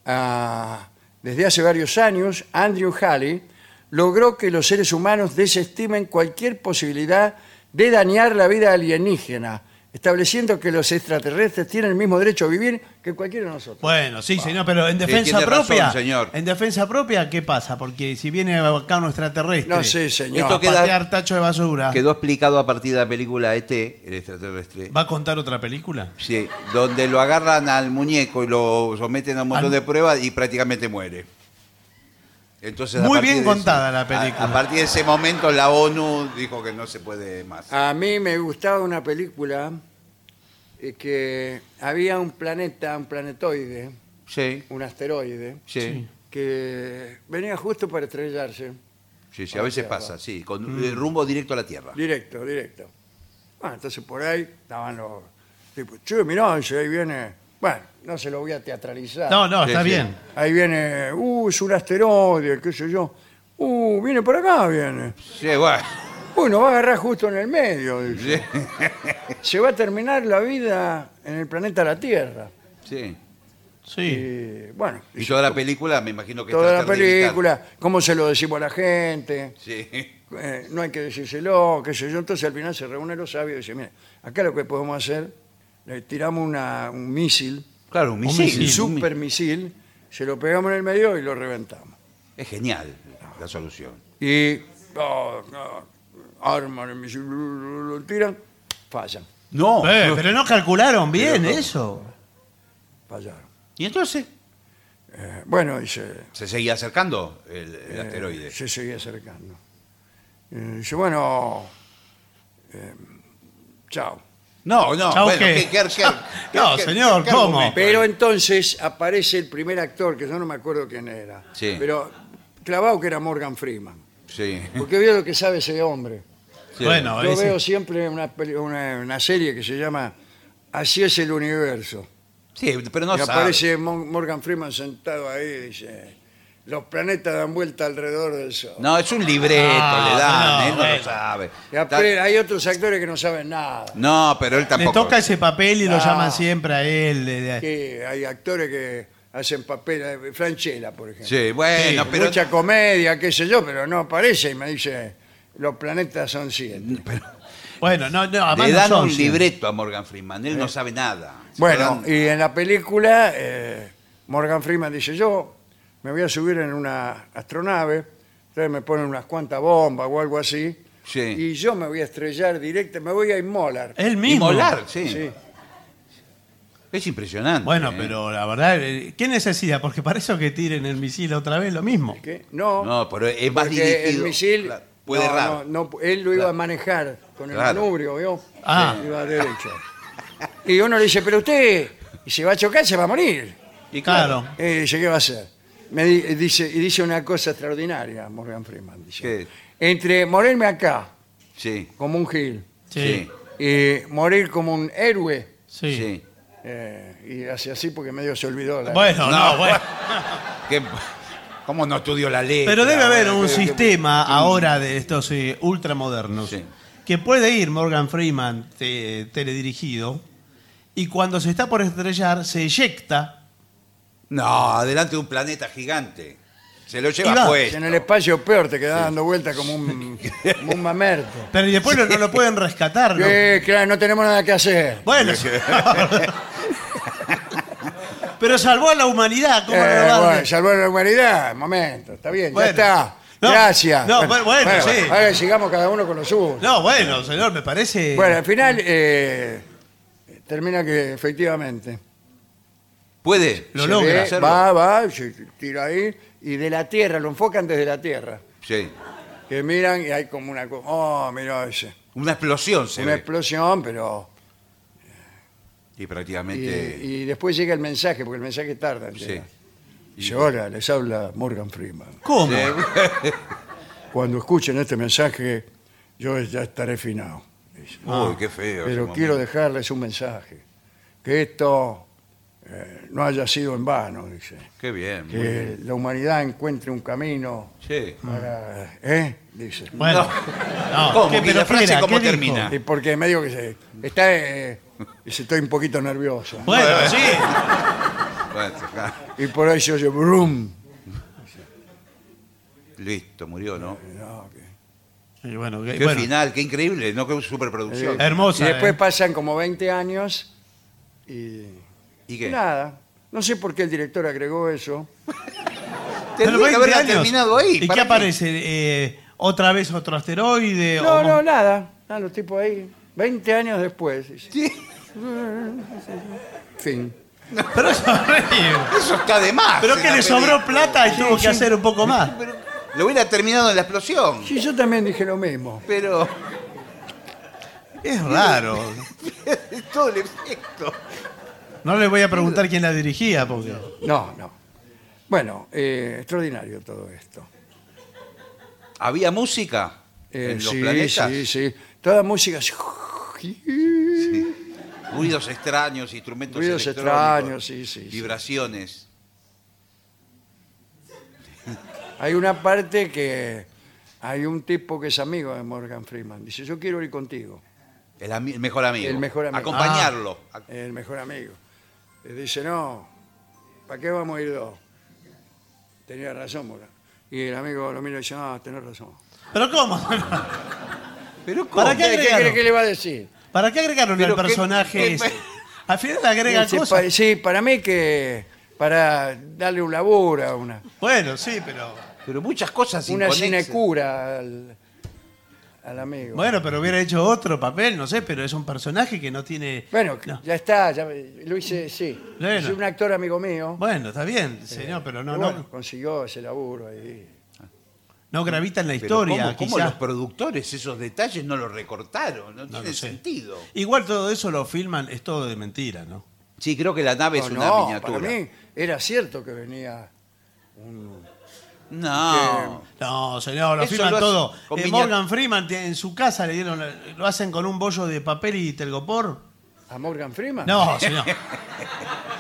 Speaker 2: Ah, desde hace varios años, Andrew Halley logró que los seres humanos desestimen cualquier posibilidad de dañar la vida alienígena, estableciendo que los extraterrestres tienen el mismo derecho a vivir que cualquiera de nosotros.
Speaker 3: Bueno, sí, señor, pero en defensa
Speaker 4: tiene razón,
Speaker 3: propia.
Speaker 4: señor.
Speaker 3: En defensa propia, ¿qué pasa? Porque si viene acá un extraterrestre.
Speaker 2: No sé, señor.
Speaker 3: a
Speaker 4: Esto queda-
Speaker 3: patear tacho de basura.
Speaker 4: Quedó explicado a partir de la película ET, el extraterrestre.
Speaker 3: ¿Va a contar otra película?
Speaker 4: Sí, donde lo agarran al muñeco y lo someten a un montón
Speaker 3: Al-
Speaker 4: de pruebas y prácticamente muere. Entonces, a
Speaker 3: Muy
Speaker 4: partir
Speaker 3: bien
Speaker 4: de ese-
Speaker 3: contada la
Speaker 4: a-
Speaker 3: película.
Speaker 4: A, partir de ese momento la ONU dijo que no se puede más.
Speaker 2: A mí me gustaba una película eh, que había un planeta, un planetoide,
Speaker 4: Sí,
Speaker 2: un asteroide,
Speaker 4: sí, sí,
Speaker 2: que venía justo para estrellarse.
Speaker 4: sí, a veces pasa, sí, con eh, rumbo directo a la Tierra.
Speaker 2: Directo, directo. Bueno, entonces por ahí estaban los tipos, che, mirá, si ahí viene. Bueno, no se lo voy a teatralizar.
Speaker 3: No, no,
Speaker 4: Sí,
Speaker 3: está
Speaker 4: sí.
Speaker 3: bien.
Speaker 2: Ahí viene, uh, es un asteroide, qué sé yo. Uh, viene por acá, viene.
Speaker 4: Sí, bueno.
Speaker 2: Bueno, va a agarrar justo en el medio. dice.
Speaker 4: Sí.
Speaker 2: Se va a terminar la vida en el planeta La Tierra.
Speaker 4: [laughs] Sí.
Speaker 3: Sí.
Speaker 2: Y, bueno,
Speaker 4: Y toda la película, me imagino que es
Speaker 2: toda la
Speaker 4: tratar de evitar.
Speaker 2: película, cómo se lo decimos a la gente,
Speaker 4: Sí.
Speaker 2: eh, no hay que decírselo, qué sé yo. Entonces al final se reúnen los sabios y dicen, mira, acá lo que podemos hacer, le tiramos una- un mísil,
Speaker 4: Claro, un misil.
Speaker 2: un
Speaker 3: misil.
Speaker 4: un mi-
Speaker 2: super misil, se lo pegamos en el medio y lo reventamos.
Speaker 4: Es genial la solución.
Speaker 2: Y oh, no, arman el misil, lo tiran, fallan,
Speaker 4: No.
Speaker 3: Eh, pero no calcularon bien
Speaker 4: Pero no.
Speaker 3: eso.
Speaker 2: fallaron.
Speaker 4: ¿Y entonces?
Speaker 2: Eh, bueno, dice...
Speaker 4: Se seguía acercando el, el asteroide.
Speaker 2: Se seguía acercando. Eh, dice, bueno, eh, chao.
Speaker 4: No, no.
Speaker 3: Chao,
Speaker 4: bueno,
Speaker 3: ¿qué?
Speaker 4: ¿qué- qué-
Speaker 3: [laughs]
Speaker 4: qué-
Speaker 3: No,
Speaker 4: qué-
Speaker 3: señor,
Speaker 4: qué
Speaker 3: ¿cómo?
Speaker 4: argumento?
Speaker 2: Pero entonces aparece el primer actor, que yo no me acuerdo quién era,
Speaker 4: Sí.
Speaker 2: pero clavado que era Morgan Freeman.
Speaker 3: [laughs]
Speaker 4: Sí.
Speaker 2: Porque veo lo que sabe ese hombre.
Speaker 4: sí.
Speaker 3: Bueno,
Speaker 2: Yo
Speaker 3: ese-
Speaker 2: veo siempre una, peli- una, una serie que se llama Así es el universo.
Speaker 4: Sí, pero no
Speaker 2: y
Speaker 4: sabe.
Speaker 2: aparece Mon- Morgan Freeman sentado ahí y dice, los planetas dan vuelta alrededor del sol.
Speaker 4: No, es un libreto,
Speaker 3: Ah,
Speaker 4: le dan,
Speaker 3: no,
Speaker 4: él no
Speaker 3: bueno.
Speaker 4: lo sabe.
Speaker 2: Y apre- hay otros actores que no saben nada.
Speaker 4: No, pero él
Speaker 3: Le
Speaker 4: tampoco.
Speaker 3: toca ese papel y lo
Speaker 2: Ah.
Speaker 3: llaman siempre a él. de- de-
Speaker 2: que hay actores que hacen papel, eh, Franchella, por ejemplo.
Speaker 4: Sí, bueno,
Speaker 3: Sí,
Speaker 4: pero.
Speaker 2: Mucha comedia, qué sé yo, pero no aparece y me dice, los planetas son
Speaker 4: Mm,
Speaker 2: siete.
Speaker 4: pues,
Speaker 3: Bueno, no, no, además
Speaker 4: Le
Speaker 3: no
Speaker 4: dan
Speaker 3: son
Speaker 4: un
Speaker 3: cien.
Speaker 4: libreto a Morgan Freeman, él no sabe nada. Se lo
Speaker 2: Bueno,
Speaker 4: dan-
Speaker 2: y en la película eh, Morgan Freeman dice, yo me voy a subir en una astronave, ustedes me ponen unas cuantas bombas o algo así,
Speaker 4: Sí.
Speaker 2: y yo me voy a estrellar directo, me voy a inmolar.
Speaker 3: Él
Speaker 4: y
Speaker 3: mismo.
Speaker 4: molar, sí.
Speaker 2: Sí.
Speaker 4: Es impresionante.
Speaker 3: Bueno,
Speaker 4: ¿eh?
Speaker 3: pero la verdad, eh, ¿qué necesidad? Porque para eso que tiren el misil otra vez, lo mismo.
Speaker 2: ¿Qué? No,
Speaker 4: No, pero es más
Speaker 2: porque
Speaker 4: dirigido.
Speaker 2: el misil
Speaker 4: Claro, Puede
Speaker 2: no,
Speaker 4: errar.
Speaker 2: no, no, él lo iba a
Speaker 4: Claro.
Speaker 2: manejar con el
Speaker 4: Claro.
Speaker 2: manubrio, ¿vio?
Speaker 3: Ah.
Speaker 2: Iba derecho. Y uno le dice, pero usted, si va a chocar, se va a morir.
Speaker 4: Y
Speaker 3: Claro.
Speaker 2: Eh, dice, ¿qué va a hacer? Me di- eh, dice, y dice una cosa extraordinaria, Morgan Freeman. Dice,
Speaker 4: ¿Qué?
Speaker 2: Entre morirme acá,
Speaker 4: Sí,
Speaker 2: como un gil,
Speaker 4: sí,
Speaker 2: y morir como un héroe,
Speaker 4: sí.
Speaker 3: sí.
Speaker 2: eh, y hace así porque medio se olvidó. La
Speaker 3: Bueno, no,
Speaker 4: No,
Speaker 3: bueno.
Speaker 4: [laughs] ¿Qué- ¿Cómo no estudió la ley?
Speaker 3: Pero debe haber un
Speaker 4: sistema.
Speaker 3: sistema ahora de estos eh, ultramodernos
Speaker 4: Sí.
Speaker 3: que puede ir Morgan Freeman te- teledirigido y cuando se está por estrellar se eyecta.
Speaker 4: No, adelante de un planeta gigante. Se lo
Speaker 3: Y
Speaker 4: lleva
Speaker 3: va.
Speaker 4: puesto.
Speaker 2: En el espacio peor te quedás dando vueltas como
Speaker 4: [laughs]
Speaker 2: un, como un mamerto.
Speaker 3: Pero y después no- no lo pueden rescatar. ¿no?
Speaker 2: Eh, claro, no tenemos nada que hacer.
Speaker 3: Bueno, [laughs] pero salvó a la humanidad. ¿cómo no lo
Speaker 2: Eh,
Speaker 3: va a-
Speaker 2: bueno, salvar a la humanidad, un momento, está bien,
Speaker 3: Bueno.
Speaker 2: ya está.
Speaker 3: No,
Speaker 2: Gracias.
Speaker 3: no, bueno, bueno, sí.
Speaker 2: Ahora sigamos cada uno con lo suyo.
Speaker 3: No, bueno, señor, me parece.
Speaker 2: Bueno, al final eh, termina que efectivamente
Speaker 4: ¿Puede?
Speaker 3: Lo
Speaker 4: Se
Speaker 3: logra.
Speaker 4: debe
Speaker 2: ve,
Speaker 4: hacerlo.
Speaker 2: va, va, se tira ahí y de la tierra, lo enfocan desde la tierra.
Speaker 4: Sí.
Speaker 2: Que miran y hay como una co- oh, mira ese,
Speaker 4: Una explosión se
Speaker 2: una
Speaker 4: ve.
Speaker 2: explosión, pero
Speaker 4: y
Speaker 2: y,
Speaker 4: prácticamente.
Speaker 2: y después llega el mensaje, porque el mensaje tarda. en
Speaker 4: sí.
Speaker 2: llegar. Dice, hola, les habla Morgan Freeman.
Speaker 3: ¿Cómo?
Speaker 2: Cuando escuchen este mensaje, yo ya estaré finado. dice.
Speaker 4: Uy, qué feo. ese
Speaker 2: Pero
Speaker 4: momento.
Speaker 2: quiero dejarles un mensaje. Que esto eh, no haya sido en vano, dice.
Speaker 4: [laughs] Qué bien. muy bien.
Speaker 2: Que la humanidad encuentre un camino
Speaker 4: Sí.
Speaker 2: para... ¿Eh? Dice.
Speaker 3: Bueno, no,
Speaker 4: ¿Cómo?
Speaker 3: ¿qué-
Speaker 4: ¿Y la frase
Speaker 3: era?
Speaker 4: cómo
Speaker 3: ¿Qué dijo?
Speaker 4: termina?
Speaker 2: Y porque medio que se... Está... eh, dice, estoy un poquito nervioso.
Speaker 4: [laughs]
Speaker 3: Bueno, sí.
Speaker 4: Bueno, ja.
Speaker 2: Y por eso yo... Brum.
Speaker 4: Listo, murió, ¿no?
Speaker 2: No, que-
Speaker 3: Y bueno, que-
Speaker 4: Qué
Speaker 3: bueno,
Speaker 4: final, qué increíble, ¿no? Qué superproducción.
Speaker 2: Y
Speaker 3: hermosa.
Speaker 2: después
Speaker 3: eh.
Speaker 2: pasan como 20 años y...
Speaker 4: ¿Y qué?
Speaker 2: Nada. No sé por qué el director agregó eso.
Speaker 3: Pero
Speaker 4: Tendría que
Speaker 3: 20
Speaker 4: haberla
Speaker 3: años.
Speaker 4: terminado ahí.
Speaker 3: ¿Y
Speaker 4: ¿para
Speaker 3: qué aparece? Eh, ¿Otra vez otro asteroide?
Speaker 2: No,
Speaker 3: o-
Speaker 2: no, nada. Ah, los tipos ahí. 20 años después. dice.
Speaker 4: Sí,
Speaker 2: Fin.
Speaker 3: Pero eso es horrible.
Speaker 4: eso está de más.
Speaker 3: Pero
Speaker 4: en
Speaker 3: que
Speaker 4: la
Speaker 3: le sobró
Speaker 4: película.
Speaker 3: plata y tuvo que hacer un poco más.
Speaker 4: Lo hubiera terminado en la explosión.
Speaker 2: Sí, yo también dije lo mismo.
Speaker 4: Pero [laughs]
Speaker 3: Es raro.
Speaker 4: todo el efecto.
Speaker 3: No le voy a preguntar quién la dirigía, porque.
Speaker 2: No, no. Bueno, eh, extraordinario todo esto.
Speaker 4: ¿Había música
Speaker 2: Eh,
Speaker 4: en los
Speaker 2: sí,
Speaker 4: planetas?
Speaker 2: sí, sí. Toda música. así,
Speaker 4: Ruidos extraños, instrumentos
Speaker 2: Ruidos
Speaker 4: electrónicos,
Speaker 2: extraños, sí, sí, sí.
Speaker 4: Vibraciones.
Speaker 2: Hay una parte que hay un tipo que es amigo de Morgan Freeman. Dice, yo quiero ir contigo.
Speaker 4: El, ami- el mejor amigo.
Speaker 2: El mejor amigo. Ah.
Speaker 4: Acompañarlo. Ac-
Speaker 2: El mejor amigo. Le dice, no, ¿para qué vamos a ir dos? Tenía razón, Morgan. Y el amigo lo mira y dice, ah, tenés razón.
Speaker 3: ¿Pero cómo? [laughs]
Speaker 4: Pero ¿cómo?
Speaker 3: ¿Para qué
Speaker 2: ¿Qué, cree que
Speaker 3: agregaron?
Speaker 2: le va a decir?
Speaker 3: ¿Para qué agregaron al
Speaker 4: Pero qué-
Speaker 3: personaje
Speaker 4: qué-
Speaker 3: ese? Al final le agregan
Speaker 2: Dice,
Speaker 3: cosas.
Speaker 2: Este, "Pa- sí, para mí que para darle un labor a una,
Speaker 3: Bueno, sí, pero...
Speaker 4: Pero muchas cosas
Speaker 2: una
Speaker 4: inconexas.
Speaker 2: sinecura al, al amigo.
Speaker 3: Bueno, pero hubiera hecho otro papel, no sé, pero es un personaje que no tiene...
Speaker 2: Bueno,
Speaker 3: No.
Speaker 2: ya está, ya, lo hice, sí.
Speaker 3: Bueno.
Speaker 2: Es un actor amigo mío.
Speaker 3: Bueno, está bien, señor, pero no,
Speaker 2: Y
Speaker 3: no,
Speaker 2: bueno, consiguió ese laburo ahí.
Speaker 3: no gravita en la
Speaker 4: Pero ¿cómo-
Speaker 3: historia,
Speaker 4: ¿cómo,
Speaker 3: quizá.
Speaker 4: los productores esos detalles no los recortaron? No,
Speaker 3: No
Speaker 4: tiene
Speaker 3: lo sé.
Speaker 4: sentido.
Speaker 3: Igual todo eso lo filman, es todo de mentira, ¿no?
Speaker 4: Sí, creo que la nave es
Speaker 2: No,
Speaker 4: una
Speaker 2: no,
Speaker 4: miniatura.
Speaker 2: Para mí era cierto que venía.
Speaker 4: No.
Speaker 3: No, señor, lo
Speaker 4: Eso
Speaker 3: filman
Speaker 4: lo hace-
Speaker 3: todo.
Speaker 4: con
Speaker 3: Eh,
Speaker 4: viña-
Speaker 3: Morgan Freeman tiene- en su casa le dieron, la- lo hacen con un bollo de papel y telgopor.
Speaker 2: ¿A Morgan Freeman?
Speaker 3: No, señor.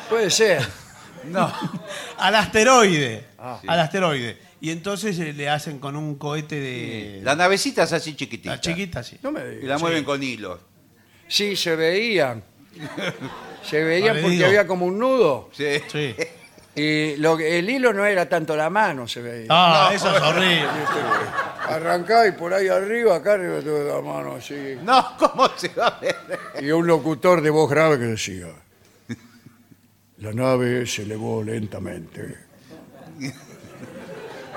Speaker 2: Puede ser.
Speaker 4: No.
Speaker 3: al asteroide.
Speaker 2: Ah.
Speaker 3: Al asteroide. Y entonces eh, le hacen con un cohete de.
Speaker 4: Eh, La navecita es así chiquitita.
Speaker 3: la chiquita, sí.
Speaker 2: No me
Speaker 4: Y
Speaker 2: digas.
Speaker 4: la mueven con hilos.
Speaker 2: Sí, se veían. Se veían
Speaker 3: le
Speaker 2: porque
Speaker 3: digo.
Speaker 2: había como un nudo.
Speaker 4: Sí.
Speaker 3: Sí.
Speaker 2: Y lo que- el hilo no era tanto la mano, se veía.
Speaker 3: Ah, eso es horrible.
Speaker 2: Arrancaba y por ahí arriba, acá arriba tuve la mano así.
Speaker 4: No, ¿cómo se va a ver?
Speaker 2: Y un locutor de voz grave que decía: La nave se elevó lentamente.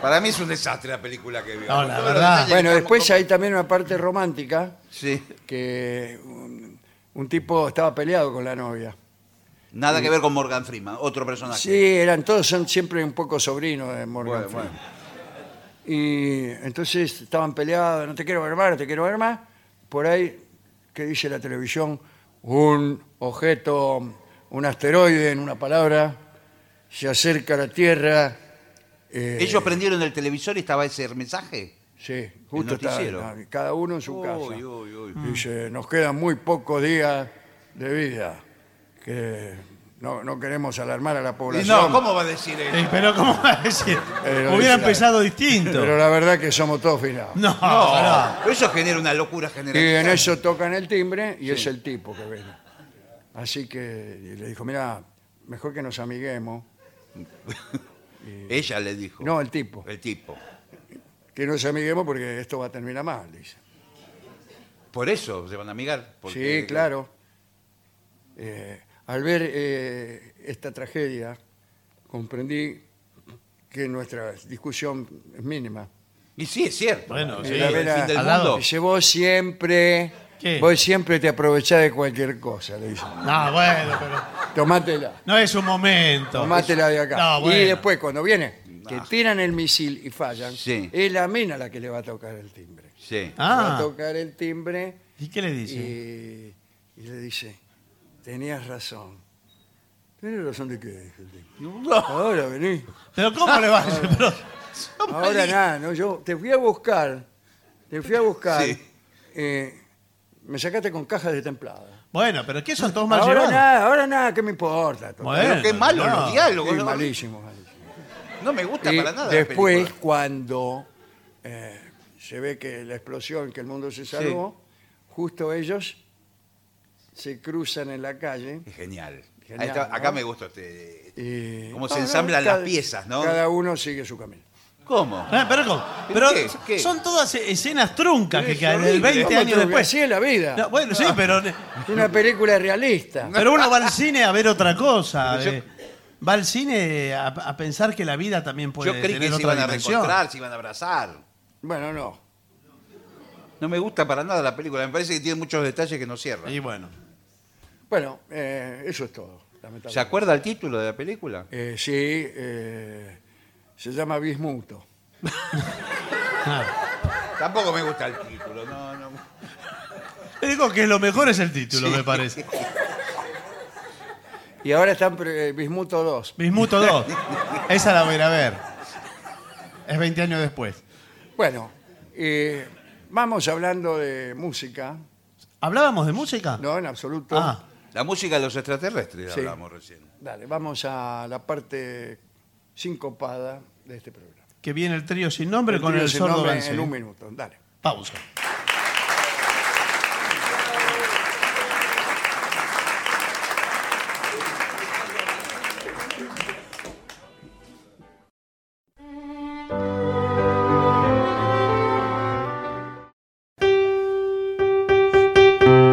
Speaker 4: Para mí es un desastre la película que vio.
Speaker 3: No, la
Speaker 4: Todos los
Speaker 3: verdad.
Speaker 4: detalles
Speaker 2: Bueno,
Speaker 4: estamos
Speaker 2: después
Speaker 4: como-
Speaker 2: hay también una parte romántica
Speaker 4: Sí.
Speaker 2: que un, un tipo estaba peleado con la novia.
Speaker 4: Nada que ver con Morgan Freeman, otro personaje.
Speaker 2: Sí, eran todos, son siempre un poco sobrinos de Morgan
Speaker 4: Ah, Bueno, bueno.
Speaker 2: Freeman. Y entonces estaban peleados, no te quiero ver más, no te quiero ver más. Por ahí, ¿qué dice la televisión? Un objeto, un asteroide, en una palabra, se acerca a la Tierra. eh,
Speaker 4: Ellos prendieron el televisor y estaba ese mensaje.
Speaker 2: Sí, justo está,
Speaker 4: noticiero.
Speaker 2: está, cada uno en su
Speaker 4: Uy,
Speaker 2: casa.
Speaker 4: uy, uy.
Speaker 2: Dice, nos quedan muy pocos días de vida, que no, no queremos alarmar a la
Speaker 4: Y
Speaker 2: población.
Speaker 4: no, ¿cómo va a decir eso?
Speaker 3: Sí, Eh, pero ¿cómo va a decir?
Speaker 2: Pero
Speaker 3: Hubiera
Speaker 2: sí,
Speaker 3: empezado distinto.
Speaker 2: Pero la verdad que somos todos finados.
Speaker 3: No,
Speaker 4: No,
Speaker 3: no.
Speaker 4: pero eso genera una locura
Speaker 2: Y en
Speaker 4: general.
Speaker 2: eso tocan el timbre y es el tipo que viene. Así que y le dijo, mira, mejor que nos amiguemos.
Speaker 4: Ella le dijo.
Speaker 2: No, el tipo.
Speaker 4: El tipo.
Speaker 2: Que nos amiguemos porque esto va a terminar mal, dice.
Speaker 4: Por eso se van a amigar. porque-
Speaker 2: Sí, claro. Eh, al ver eh, esta tragedia, comprendí que nuestra discusión es mínima.
Speaker 4: Y sí, es cierto.
Speaker 3: Bueno,
Speaker 4: Es
Speaker 3: sí.
Speaker 4: el fin del
Speaker 3: Al lado.
Speaker 4: mundo.
Speaker 2: Dice, vos siempre,
Speaker 3: ¿Qué?
Speaker 2: vos siempre te aprovechás de cualquier cosa, le dice.
Speaker 3: No, bueno, pero.
Speaker 2: Tomátela.
Speaker 3: No es un momento.
Speaker 2: Tomátela de acá.
Speaker 3: No, bueno.
Speaker 2: Y después, cuando viene, que tiran el misil y fallan,
Speaker 4: Sí.
Speaker 2: es la mina la que le va a tocar el timbre.
Speaker 4: Sí.
Speaker 2: Le Va a
Speaker 3: Ah,
Speaker 2: tocar el timbre
Speaker 3: ¿y qué le
Speaker 2: y,
Speaker 3: dice?
Speaker 2: y le dice, tenías razón. ¿Tenías razón de qué? dice el tipo. Ahora vení.
Speaker 3: Pero ¿cómo
Speaker 4: [laughs]
Speaker 3: le va a decir? Pero-
Speaker 2: Ahora nada, no, yo te fui a buscar, te fui a buscar,
Speaker 4: Sí.
Speaker 2: eh, me sacaste con cajas de templada.
Speaker 3: Bueno, pero ¿qué son todos mal
Speaker 2: Ahora
Speaker 3: llevados?
Speaker 2: nada, ahora nada, ¿qué me importa? Total.
Speaker 3: Bueno,
Speaker 4: Pero qué malo
Speaker 3: no.
Speaker 4: los
Speaker 2: Sí,
Speaker 4: diálogos. ¿no?
Speaker 2: malísimo, malísimo.
Speaker 4: No me gusta
Speaker 2: Y
Speaker 4: para nada. la
Speaker 2: después,
Speaker 4: película.
Speaker 2: cuando eh, se ve que la explosión, que el mundo se salvó, justo ellos se cruzan en la calle
Speaker 4: Es Genial.
Speaker 2: Genial,
Speaker 4: Ahí está-
Speaker 2: ¿no?
Speaker 4: acá me gusta este.
Speaker 2: y... Ah,
Speaker 4: Cómo se
Speaker 2: No, no,
Speaker 4: ensamblan
Speaker 2: cada-
Speaker 4: las piezas, ¿no?
Speaker 2: Cada uno sigue su camino.
Speaker 4: ¿Cómo?
Speaker 3: Eh, pero ¿cómo? Pero
Speaker 4: ¿Qué? ¿Qué?
Speaker 3: son todas escenas truncas que
Speaker 4: Es
Speaker 3: quedan
Speaker 4: horrible.
Speaker 3: 20
Speaker 4: ¿Cómo
Speaker 3: años
Speaker 2: Porque
Speaker 3: después.
Speaker 2: Así es la vida.
Speaker 3: No, bueno, sí, pero,
Speaker 2: Es Una película realista.
Speaker 3: pero uno va al cine a ver otra cosa.
Speaker 4: Yo-
Speaker 3: eh. Va al cine a, a pensar que la vida también puede
Speaker 4: Yo creí
Speaker 3: tener
Speaker 4: que se
Speaker 3: otra
Speaker 4: iban a
Speaker 3: dimensión.
Speaker 4: reencontrar, se iban a abrazar.
Speaker 2: Bueno, no.
Speaker 4: No me gusta para nada la película. Me parece que tiene muchos detalles que no cierran.
Speaker 3: Y bueno,
Speaker 2: Bueno, eh, eso es todo. lamentablemente.
Speaker 4: ¿Se acuerda el título de la película?
Speaker 2: Eh, sí, eh, se llama Bismuto.
Speaker 4: Tampoco me gusta el título. No, no.
Speaker 3: le digo que lo mejor es el título, me parece.
Speaker 2: Y ahora están pre- eh, Bismuto 2.
Speaker 3: Bismuto 2. Esa la voy a ir a ver. Es 20 años después.
Speaker 2: Bueno, eh, vamos hablando de música.
Speaker 3: ¿Hablábamos de música?
Speaker 2: No, en absoluto.
Speaker 3: Ah,
Speaker 4: La música de los extraterrestres
Speaker 2: Sí.
Speaker 4: hablamos recién.
Speaker 2: Dale, vamos a la parte sincopada de este programa.
Speaker 3: que viene el trío sin nombre con
Speaker 2: trío
Speaker 3: el
Speaker 2: sin
Speaker 3: sordo
Speaker 2: nombre
Speaker 3: Gansé.
Speaker 2: En un minuto, dale.
Speaker 3: Pausa.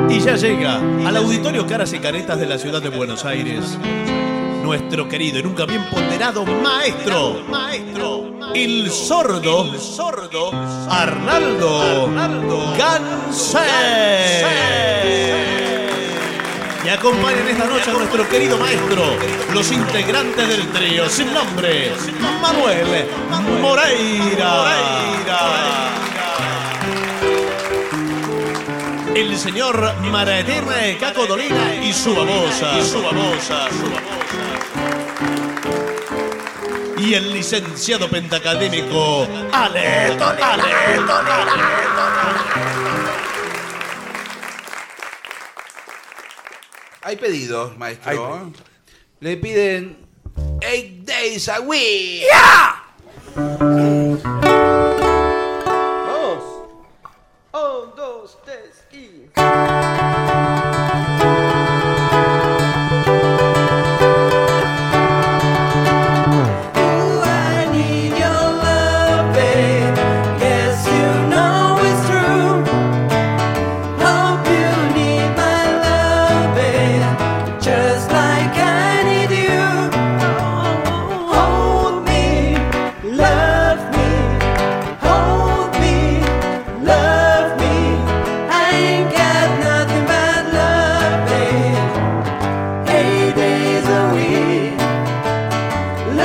Speaker 3: Y ya llega al auditorio Caras y Caretas de la ciudad de Buenos Aires. Nuestro querido y nunca bien ponderado maestro, maestro, el sordo, el sordo, Arnaldo, Gansé. Y acompañan esta noche a nuestro querido maestro, los integrantes del trío sin nombre, Manuel Moreira. El señor Mara Eterna Caco Dolina y su babosa. Y su babosa. Y el licenciado pentacadémico Ale Dolina. Ale Dolina.
Speaker 4: Hay pedidos, maestro.
Speaker 2: Hay pedidos.
Speaker 4: Le piden eight days a week.
Speaker 6: Un, dos, tres y. Just like I need you. Hold me, love me, hold me, love me. I ain't got nothing but love, babe. Eight days a week.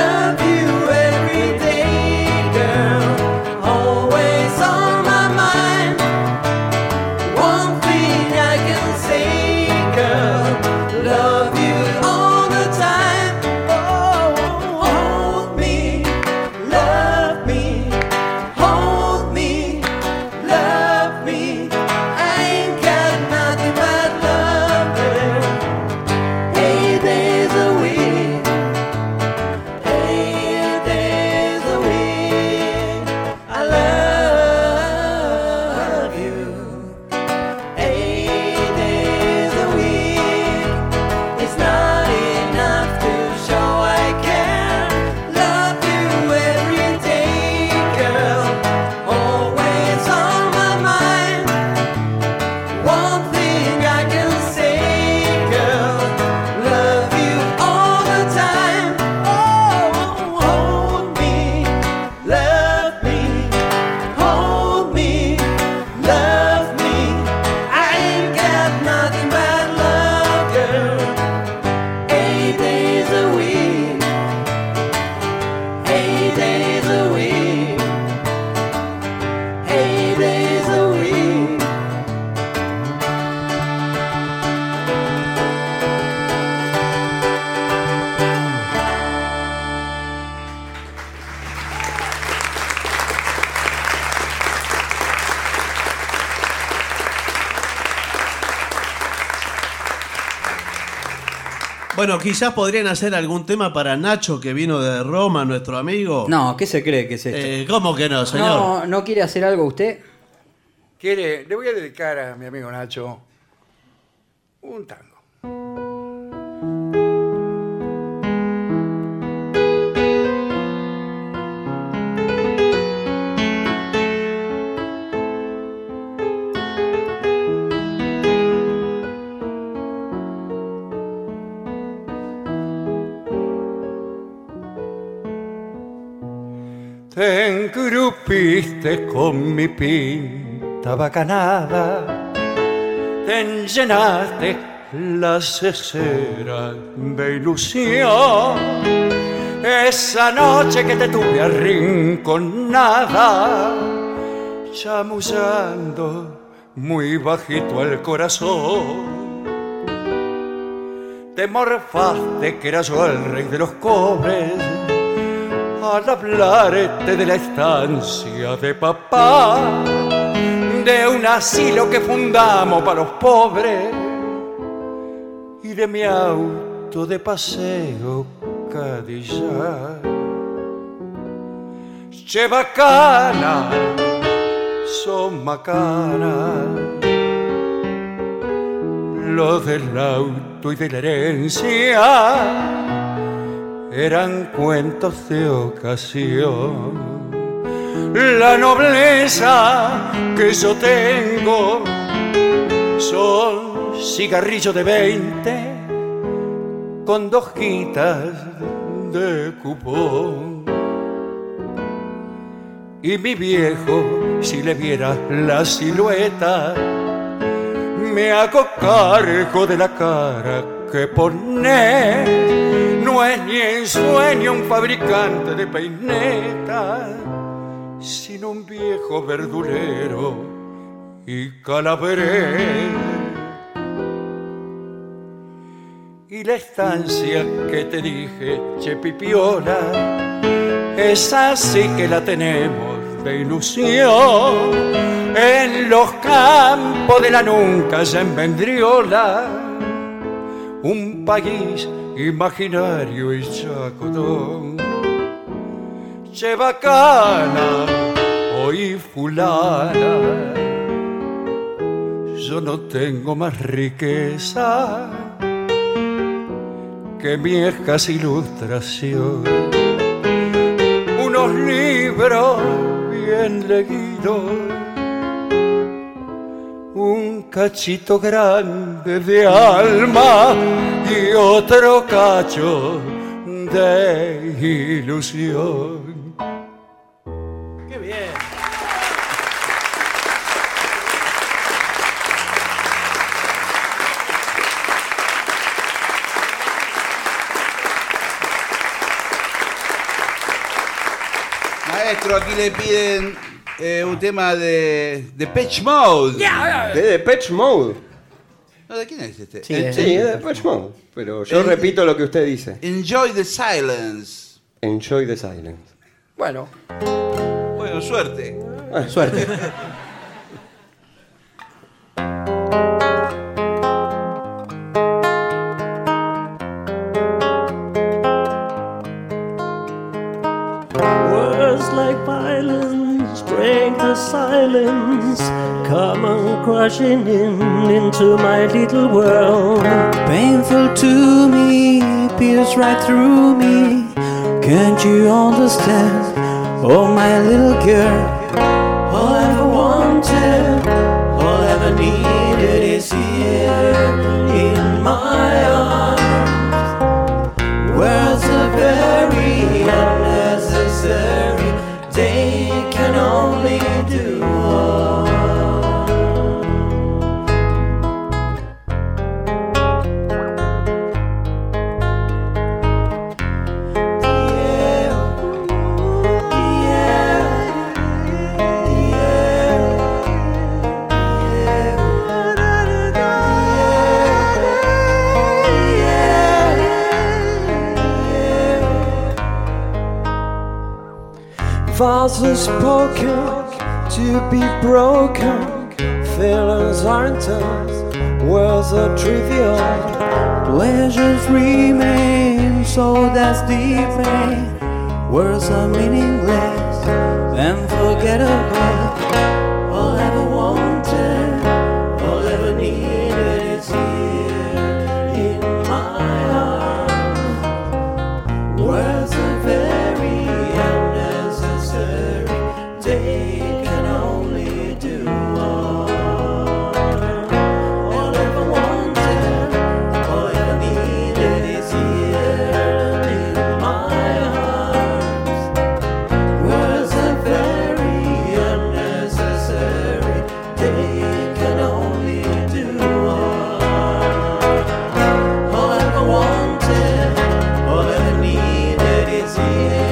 Speaker 6: Love you every day, girl. Always on my mind. One thing I can say, girl, love you all the time. Oh, hold me, love me, hold me, love me. I ain't got nothing but love, girl. Eight days a week, eight days a week. I love you. Eight days a week It's not enough to show I can love you every day, girl. Always on my mind. One thing I can say, girl, love you all the time. Oh, hold me, love me, hold me, love me. I ain't got nothing but love, girl. Eight days a week, eight days a week, eight days a week.
Speaker 3: Bueno, quizás podrían hacer algún tema para Nacho que vino de Roma, nuestro amigo.
Speaker 7: No, ¿qué se cree que es esto?
Speaker 3: Eh, ¿Cómo que no, señor?
Speaker 7: no, ¿no quiere hacer algo usted?
Speaker 2: Quiere, le voy a dedicar a mi amigo Nacho un tango.
Speaker 8: Te engrupiste con mi pinta bacanada, te llenaste la cesera de ilusión. Esa noche que te tuve arrinconada, chamullando muy bajito al corazón. Te morfaste que era yo el rey de los cobres al hablarte de la estancia de papá, de un asilo que fundamos para los pobres y de mi auto de paseo Cadillac. Che bacana, son macanas los del auto y de la herencia eran cuentos de ocasión. La nobleza que yo tengo son cigarrillos de 20 con dos quitas de cupón. Y mi viejo, si le viera la silueta, me hago cargo de la cara que pones. No es ni en sueño un fabricante de peinetas, sino un viejo verdulero y calaverero. Y la estancia que te dije, Chepipiola, es así que la tenemos de ilusión. En los campos de la nunca se envendriola un país imaginario y chacotón. Che bacana, hoy fulana, yo no tengo más riqueza que viejas ilustración. Unos libros bien leídos, un cachito grande de alma y otro cacho de ilusión.
Speaker 9: Qué bien.
Speaker 4: Maestro, aquí le piden eh, un tema de, de Pitch Mode.
Speaker 10: De Depeche Mode.
Speaker 4: No, ¿De quién es este?
Speaker 11: Sí,
Speaker 4: En-
Speaker 11: es-
Speaker 10: Sí, de Depeche Mode. Pero yo
Speaker 4: El-
Speaker 10: repito lo que usted dice.
Speaker 4: Enjoy the silence.
Speaker 10: Enjoy the silence.
Speaker 12: Bueno,
Speaker 4: Bueno, suerte.
Speaker 11: Suerte.
Speaker 10: Words like violence break the silence. Come on crashing in into my little world.
Speaker 6: Painful to me, pierce right through me. Can't you understand? Oh, my little girl. All I ever wanted, all I ever needed is here in my arms. Words are very unnecessary. They can only do one. Voices spoken to be broken. Feelings aren't us, words are trivial. Pleasures remain, so that's the pain. Words are meaningless and forgettable. All I ever wanted, all I ever needed is here in my arms. Words are very unnecessary. They can only do one. All I ever wanted, all I ever needed is here in my arms. Words are very unnecessary. They can only do one. All I ever wanted, all I ever needed.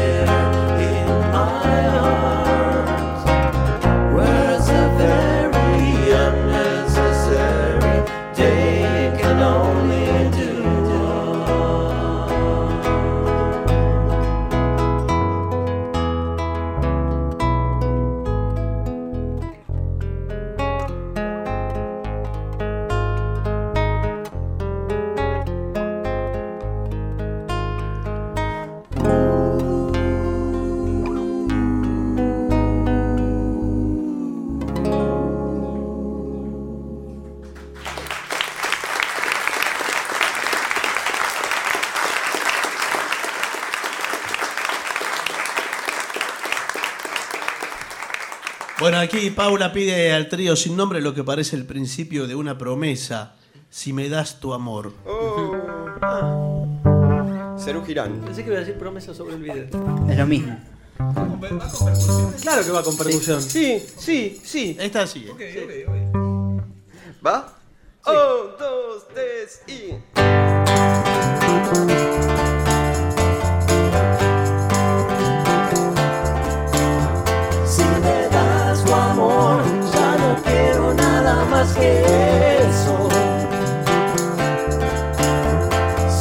Speaker 3: Bueno, aquí Paula pide al trío sin nombre lo que parece el principio de una promesa. Si me das tu amor.
Speaker 8: Cerú Girán.
Speaker 13: Pensé que iba a decir promesa sobre el video.
Speaker 2: Es lo mismo.
Speaker 13: Claro que va con percusión.
Speaker 8: Sí, sí, sí.
Speaker 3: Esta sí.
Speaker 8: ¿Va? Un, dos, tres y.
Speaker 6: Si me das tu amor, ya no quiero nada más que eso.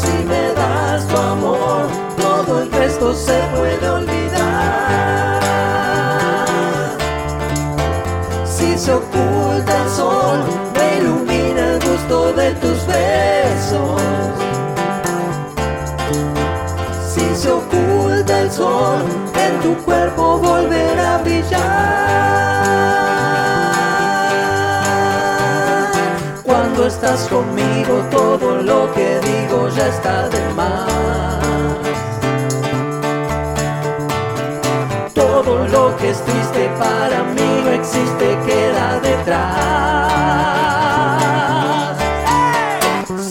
Speaker 6: Si me das tu amor, todo el resto se puede olvidar. Si se oculta el sol, me ilumina el gusto de tus besos. Si se oculta el sol, en tu cuerpo volverá a brillar. Cuando estás conmigo, todo lo que digo ya está de más. Todo lo que es triste para mí no existe, queda detrás.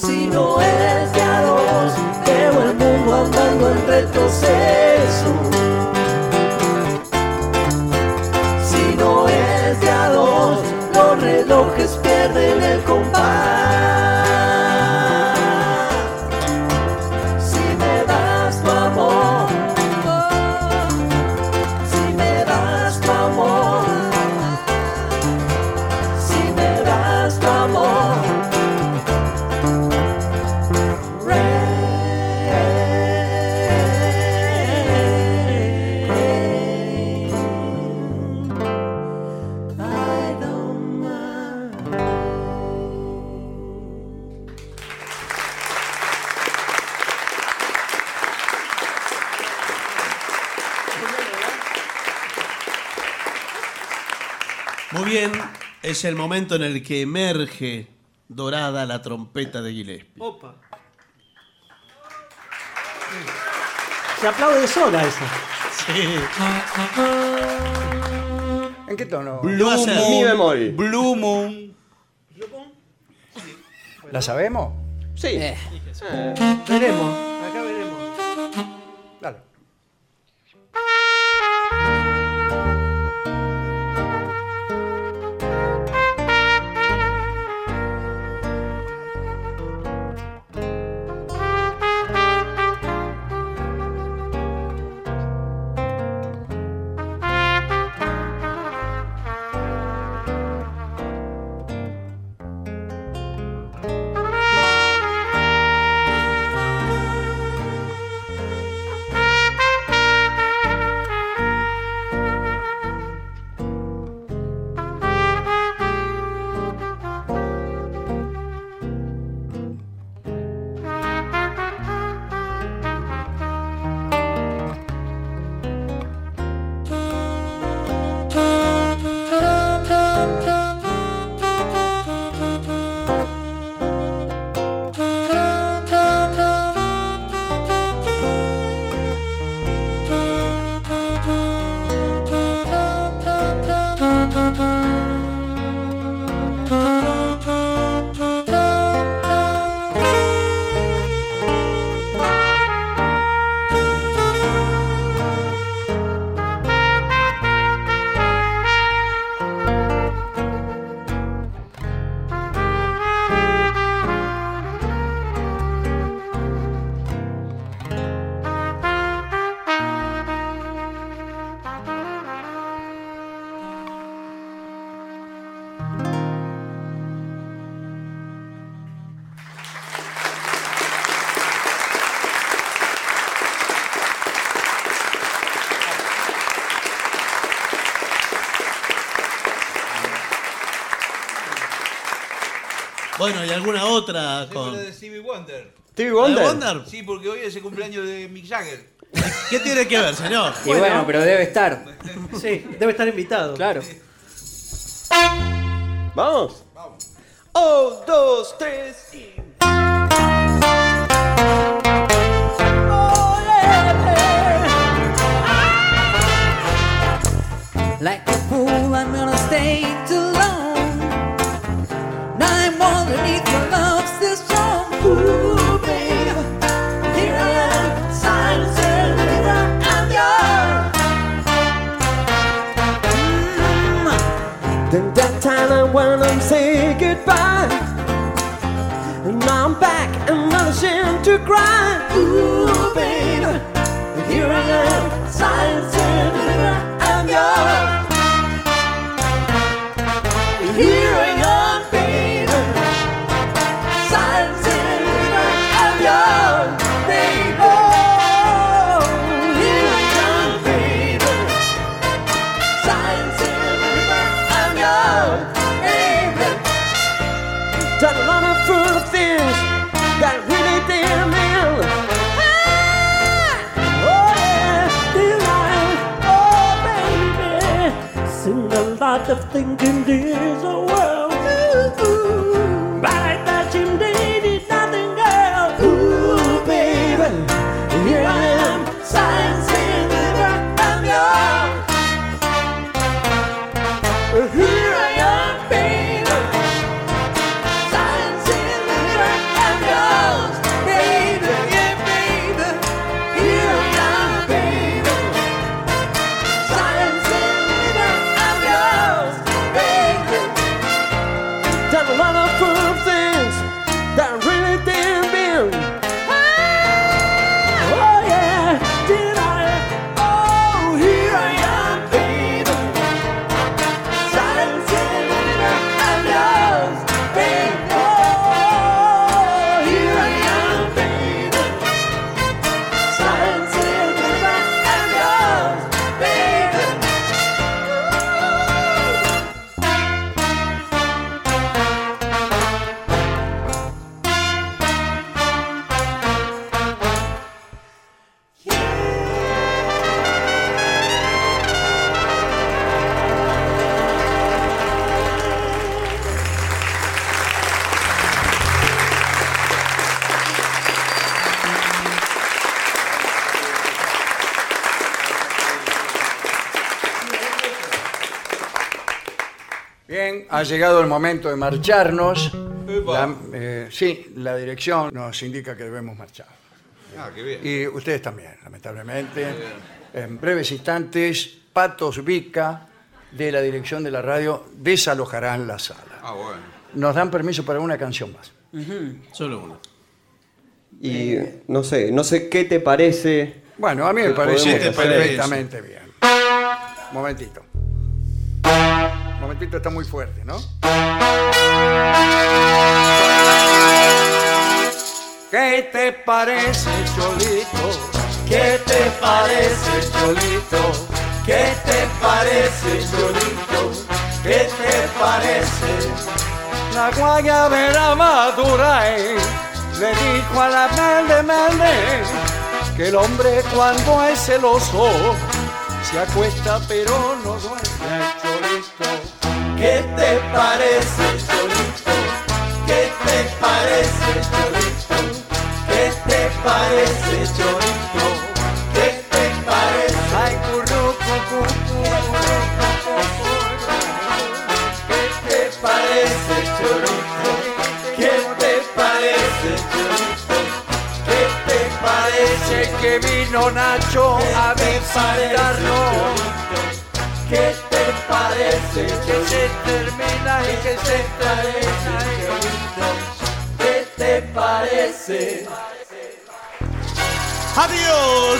Speaker 6: Si no es de a dos, veo el mundo andando en retroceso. Si no es de a dos, los relojes pierden el compás. Si me das tu amor, si me das tu amor, si me das tu amor.
Speaker 3: Muy bien, es el momento en el que emerge dorada la trompeta de Gillespie.
Speaker 13: Opa. Se aplaude sola esa.
Speaker 8: ¿En qué tono?
Speaker 3: Blue Lo hace. Moon.
Speaker 8: Mi bemol.
Speaker 4: Blue Moon.
Speaker 8: ¿La sabemos?
Speaker 13: Sí.
Speaker 2: Eh.
Speaker 8: Veremos.
Speaker 13: Acá veremos.
Speaker 8: Dale.
Speaker 3: Bueno, ¿y alguna otra con
Speaker 4: de Stevie Wonder.
Speaker 8: Stevie
Speaker 3: ¿La
Speaker 8: Wonder.
Speaker 3: Wonder?
Speaker 4: Sí, porque hoy es el cumpleaños de Mick Jagger.
Speaker 3: ¿Qué tiene que ver, señor?
Speaker 2: Y bueno, pero debe estar.
Speaker 13: Sí, debe estar invitado.
Speaker 2: Claro.
Speaker 8: Vamos. Un, dos, tres y.
Speaker 2: Like
Speaker 6: fool, I'm in when I say goodbye. And now I'm back, another shame to cry. Ooh, baby, here I am, silent sinner, I'm yours. Here I am, baby, silent sinner, I'm yours, baby. oh, Here I am, baby, silent sinner, I'm yours, baby. Done a lot of fool things that really did me ill. Ah! Oh yeah, did I? Oh baby, seen a lot of thinking this world. Ooh, but I thought you needed nothing, girl. Ooh baby, here I am, signs in the dark, I'm yours. Here I am, baby.
Speaker 2: Bien, ha llegado el momento de marcharnos. La- eh, sí, la dirección nos indica que debemos marchar.
Speaker 4: Ah, qué bien.
Speaker 2: Y ustedes también, lamentablemente. En breves instantes, Patos Vica, de la dirección de la radio, desalojarán la sala.
Speaker 4: Ah, bueno.
Speaker 2: Nos dan permiso para una canción más.
Speaker 3: Solo uno.
Speaker 14: Y no sé, no sé qué te parece.
Speaker 2: Bueno, a mí me
Speaker 14: que
Speaker 2: parece
Speaker 14: podemos hacer.
Speaker 2: perfectamente bien. Momentito. Momentito está muy fuerte, ¿no?
Speaker 8: ¿Qué te parece, Cholito? ¿Qué te parece, Cholito? ¿Qué te parece, Cholito? ¿Qué te parece? La guayabera madura eh, le dijo a la melde, melde que el hombre cuando es celoso se acuesta pero no duerme, Cholito. ¿Qué te parece, Cholito? ¿Qué te parece, Cholito? ¿Qué te parece, Cholito? ¿Qué te parece? Ay, curru, cu, cu, cu. ¿Qué te parece, Cholito? ¿Qué te parece, Cholito? ¿Qué te parece que vino Nacho a visitarnos? ¿Qué te parece que se termina y que se termina? eh. ¿Qué te parece?
Speaker 3: ¡Adiós!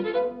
Speaker 15: Thank you.